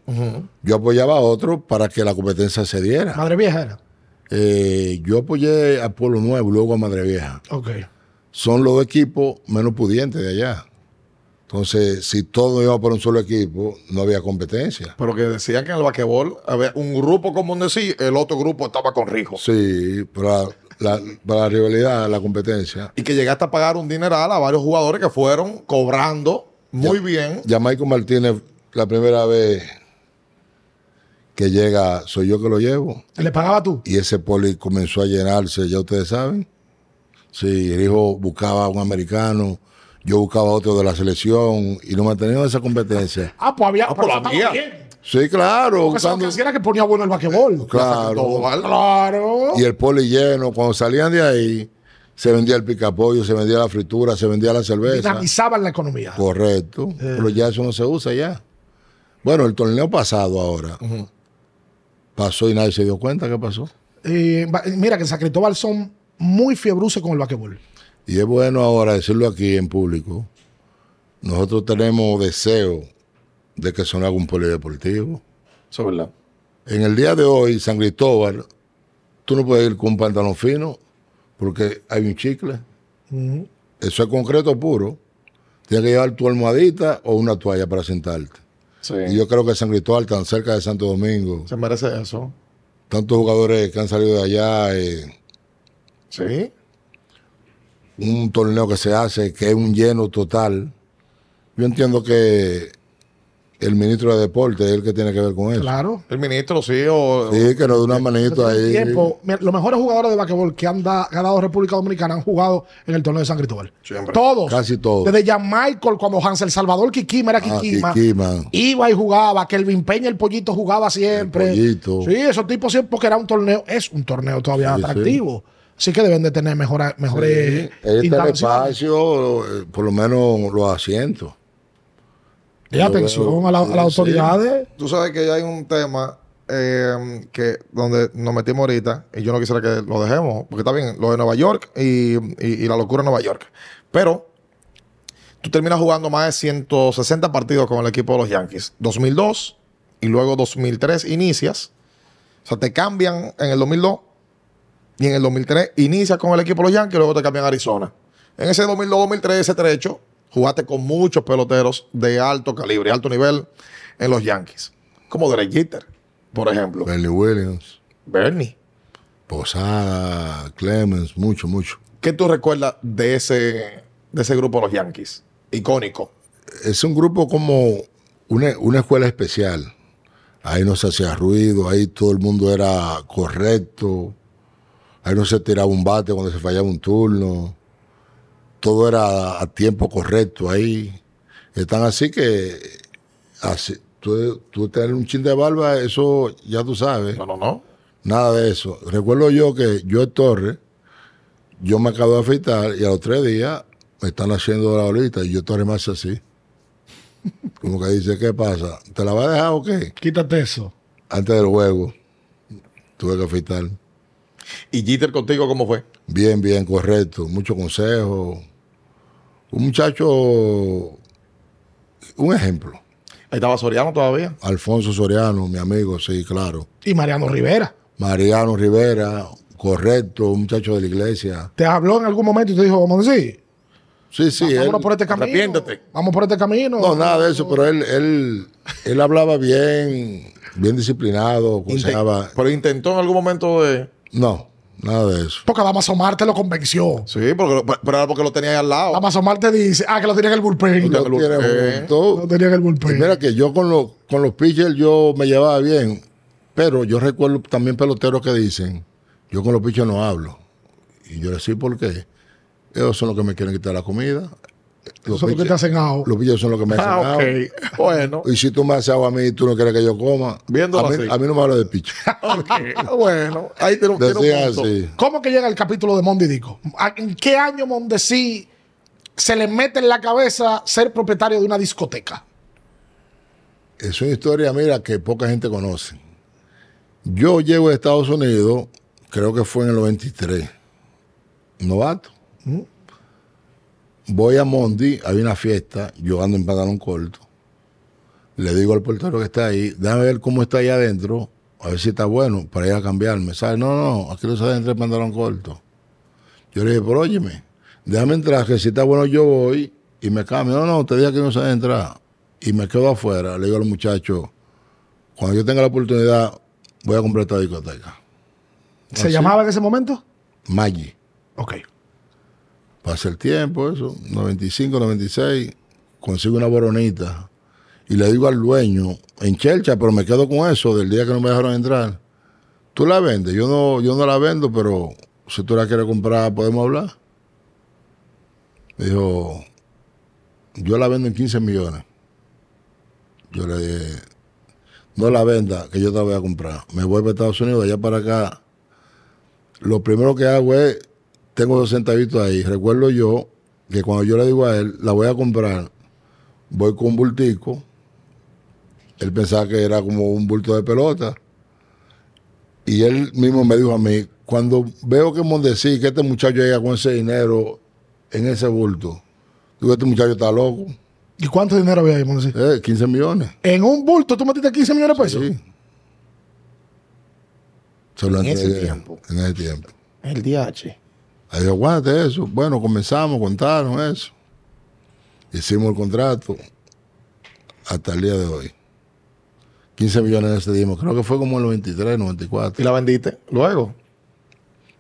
[SPEAKER 3] Yo apoyaba a otro para que la competencia se diera.
[SPEAKER 1] Madre vieja era.
[SPEAKER 3] Eh, yo apoyé a Pueblo Nuevo, luego a Madre Vieja.
[SPEAKER 1] Ok.
[SPEAKER 3] Son los dos equipos menos pudientes de allá. Entonces, si todos íbamos por un solo equipo, no había competencia.
[SPEAKER 2] Pero que decían que en el basquetbol había un grupo como un decir, el otro grupo estaba con Rijo.
[SPEAKER 3] Sí, para la, para la rivalidad, la competencia.
[SPEAKER 2] Y que llegaste a pagar un dineral a varios jugadores que fueron cobrando muy bien.
[SPEAKER 3] Ya Michael Martínez, la primera vez que llega, soy yo que lo llevo.
[SPEAKER 1] ¿Le pagaba tú?
[SPEAKER 3] Y ese poli comenzó a llenarse, ya ustedes saben. Sí, el hijo buscaba a un americano, yo buscaba a otro de la selección y nos manteníamos esa competencia.
[SPEAKER 1] Ah, pues había.
[SPEAKER 2] Ah,
[SPEAKER 1] pero
[SPEAKER 2] pues la
[SPEAKER 1] estaba
[SPEAKER 2] mía.
[SPEAKER 1] bien.
[SPEAKER 3] Sí, claro.
[SPEAKER 1] Porque eso lo
[SPEAKER 3] buscando-
[SPEAKER 1] que hacía era que ponía bueno el basquetbol.
[SPEAKER 3] Claro.
[SPEAKER 2] Santo Doval.
[SPEAKER 1] Claro.
[SPEAKER 3] Y el poli lleno, cuando salían de ahí, se vendía el picapollo, se vendía la fritura, se vendía la cerveza.
[SPEAKER 1] Dinamizaban la economía.
[SPEAKER 3] Correcto. Pero ya eso no se usa ya. Bueno, el torneo pasado ahora pasó y nadie se dio cuenta que pasó.
[SPEAKER 1] Eh, va- mira que en San Cristóbal son muy fiebruces con el basquetbol.
[SPEAKER 3] Y es bueno ahora decirlo aquí en público. Nosotros tenemos deseo de que se nos haga un polideportivo.
[SPEAKER 2] Eso es verdad.
[SPEAKER 3] En el día de hoy, San Cristóbal, tú no puedes ir con un pantalón fino porque hay un chicle. Eso es concreto puro. Tienes que llevar tu almohadita o una toalla para sentarte.
[SPEAKER 2] Sí.
[SPEAKER 3] Y yo creo que San Cristóbal, tan cerca de Santo Domingo,
[SPEAKER 2] Se merece eso.
[SPEAKER 3] tantos jugadores que han salido de allá, eh,
[SPEAKER 2] Sí.
[SPEAKER 3] un torneo que se hace que es un lleno total. Yo entiendo que el ministro de Deporte es el que tiene que ver con eso.
[SPEAKER 1] Claro.
[SPEAKER 2] El ministro, sí, o.
[SPEAKER 3] Sí, que nos dé una manito
[SPEAKER 1] Pero
[SPEAKER 3] ahí.
[SPEAKER 1] tiene tiempo. Mira, los mejores jugadores de basquetbol que han, da- que ha dado República Dominicana han jugado en el torneo de San Cristóbal.
[SPEAKER 2] Siempre.
[SPEAKER 1] Todos.
[SPEAKER 3] Casi todos.
[SPEAKER 1] Desde Jan Michael, cuando Hansel Salvador Kikima era
[SPEAKER 3] Ah,
[SPEAKER 1] Kikima.
[SPEAKER 3] Kikima.
[SPEAKER 1] Iba y jugaba. Kelvin Peña, el pollito, jugaba siempre.
[SPEAKER 3] El Pollito.
[SPEAKER 1] Sí, esos tipos siempre porque era un torneo. Es un torneo todavía
[SPEAKER 3] Sí, sí.
[SPEAKER 1] atractivo. Así que deben de tener mejora- mejores.
[SPEAKER 3] Ahí está el
[SPEAKER 1] instalaciones.
[SPEAKER 3] este espacio, eh, por lo menos los asientos.
[SPEAKER 1] Y atención a, la- a las
[SPEAKER 3] Sí, sí.
[SPEAKER 1] autoridades.
[SPEAKER 2] Tú sabes que ya hay un tema eh, que donde nos metimos ahorita y yo no quisiera que lo dejemos, porque está bien, lo de Nueva York y, y- y la locura de Nueva York. Pero tú terminas jugando más de 160 partidos con el equipo de los Yankees. 2002 y luego 2003 inicias. O sea, te cambian en el 2002 y en el 2003 inicias con el equipo de los Yankees y luego te cambian a Arizona. En ese 2002-2003, ese trecho, jugaste con muchos peloteros de alto calibre, alto nivel en los Yankees. Como Derek Jeter, por ejemplo.
[SPEAKER 3] Bernie Williams,
[SPEAKER 2] Bernie.
[SPEAKER 3] Posada, Clemens, mucho, mucho.
[SPEAKER 2] ¿Qué tú recuerdas de ese, de ese grupo de los Yankees? Icónico.
[SPEAKER 3] Es un grupo como una, una escuela especial. Ahí no se hacía ruido, ahí todo el mundo era correcto. Ahí no se tiraba un bate cuando se fallaba un turno. Todo era a tiempo correcto ahí. Están así que así, tú, tú tener un chin de barba, eso ya tú sabes.
[SPEAKER 2] No, no, no.
[SPEAKER 3] Nada de eso. Recuerdo yo que yo Torres, yo me acabo de afeitar y a los tres días me están haciendo la bolita y yo Torres me hace así. Como que dice, ¿qué pasa? ¿Te la va a dejar o qué?
[SPEAKER 1] Quítate eso.
[SPEAKER 3] Antes del juego tuve que afeitar.
[SPEAKER 2] ¿Y Jeter contigo cómo fue?
[SPEAKER 3] Bien, bien, correcto. Mucho consejo. Un muchacho, un ejemplo.
[SPEAKER 2] Ahí estaba Soriano todavía.
[SPEAKER 3] Alfonso Soriano, mi amigo, sí, claro.
[SPEAKER 1] Y Mariano Rivera.
[SPEAKER 3] Mariano Rivera, correcto, un muchacho de la iglesia.
[SPEAKER 1] Te habló en algún momento y te dijo, vamos a decir,
[SPEAKER 3] Sí, sí. él-
[SPEAKER 1] vámonos por este camino.
[SPEAKER 2] arrepiéntete.
[SPEAKER 1] Vamos por este camino.
[SPEAKER 3] No, nada de eso, pero él, él, él hablaba bien, bien disciplinado,
[SPEAKER 2] Inte-
[SPEAKER 3] aconsejaba.
[SPEAKER 2] Pero intentó en algún momento de...
[SPEAKER 3] No, nada de eso.
[SPEAKER 1] Porque Damaso Omar te lo convenció.
[SPEAKER 2] Sí, porque, lo- pero era porque lo tenía ahí al lado.
[SPEAKER 1] Damaso Omar te dice, ah, que lo tenía en el bullpen.
[SPEAKER 3] Lo
[SPEAKER 2] lo-
[SPEAKER 3] tiene
[SPEAKER 2] eh.
[SPEAKER 3] junto.
[SPEAKER 1] Lo tenía en el
[SPEAKER 3] Y
[SPEAKER 1] bullpen.
[SPEAKER 3] mira que yo con, los con los pitchers yo me llevaba bien, pero yo recuerdo también peloteros que dicen, yo con los pitchers no hablo. Y yo decía, ¿por qué? Ellos son los que me quieren quitar la comida.
[SPEAKER 1] Eso
[SPEAKER 3] Los,
[SPEAKER 1] es lo que te
[SPEAKER 3] pitchers,
[SPEAKER 1] hacen ao.
[SPEAKER 3] los pitchers son los que me hacen
[SPEAKER 2] Ah,
[SPEAKER 3] agua.
[SPEAKER 2] ok. Bueno.
[SPEAKER 3] Y si tú me haces agua a mí y tú no quieres que yo coma,
[SPEAKER 2] Viéndolo
[SPEAKER 3] a mí,
[SPEAKER 2] así.
[SPEAKER 3] a mí no me habla de pitcher.
[SPEAKER 2] ok. bueno. Ahí tiene, un- tiene
[SPEAKER 3] Decía
[SPEAKER 2] un punto.
[SPEAKER 3] así.
[SPEAKER 1] ¿Cómo que llega el capítulo de Mondi Dico? ¿A- ¿En qué año Mondesi se le mete en la cabeza ser propietario de una discoteca?
[SPEAKER 3] Es una historia, mira, que poca gente conoce. Yo llego de Estados Unidos, creo que fue en el 93, novato. Mm. Voy a Mondi, hay una fiesta, yo ando en pantalón corto. Le digo al portero que está ahí, déjame ver cómo está ahí adentro, a ver si está bueno, para ir a cambiarme. ¿Sabes? No, no, aquí no se adentro el pantalón corto. Yo le dije, pero óyeme, déjame entrar, que si está bueno yo voy y me cambio. No, no, te dije que no se deja entrar. Y me quedo afuera. Le digo al muchacho, cuando yo tenga la oportunidad, voy a comprar esta discoteca. ¿Ah,
[SPEAKER 1] ¿Se llamaba en ese momento?
[SPEAKER 3] Maggi.
[SPEAKER 1] Ok.
[SPEAKER 3] Pasa el tiempo, eso, 95, 96, consigo una boronita. Y le digo al dueño, en chelcha, pero me quedo con eso del día que no me dejaron entrar. Tú la vendes, yo no, yo no la vendo, pero si tú la quieres comprar, podemos hablar. Me dijo, yo la vendo en 15 millones. Yo le dije, no la venda, que yo te la voy a comprar. Me voy para Estados Unidos, de allá para acá. Lo primero que hago es Tengo dos centavitos ahí. Recuerdo yo que cuando yo le digo a él, la voy a comprar, voy con un bultico. Él pensaba que era como un bulto de pelota. Y él mismo me dijo a mí, cuando veo que Mondesí, que este muchacho llega con ese dinero en ese bulto, digo, este muchacho está loco.
[SPEAKER 1] ¿Y cuánto dinero había ahí, Mondesi?
[SPEAKER 3] Eh, 15 millones.
[SPEAKER 1] En un bulto tú metiste 15 millones de pesos.
[SPEAKER 3] Sí. Se lo
[SPEAKER 4] En ese
[SPEAKER 3] entregué
[SPEAKER 4] tiempo.
[SPEAKER 3] En ese tiempo.
[SPEAKER 4] El DH.
[SPEAKER 3] Ahí dijo, aguante eso. Bueno, comenzamos, contaron eso. Hicimos el contrato hasta el día de hoy. 15 millones de ese dimos. Creo que fue como en los 23, 94.
[SPEAKER 2] ¿Y la vendiste luego?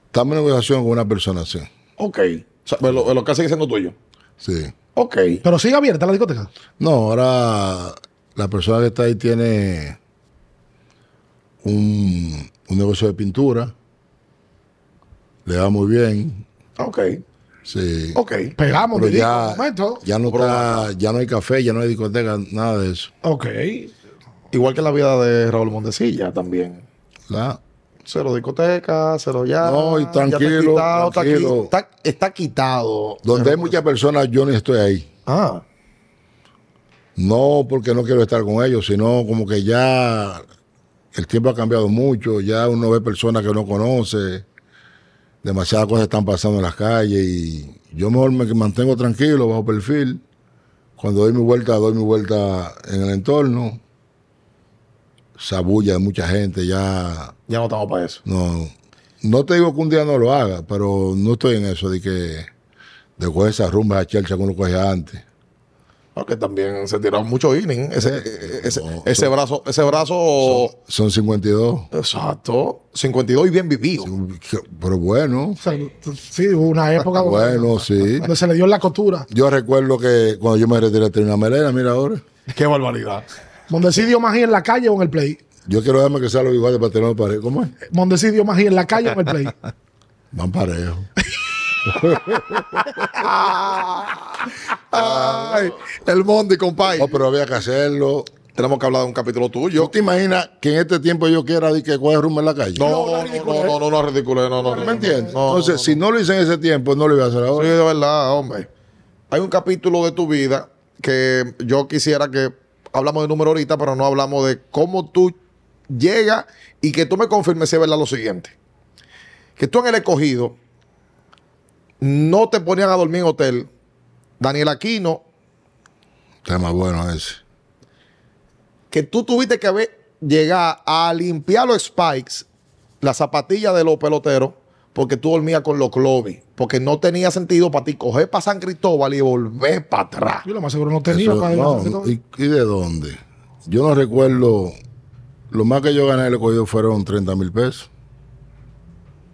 [SPEAKER 3] Estamos en negociación con una persona así.
[SPEAKER 4] Ok,
[SPEAKER 2] O sea, pero lo, pero lo que sigue siendo tuyo.
[SPEAKER 3] Sí.
[SPEAKER 4] ok.
[SPEAKER 1] Pero sigue abierta la discoteca.
[SPEAKER 3] No, ahora la persona que está ahí tiene un, un negocio de pintura. Le va muy bien.
[SPEAKER 4] Ok,
[SPEAKER 3] Sí.
[SPEAKER 4] ok.
[SPEAKER 1] Pegamos,
[SPEAKER 3] Pero
[SPEAKER 1] te digo,
[SPEAKER 3] ya,
[SPEAKER 1] un momento.
[SPEAKER 3] ya no está- ya no hay café, ya no hay discoteca, nada de eso.
[SPEAKER 1] Ok.
[SPEAKER 2] Igual que la vida de Raúl Mondesilla también.
[SPEAKER 3] ¿verdad?
[SPEAKER 2] Cero discoteca, cero ya.
[SPEAKER 3] No, y
[SPEAKER 2] ya está
[SPEAKER 3] tranquilo,
[SPEAKER 2] quitado, está qui-
[SPEAKER 3] tranquilo.
[SPEAKER 2] Está, está quitado.
[SPEAKER 3] Donde hay muchas personas, yo ni estoy ahí.
[SPEAKER 2] Ah,
[SPEAKER 3] No porque no quiero estar con ellos, sino como que ya el tiempo ha cambiado mucho, ya uno ve personas que no conoce, demasiadas cosas están pasando en las calles y yo mejor me mantengo tranquilo, bajo perfil. Cuando doy mi vuelta, doy mi vuelta en el entorno. Sabulla de mucha gente, ya
[SPEAKER 2] ya no estamos para eso.
[SPEAKER 3] no. No te digo que un día no lo haga, pero no estoy en eso de que de coger esas rumbas a Chelsea que uno coge antes.
[SPEAKER 2] Porque también se tiraron muchos innings. Ese, ese,
[SPEAKER 3] no,
[SPEAKER 2] ese brazo, ese brazo
[SPEAKER 3] Son 52.
[SPEAKER 2] exacto, 52 y bien vivido.
[SPEAKER 3] Pero bueno,
[SPEAKER 1] O sea, tú- sí, hubo una época donde,
[SPEAKER 3] bueno, sí.
[SPEAKER 1] donde se le dio la costura.
[SPEAKER 3] Yo recuerdo que cuando yo me retiré tenía una melena, mira ahora.
[SPEAKER 2] Qué barbaridad.
[SPEAKER 1] Mondesí dio magia en la calle o en el play.
[SPEAKER 3] Yo quiero darme que sea lo igual de para tener parejo. ¿Cómo es?
[SPEAKER 1] Mondesí dio magia en la calle o en el play.
[SPEAKER 3] Van parejo.
[SPEAKER 2] Ay, el Mondi, compadre.
[SPEAKER 3] No, pero había que hacerlo.
[SPEAKER 2] Tenemos que hablar de un capítulo
[SPEAKER 3] ¿Tú
[SPEAKER 2] tuyo.
[SPEAKER 3] te imaginas que en este tiempo yo quiera di que coge rumbo en la calle?
[SPEAKER 2] No, no, no, no, no, no, ridiculez, no, no.
[SPEAKER 3] ¿Me entiendes?
[SPEAKER 2] No,
[SPEAKER 3] Entonces,
[SPEAKER 2] no,
[SPEAKER 3] si no lo hice en ese tiempo, no lo iba a hacer
[SPEAKER 2] no.
[SPEAKER 3] ahora.
[SPEAKER 2] Sí, de verdad, hombre. Hay un capítulo de tu vida que yo quisiera que hablamos de número ahorita, pero no hablamos de cómo tú llegas y que tú me confirmes si es verdad lo siguiente. Que tú en el escogido no te ponían a dormir en hotel. Daniel Aquino,
[SPEAKER 3] Tema bueno ese.
[SPEAKER 2] que tú tuviste que haber llegar a limpiar los spikes, las zapatillas de los peloteros, porque tú dormías con los clovis, porque no tenía sentido para ti coger para San Cristóbal y volver para atrás.
[SPEAKER 1] Yo lo más seguro no tenía.
[SPEAKER 3] Eso-
[SPEAKER 1] para-
[SPEAKER 3] no, ¿y, y de dónde? Yo no recuerdo. Lo más que yo gané el cogido fueron 30 mil pesos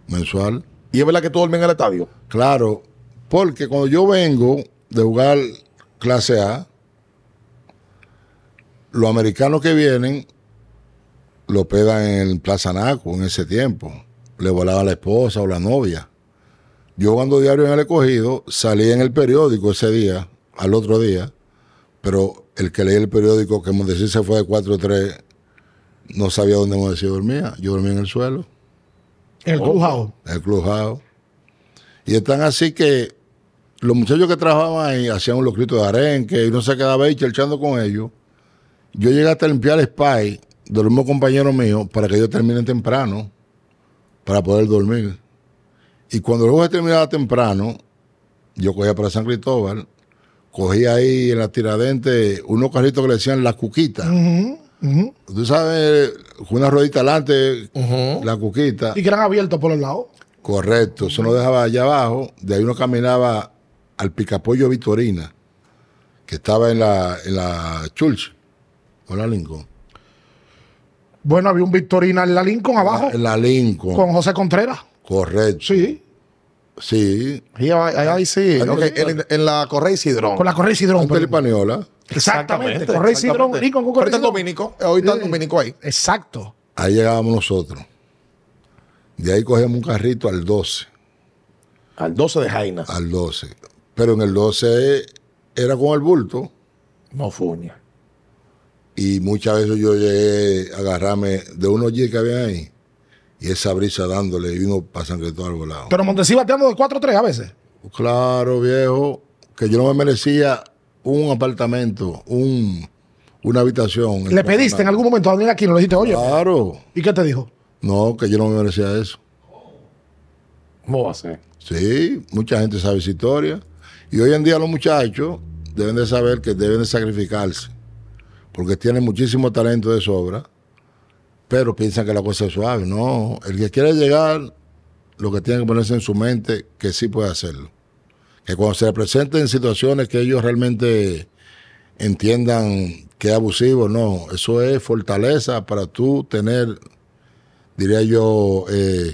[SPEAKER 3] mensual.
[SPEAKER 2] Y es verdad que tú dormías en el estadio.
[SPEAKER 3] Claro, porque cuando yo vengo de jugar clase A, los americanos que vienen lo pedan en Plaza Naco en ese tiempo. Le volaban la esposa o la novia. Yo cuando diario en el escogido, salí en el periódico ese día, al otro día, pero el que leía el periódico que Mondesí se fue de 4 a 3, no sabía dónde Mondesí dormía. Yo dormía en el suelo
[SPEAKER 1] en el crujado.
[SPEAKER 3] el clubhouse. Y están así que los muchachos que trabajaban ahí hacían los gritos de arenque y no se quedaba ahí chelchando con ellos. Yo llegué hasta limpiar el spy de los mismos compañeros míos para que ellos terminen temprano para poder dormir. Y cuando el juego se terminaba temprano, yo cogía para San Cristóbal, cogía ahí en la tiradente unos carritos que le decían la cuquita.
[SPEAKER 1] Ujú, ujú.
[SPEAKER 3] Tú sabes, con una ruedita adelante, la cuquita.
[SPEAKER 1] Y que eran abiertos por el lado.
[SPEAKER 3] Correcto, eso no dejaba allá abajo. De ahí uno caminaba al Picapollo Vitorina, que estaba en la, en la Church, o la Lincoln.
[SPEAKER 1] Bueno, había un Victorina en la Lincoln abajo
[SPEAKER 3] En la Lincoln.
[SPEAKER 1] con José Contreras.
[SPEAKER 3] Correcto.
[SPEAKER 1] Sí,
[SPEAKER 3] Sí.
[SPEAKER 2] Ahí, ahí, ahí sí.
[SPEAKER 3] Ahí
[SPEAKER 2] Ok,
[SPEAKER 3] sí.
[SPEAKER 2] En, en la Correa y Sidrón.
[SPEAKER 1] con la Correa y Sidrón.
[SPEAKER 3] Antes de
[SPEAKER 1] perdón.
[SPEAKER 3] Hispaniola,
[SPEAKER 1] Exactamente, Correa y Sidrón,
[SPEAKER 2] exactamente.
[SPEAKER 1] Lincoln con Correa y
[SPEAKER 2] Ahorita el
[SPEAKER 1] Sidrón.
[SPEAKER 2] dominico, eh, ahorita el
[SPEAKER 1] Sí.
[SPEAKER 2] dominico ahí.
[SPEAKER 1] Exacto.
[SPEAKER 3] ahí llegábamos nosotros. De ahí cogíamos un carrito al 12,
[SPEAKER 2] Al 12 de Jaina.
[SPEAKER 3] al 12. Pero en el 12 era con el bulto.
[SPEAKER 2] No fuña.
[SPEAKER 3] Y muchas veces yo llegué a agarrarme de unos jeans que había ahí y esa brisa dándole y uno para San Cristóbal volado.
[SPEAKER 1] Pero Montesí bateando de 4-3 a veces.
[SPEAKER 3] Claro, viejo, que yo no me merecía un apartamento, un, una habitación.
[SPEAKER 1] ¿Le pediste en algún momento a Daniel Aquino? Le dijiste, oye,
[SPEAKER 3] Claro.
[SPEAKER 1] ¿y qué te dijo?
[SPEAKER 3] No, que yo no me merecía eso.
[SPEAKER 4] ¿Cómo va a ser?
[SPEAKER 3] Sí, mucha gente sabe esa historia. Y hoy en día los muchachos deben de saber que deben de sacrificarse, porque tienen muchísimo talento de sobra, pero piensan que la cosa es suave. No, el que quiere llegar, lo que tiene que ponerse en su mente, que sí puede hacerlo. Que cuando se le presenten situaciones que ellos realmente entiendan que es abusivo, no, eso es fortaleza para tú tener, diría yo, eh,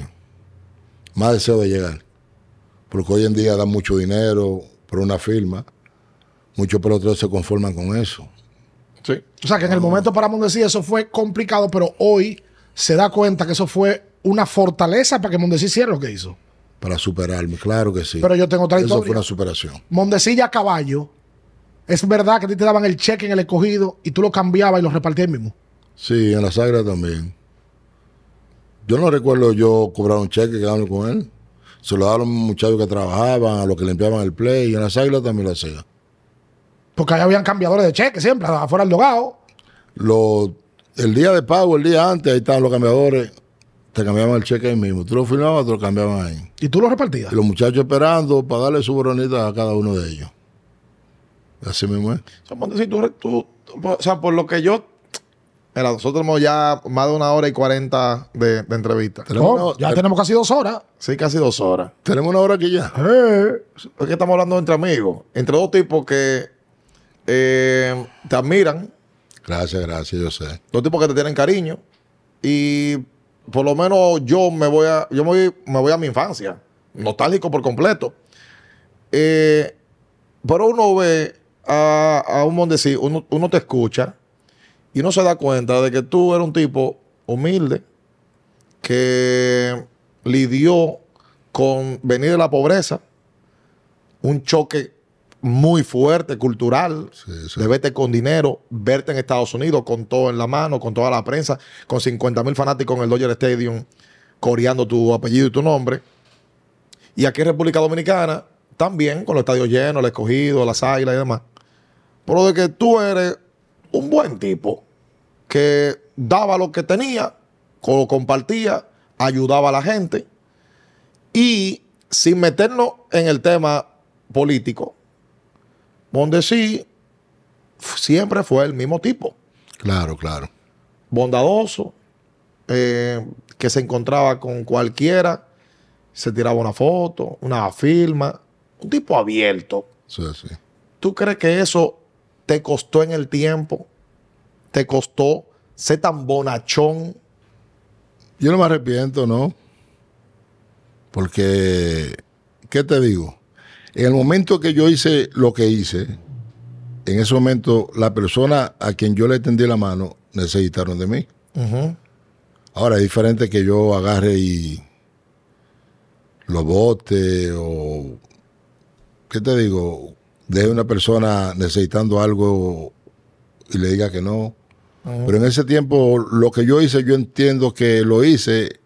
[SPEAKER 3] más deseo de llegar. Porque hoy en día dan mucho dinero por una firma. Muchos peloteros se conforman con eso.
[SPEAKER 4] Sí.
[SPEAKER 1] O sea, que en el momento para Mondesi eso fue complicado, pero hoy se da cuenta que eso fue una fortaleza para que Mondesi hiciera lo que hizo.
[SPEAKER 3] Para superarme, claro que sí.
[SPEAKER 1] Pero yo tengo otra
[SPEAKER 3] Eso
[SPEAKER 1] historia.
[SPEAKER 3] fue una superación.
[SPEAKER 1] Mondesi ya a caballo. Es verdad que a ti te daban el cheque en el escogido y tú lo cambiabas y lo repartías ahí mismo.
[SPEAKER 3] Sí, en la Sagra también. Yo no recuerdo yo cobrar un cheque quedarme con él. Se lo daban a los muchachos que trabajaban, a los que limpiaban el play. Y en la Sagra también lo hacía.
[SPEAKER 1] Porque allá habían cambiadores de cheque siempre, afuera del dogado.
[SPEAKER 3] Lo, el día de pago, el día antes, ahí estaban los cambiadores. Te cambiaban el cheque ahí mismo. Tú lo firmabas, te lo cambiaban ahí.
[SPEAKER 1] Y tú lo repartías.
[SPEAKER 3] Y los muchachos esperando para darle su boronita a cada uno de ellos. Así mismo es.
[SPEAKER 4] O sea, Mondesi, tú, tú- o sea, por lo que yo. Mira, nosotros hemos ya más de una hora y cuarenta de, de entrevista.
[SPEAKER 3] Tenemos, eh.
[SPEAKER 1] Oh,
[SPEAKER 3] una,
[SPEAKER 1] ya
[SPEAKER 3] te-
[SPEAKER 1] tenemos casi dos horas. Eh,
[SPEAKER 4] Sí, casi dos horas.
[SPEAKER 3] tenemos una hora aquí ya.
[SPEAKER 4] Es que estamos hablando entre amigos, entre dos tipos que eh, te admiran,
[SPEAKER 3] Gracias, gracias, yo sé.
[SPEAKER 4] dos tipos que te tienen cariño y por lo menos yo me voy a yo me voy, me voy a mi infancia, nostálgico por completo. Eh, pero uno ve a, a un mondesí, uno, uno te escucha y uno se da cuenta de que tú eres un tipo humilde que lidió con venir de la pobreza, un choque muy fuerte cultural,
[SPEAKER 3] Sí, sí.
[SPEAKER 4] de verte con dinero, verte en Estados Unidos con todo en la mano, con toda la prensa, con 50 mil fanáticos en el Dodger Stadium coreando tu apellido y tu nombre. Y aquí en República Dominicana también, con los estadios llenos, el escogido, las águilas y demás. Pero de que tú eres un buen tipo, que daba lo que tenía, co- compartía, ayudaba a la gente. Y sin meternos en el tema político, donde sí f- siempre fue el mismo tipo,
[SPEAKER 3] Claro, claro.
[SPEAKER 4] bondadoso, eh, que se encontraba con cualquiera, se tiraba una foto, una firma, un tipo abierto.
[SPEAKER 3] Sí, sí.
[SPEAKER 4] ¿Tú crees que eso te costó en el tiempo? ¿Te costó ser tan bonachón?
[SPEAKER 3] Yo no me arrepiento, ¿no? Porque, ¿qué te digo? En el momento que yo hice lo que hice, en ese momento la persona a quien yo le tendí la mano necesitaron de mí. Ahora es diferente que yo agarre y lo bote o, ¿qué te digo? Deje una persona necesitando algo y le diga que no. Pero en ese tiempo lo que yo hice, yo entiendo que lo hice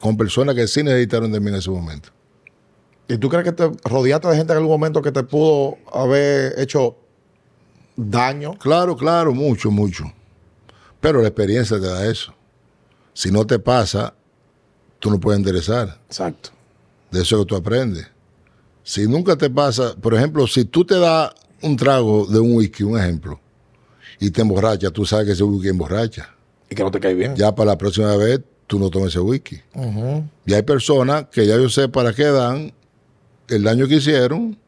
[SPEAKER 3] con personas que sí necesitaron de mí en ese momento.
[SPEAKER 4] ¿Y tú crees que te rodeaste de gente en algún momento que te pudo haber hecho daño?
[SPEAKER 3] Claro, claro, mucho, mucho. Pero la experiencia te da eso. Si no te pasa, tú no puedes enderezar.
[SPEAKER 4] Exacto.
[SPEAKER 3] de eso que tú aprendes. Si nunca te pasa, por ejemplo, si tú te das un trago de un whisky, un ejemplo, y te emborrachas, tú sabes que ese whisky emborracha.
[SPEAKER 4] Y que no te cae bien.
[SPEAKER 3] Ya para la próxima vez, tú no tomes ese whisky.
[SPEAKER 4] Ujú.
[SPEAKER 3] Y hay personas que ya yo sé para qué dan el daño que hicieron,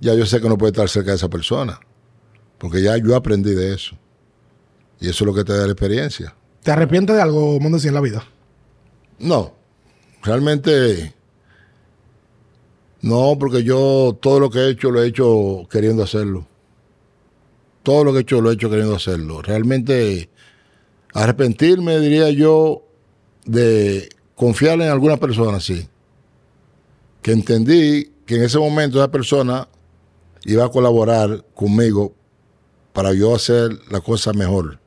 [SPEAKER 3] ya yo sé que no puede estar cerca de esa persona. Porque ya yo aprendí de eso. Y eso es lo que te da la experiencia.
[SPEAKER 1] ¿Te arrepientes de algo, Mondesi, en la vida?
[SPEAKER 3] No, realmente no, porque yo todo lo que he hecho lo he hecho queriendo hacerlo. Todo lo que he hecho lo he hecho queriendo hacerlo. Realmente arrepentirme, diría yo, de confiar en alguna persona, sí. Que entendí que en ese momento esa persona iba a colaborar conmigo para yo hacer la cosa mejor.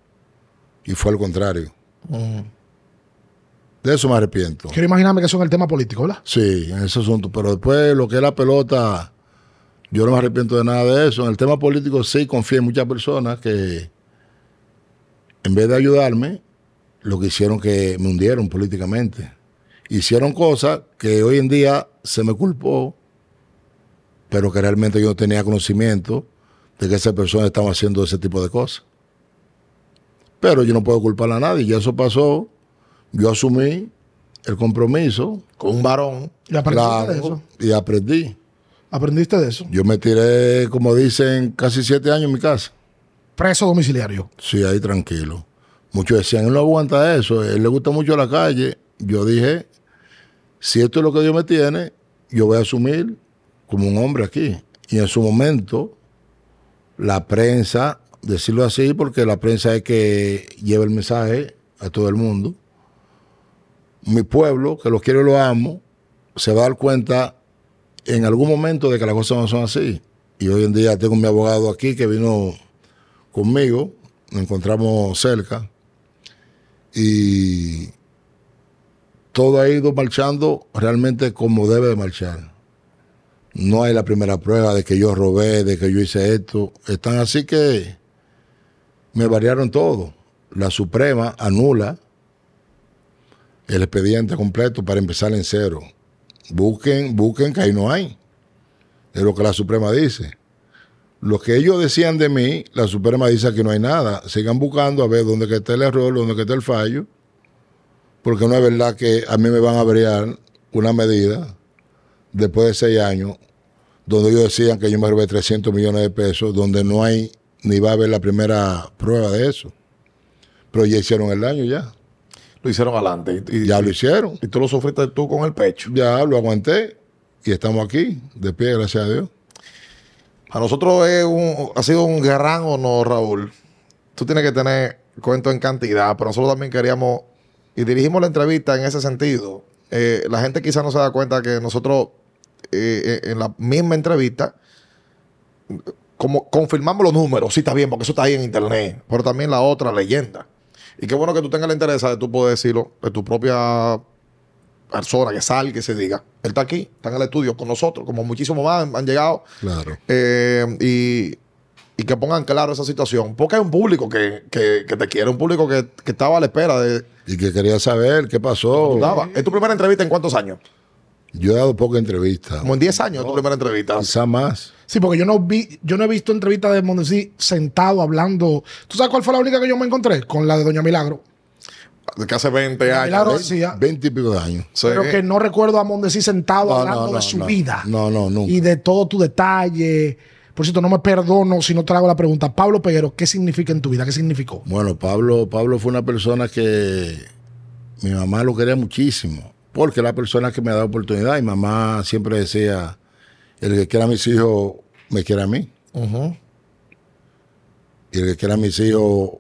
[SPEAKER 3] Y fue al contrario. De eso me arrepiento.
[SPEAKER 1] Quiero imaginarme que eso en el tema político, ¿verdad?
[SPEAKER 3] Sí, en ese asunto. Pero después, lo que es la pelota, yo no me arrepiento de nada de eso. En el tema político, sí, confío en muchas personas que, en vez de ayudarme, lo que hicieron que me hundieron políticamente. Hicieron cosas que hoy en día se me culpó, pero que realmente yo no tenía conocimiento de que esas personas estaban haciendo ese tipo de cosas. Pero yo no puedo culpar a nadie, ya eso pasó. Yo asumí el compromiso
[SPEAKER 4] Con un varón.
[SPEAKER 1] Y aprendiste
[SPEAKER 3] claro,
[SPEAKER 1] de eso.
[SPEAKER 3] y aprendí.
[SPEAKER 1] Aprendiste de eso.
[SPEAKER 3] Yo me tiré, como dicen, casi siete años en mi casa.
[SPEAKER 1] Preso domiciliario.
[SPEAKER 3] Sí, ahí tranquilo. Muchos decían, él no aguanta eso, él le gusta mucho la calle. Yo dije, si esto es lo que Dios me tiene, yo voy a asumir como un hombre aquí. Y en su momento, la prensa, decirlo así, porque la prensa es que lleva el mensaje a todo el mundo. Mi pueblo, que los quiero y los amo, se va a dar cuenta en algún momento de que las cosas no son así. Y hoy en día tengo mi abogado aquí que vino conmigo, nos encontramos cerca y todo ha ido marchando realmente como debe de marchar. No hay la primera prueba de que yo robé, de que yo hice esto. Están así que me variaron todo. La Suprema anula el expediente completo para empezar en cero. Busquen, busquen que ahí no hay. Es lo que la Suprema dice lo que ellos decían de mí, la Suprema dice que no hay nada. Sigan buscando a ver dónde que está el error, dónde que está el fallo, porque no es verdad que a mí me van a brear una medida después de seis años, donde ellos decían que yo me robé 300 millones de pesos, donde no hay ni va a haber la primera prueba de eso. Pero ya hicieron el daño, ya.
[SPEAKER 4] Lo hicieron adelante. Y, y-
[SPEAKER 3] Ya lo hicieron.
[SPEAKER 4] y tú lo sufriste tú con el pecho.
[SPEAKER 3] Ya lo aguanté y estamos aquí, de pie, gracias a Dios.
[SPEAKER 4] A nosotros es un- ha sido un gran honor, Raúl. Tú tienes que tener cuento en cantidad, pero nosotros también queríamos y dirigimos la entrevista en ese sentido. Eh, la gente quizás no se da cuenta que nosotros eh, eh, en la misma entrevista como confirmamos los números, sí está bien, porque eso está ahí en internet, pero también la otra leyenda. Y qué bueno que tú tengas la interés de tú poder decirlo, de tu propia persona, que salga, que se diga. Él está aquí, está en el estudio con nosotros, como muchísimos más han- han llegado.
[SPEAKER 3] Claro.
[SPEAKER 4] Eh, y, y que pongan claro esa situación. Porque hay un público que, que- que te quiere, un público que, que estaba a la espera de.
[SPEAKER 3] Y que quería saber qué pasó.
[SPEAKER 4] Estaba- Es tu primera entrevista en cuántos años?
[SPEAKER 3] Yo he dado pocas entrevistas.
[SPEAKER 4] Como en 10 años es tu primera entrevista.
[SPEAKER 3] Quizá más.
[SPEAKER 1] Sí, porque yo no vi, yo no he visto entrevistas de Mondesi sentado hablando. ¿Tú sabes cuál fue la única que yo me encontré? Con la de Doña Milagro.
[SPEAKER 4] De que hace 20 años.
[SPEAKER 1] Milagro
[SPEAKER 4] ¿eh?
[SPEAKER 1] decía,
[SPEAKER 3] Veinte y pico de años.
[SPEAKER 4] Sí.
[SPEAKER 1] pero que no recuerdo a Mondesi sentado
[SPEAKER 3] No,
[SPEAKER 1] hablando
[SPEAKER 3] no, no,
[SPEAKER 1] de su
[SPEAKER 3] no.
[SPEAKER 1] vida.
[SPEAKER 3] No, no, nunca.
[SPEAKER 1] Y de todo tu detalle. Por cierto, no me perdono si no traigo la pregunta. Pablo Peguero, ¿qué significa en tu vida? ¿Qué significó?
[SPEAKER 3] Bueno, Pablo, Pablo fue una persona que mi mamá lo quería muchísimo, porque es la persona que me ha dado oportunidad. Mi mamá siempre decía, el que quiera a mis hijos, me quiere a mí.
[SPEAKER 4] Ujú.
[SPEAKER 3] Y el que quiera a mis hijos,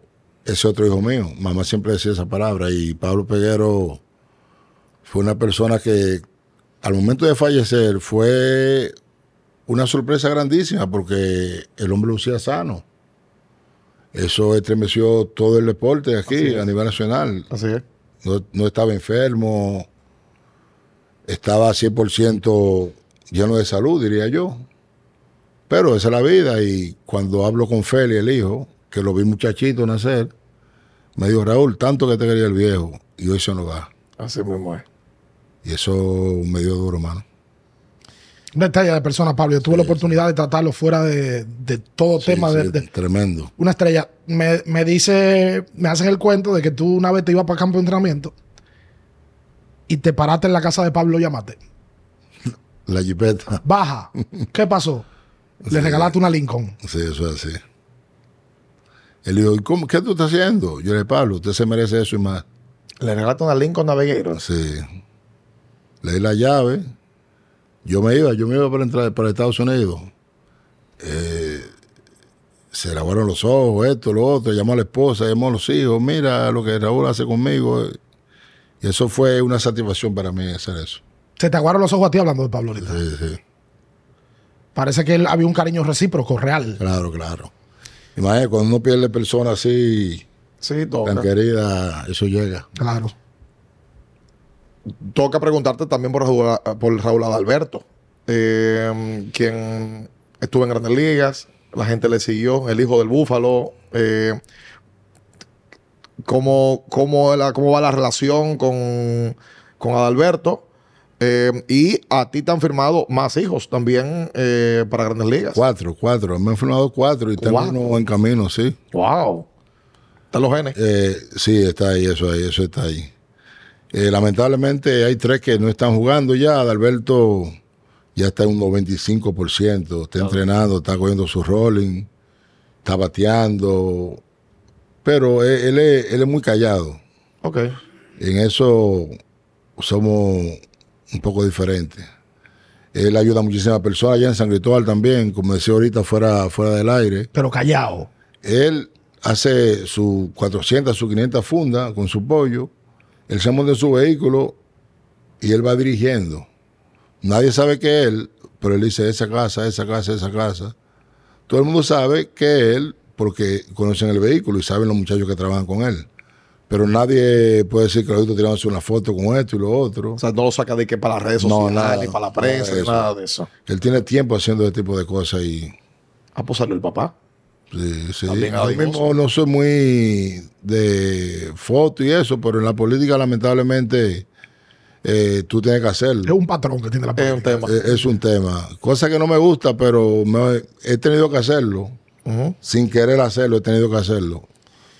[SPEAKER 3] ese otro hijo mío. Mamá siempre decía esa palabra. Y Pablo Peguero fue una persona que al momento de fallecer fue una sorpresa grandísima porque el hombre lucía sano. Eso estremeció todo el deporte
[SPEAKER 4] Así
[SPEAKER 3] aquí
[SPEAKER 4] es.
[SPEAKER 3] a nivel nacional.
[SPEAKER 4] Así es.
[SPEAKER 3] No, no estaba enfermo, estaba 100% lleno de salud, diría yo. Pero esa es la vida y cuando hablo con Feli, el hijo, que lo vi muchachito nacer, me dijo, Raúl, tanto que te quería el viejo y hoy se nos va.
[SPEAKER 4] Así mismo es.
[SPEAKER 3] Y eso me dio duro, mano.
[SPEAKER 1] Un detalle de persona, Pablo. Yo tuve la oportunidad de tratarlo fuera de, de todo
[SPEAKER 3] Sí,
[SPEAKER 1] tema de-
[SPEAKER 3] sí,
[SPEAKER 1] de,
[SPEAKER 3] Tremendo.
[SPEAKER 1] una estrella. Me, me dice, me hacen el cuento de que tú una vez te ibas para campo de entrenamiento y te paraste en la casa de Pablo Yamate.
[SPEAKER 3] La jipeta.
[SPEAKER 1] Baja. ¿Qué pasó? Le regalaste una Lincoln.
[SPEAKER 3] Sí, eso es así. Él dijo, ¿y cómo? ¿Qué tú estás haciendo? Yo le dije, Pablo, usted se merece eso y más.
[SPEAKER 4] Le regalaste una Lincoln Navigator.
[SPEAKER 3] Sí. Le di la llave. Yo me iba, yo me iba para entrar para Estados Unidos. Eh, se lavaron los ojos, esto, lo otro. Llamó a la esposa, llamó a los hijos. Mira lo que Raúl hace conmigo. Y eso fue una satisfacción para mí hacer eso.
[SPEAKER 1] Se te aguaron los ojos a ti hablando de Pablo ahorita.
[SPEAKER 3] Sí, sí.
[SPEAKER 1] Parece que él había un cariño recíproco, real.
[SPEAKER 3] Claro, claro. Imagínate, cuando uno pierde personas así
[SPEAKER 4] Sí,
[SPEAKER 3] tan
[SPEAKER 4] toca.
[SPEAKER 3] queridas, eso llega.
[SPEAKER 1] Claro.
[SPEAKER 2] toca preguntarte también por Raúl, por Raúl Adalberto, eh, quien estuvo en Grandes Ligas, la gente le siguió, el hijo del Búfalo. eh, ¿cómo, cómo, la- ¿Cómo va la relación con, con Adalberto? Eh, y a ti te han firmado más hijos también eh, para Grandes Ligas.
[SPEAKER 3] Cuatro, cuatro. Me han firmado cuatro y tengo
[SPEAKER 2] Cuatro.
[SPEAKER 3] uno en camino, sí.
[SPEAKER 2] ¡Wow! Están los genes.
[SPEAKER 3] Eh, sí, está ahí, eso ahí, eso está ahí. Eh, lamentablemente hay tres que no están jugando ya. Adalberto ya está en un 95%, está entrenando, está cogiendo su rolling, está bateando, pero él, él es, él es muy callado.
[SPEAKER 2] Ok.
[SPEAKER 3] En eso somos un poco diferentes. Él ayuda a muchísimas personas allá en San Cristóbal también, como decía ahorita, fuera, fuera del aire
[SPEAKER 1] Pero callado.
[SPEAKER 3] él hace sus 400, sus 500 fundas con su pollo, él se monta en su vehículo y él va dirigiendo. Nadie sabe que él, pero él dice esa casa, esa casa, esa casa. Todo el mundo sabe que él, porque conocen el vehículo y saben los muchachos que trabajan con él. Pero nadie puede decir que ahorita tirándose una foto con esto y lo otro.
[SPEAKER 2] O sea, no lo saca de que para las redes
[SPEAKER 3] No,
[SPEAKER 2] sociales,
[SPEAKER 3] nada,
[SPEAKER 2] ni para la
[SPEAKER 3] nada
[SPEAKER 2] prensa,
[SPEAKER 3] de
[SPEAKER 2] ni
[SPEAKER 3] eso.
[SPEAKER 2] nada de eso.
[SPEAKER 3] Él tiene tiempo haciendo ese tipo de cosas y
[SPEAKER 2] Ah, pues salió el papá.
[SPEAKER 3] Sí, sí.
[SPEAKER 2] También
[SPEAKER 3] Yo
[SPEAKER 2] adivoso.
[SPEAKER 3] mismo no soy muy de foto y eso, pero en la política lamentablemente eh, tú tienes que
[SPEAKER 1] Es
[SPEAKER 3] hacerlo.
[SPEAKER 1] un patrón que tiene la
[SPEAKER 2] Es un
[SPEAKER 1] política.
[SPEAKER 2] tema.
[SPEAKER 3] Eh, Es un tema. Cosa que no me gusta, pero me- he tenido que hacerlo.
[SPEAKER 2] Ujú.
[SPEAKER 3] Sin querer hacerlo, he tenido que hacerlo.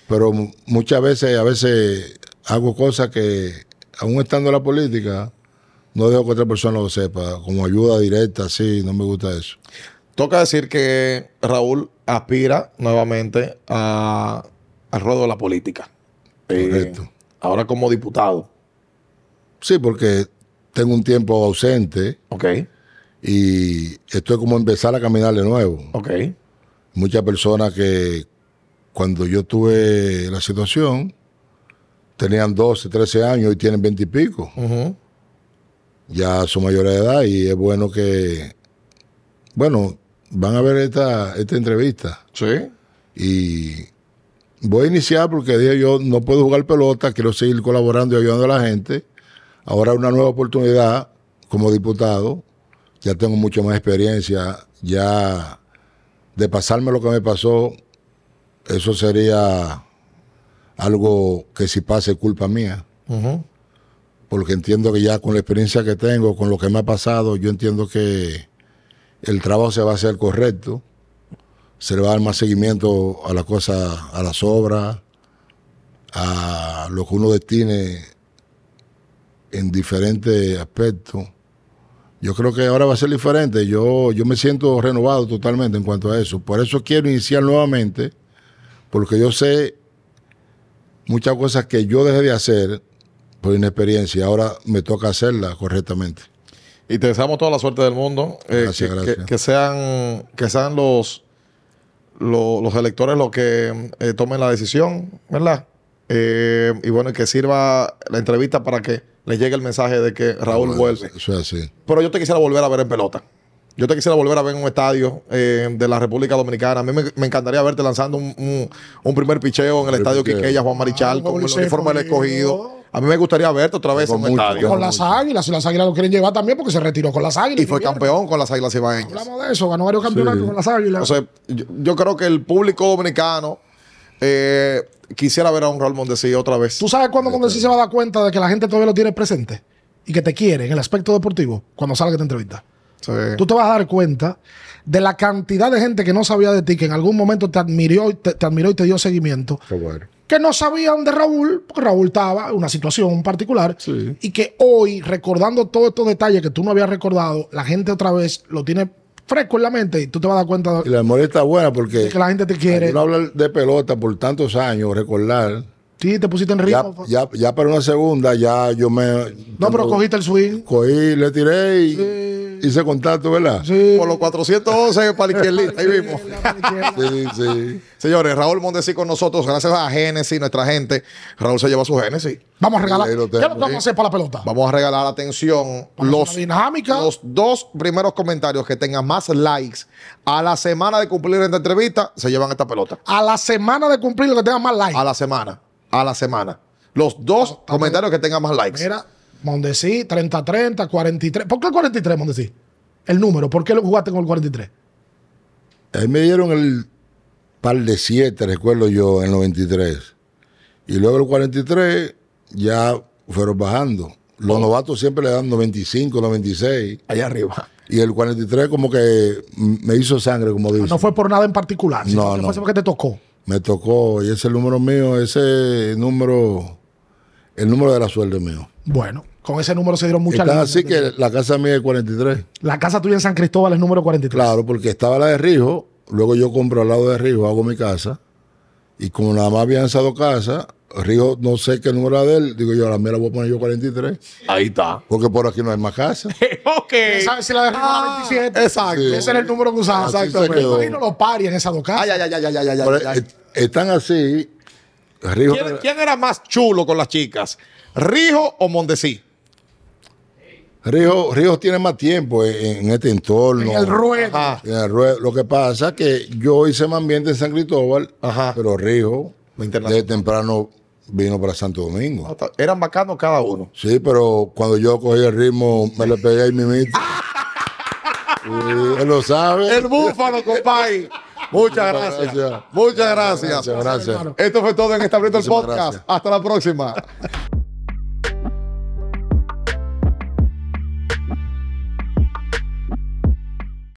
[SPEAKER 3] Pero mu- muchas veces, a veces hago cosas que, aún estando en la política, no dejo que otra persona lo sepa. Como ayuda directa, sí, no me gusta eso.
[SPEAKER 2] Toca decir que Raúl aspira nuevamente a, al ruedo de la política. Eh,
[SPEAKER 3] Correcto.
[SPEAKER 2] ahora como diputado.
[SPEAKER 3] Sí, porque tengo un tiempo ausente.
[SPEAKER 2] Ok,
[SPEAKER 3] Y esto es como empezar a caminar de nuevo.
[SPEAKER 2] ok.
[SPEAKER 3] Muchas personas que cuando yo tuve la situación tenían 12, 13 años y tienen 20 y pico.
[SPEAKER 2] Ujú.
[SPEAKER 3] Ya son mayores de edad y es bueno que, bueno, van a ver esta, esta entrevista.
[SPEAKER 2] Sí.
[SPEAKER 3] Y voy a iniciar porque dije yo no puedo jugar pelota, quiero seguir colaborando y ayudando a la gente. Ahora una nueva oportunidad como diputado. Ya tengo mucha más experiencia. Ya de pasarme lo que me pasó, eso sería algo que si pase es culpa mía.
[SPEAKER 2] Ujú.
[SPEAKER 3] Porque entiendo que ya con la experiencia que tengo, con lo que me ha pasado, yo entiendo que el trabajo se va a hacer correcto. Se le va a dar más seguimiento a las cosas, a las obras, a lo que uno destine en diferentes aspectos. Yo creo que ahora va a ser diferente. Yo, yo me siento renovado totalmente en cuanto a eso. Por eso quiero iniciar nuevamente, porque yo sé muchas cosas que yo dejé de hacer por inexperiencia. Ahora me toca hacerlas correctamente.
[SPEAKER 2] Y te deseamos toda la suerte del mundo. Eh,
[SPEAKER 3] Gracias,
[SPEAKER 2] que,
[SPEAKER 3] gracias.
[SPEAKER 2] que- que sean, que sean los, lo- los, electores los que eh, tomen la decisión, ¿verdad? Eh, y bueno, y que sirva la entrevista para que les llegue el mensaje de que Raúl
[SPEAKER 3] Bueno,
[SPEAKER 2] vuelve.
[SPEAKER 3] Eso es así.
[SPEAKER 2] Pero yo te quisiera volver a ver en pelota. Yo te quisiera volver a ver en un estadio eh, de la República Dominicana. A mí me, me encantaría verte lanzando un, un- un primer picheo en el
[SPEAKER 3] Primer
[SPEAKER 2] estadio
[SPEAKER 3] picheo.
[SPEAKER 2] Quiqueya, Juan Marichal,
[SPEAKER 1] Ah,
[SPEAKER 2] con el
[SPEAKER 1] Liceo
[SPEAKER 2] uniforme del
[SPEAKER 1] escogido.
[SPEAKER 2] escogido. A mí me gustaría verte otra vez en
[SPEAKER 3] Con
[SPEAKER 2] un
[SPEAKER 3] mucho,
[SPEAKER 2] estadio.
[SPEAKER 1] Con las águilas. Y las águilas lo quieren llevar también porque se retiró con las águilas.
[SPEAKER 2] Y fue campeón con las Águilas Ibaeñas.
[SPEAKER 1] Hablamos de eso. Ganó varios campeonatos con las águilas.
[SPEAKER 2] Entonces, yo, yo creo que el público dominicano eh, quisiera ver a un Raúl Mondesi otra vez.
[SPEAKER 1] ¿Tú sabes cuándo Mondesi se va a dar cuenta de que la gente todavía lo tiene presente? Y que te quiere en el aspecto deportivo cuando salga de entrevista.
[SPEAKER 2] Sí.
[SPEAKER 1] Tú te vas a dar cuenta de la cantidad de gente que no sabía de ti, que en algún momento te admiró y te, te admiró y te dio seguimiento,
[SPEAKER 3] Qué bueno.
[SPEAKER 1] que no sabían de Raúl, porque Raúl estaba en una situación particular,
[SPEAKER 3] Sí.
[SPEAKER 1] y que hoy, recordando todos estos detalles que tú no habías recordado, la gente otra vez lo tiene fresco en la mente y tú te vas a dar cuenta
[SPEAKER 3] Y
[SPEAKER 1] de
[SPEAKER 3] la memoria está buena porque
[SPEAKER 1] que la gente te quiere.
[SPEAKER 3] uno habla de pelota por tantos años, recordar.
[SPEAKER 1] Sí, te pusiste en
[SPEAKER 3] Ya,
[SPEAKER 1] ritmo.
[SPEAKER 3] ya, ya para una segunda, ya yo me.
[SPEAKER 1] No, pero cogiste el swing.
[SPEAKER 3] Cogí, le tiré y hice contacto, ¿verdad?
[SPEAKER 1] Sí.
[SPEAKER 2] Por los 411 para la izquierdita, ahí mismo.
[SPEAKER 3] sí. sí.
[SPEAKER 2] Señores, Raúl Mondesi con nosotros, gracias a Génesis, nuestra gente. Raúl se lleva su Génesis.
[SPEAKER 1] Vamos a regalar.
[SPEAKER 3] Ahí lo
[SPEAKER 1] ¿Qué
[SPEAKER 3] tengo,
[SPEAKER 1] es lo que vamos
[SPEAKER 3] sí.
[SPEAKER 1] a hacer para la pelota?
[SPEAKER 2] Vamos a regalar atención
[SPEAKER 1] Vamos a hacer
[SPEAKER 2] los,
[SPEAKER 1] una dinámica.
[SPEAKER 2] los dos primeros comentarios que tengan más likes a la semana de cumplir esta entrevista, se llevan esta pelota.
[SPEAKER 1] A la semana de cumplir lo que tenga más likes.
[SPEAKER 2] A la semana, a la semana. Los dos comentarios que tengan más likes.
[SPEAKER 1] Mira, Mondesi, 30-30, 43. ¿Por qué el 43, Mondesi? El número, ¿por qué lo jugaste con el 43?
[SPEAKER 3] Ahí me dieron el par de 7, recuerdo yo, en el 93. Y luego el 43 ya fueron bajando.
[SPEAKER 1] Oh.
[SPEAKER 3] Los novatos siempre le dan 95, 96.
[SPEAKER 2] Allá arriba.
[SPEAKER 3] Y el 43 como que me hizo sangre, como dicen.
[SPEAKER 1] No fue por nada en particular, sino
[SPEAKER 3] No,
[SPEAKER 1] que
[SPEAKER 3] no.
[SPEAKER 1] fue porque te tocó.
[SPEAKER 3] Me tocó, y ese número mío, ese número, el número de la suerte mío.
[SPEAKER 1] Bueno, con ese número se dieron muchas
[SPEAKER 3] Están
[SPEAKER 1] líneas.
[SPEAKER 3] así que la casa mía es 43.
[SPEAKER 1] La casa tuya en San Cristóbal es número 43.
[SPEAKER 3] Claro, porque estaba la de Rijo, luego yo compro al lado de Rijo, hago mi casa, y como nada más habían esas dos casas, Rijo no sé qué número era de él, digo yo, a la mía la voy a poner yo 43,
[SPEAKER 2] Ahí está.
[SPEAKER 3] porque por aquí no hay más casas.
[SPEAKER 2] ok.
[SPEAKER 1] ¿Sabes si la de arriba era 27?
[SPEAKER 2] Exacto.
[SPEAKER 3] Sí.
[SPEAKER 1] Ese era el número que usaba.
[SPEAKER 3] Ah, Así se
[SPEAKER 1] Exactamente.
[SPEAKER 3] quedó.
[SPEAKER 1] Imagino los paris en esas dos casas.
[SPEAKER 2] Ay, ay, ay, ay, ay, ay, ay,
[SPEAKER 3] Pero,
[SPEAKER 2] ay, ay.
[SPEAKER 3] eh, están así, Rijo...
[SPEAKER 2] ¿Quién, quién era más chulo con las chicas? ¿Rijo o Mondesí?
[SPEAKER 3] Ríos tiene más tiempo en, en este entorno.
[SPEAKER 1] En el ruedo.
[SPEAKER 2] Ajá.
[SPEAKER 3] En el ruedo. Lo que pasa es que yo hice mi ambiente en San Cristóbal,
[SPEAKER 2] Ajá.
[SPEAKER 3] pero Río
[SPEAKER 2] Lo
[SPEAKER 3] de
[SPEAKER 2] internacional.
[SPEAKER 3] temprano vino para Santo Domingo.
[SPEAKER 2] Eran bacanos cada uno.
[SPEAKER 3] Sí, pero cuando yo cogí el ritmo, me le pegué ahí mimito. Y Él lo sabe.
[SPEAKER 2] El búfalo, compadre. Muchas gracias. Muchas gracias.
[SPEAKER 3] Muchas gracias.
[SPEAKER 2] Esto fue todo en Establito el
[SPEAKER 3] Muchísimas
[SPEAKER 2] Podcast.
[SPEAKER 3] gracias.
[SPEAKER 2] Hasta la próxima.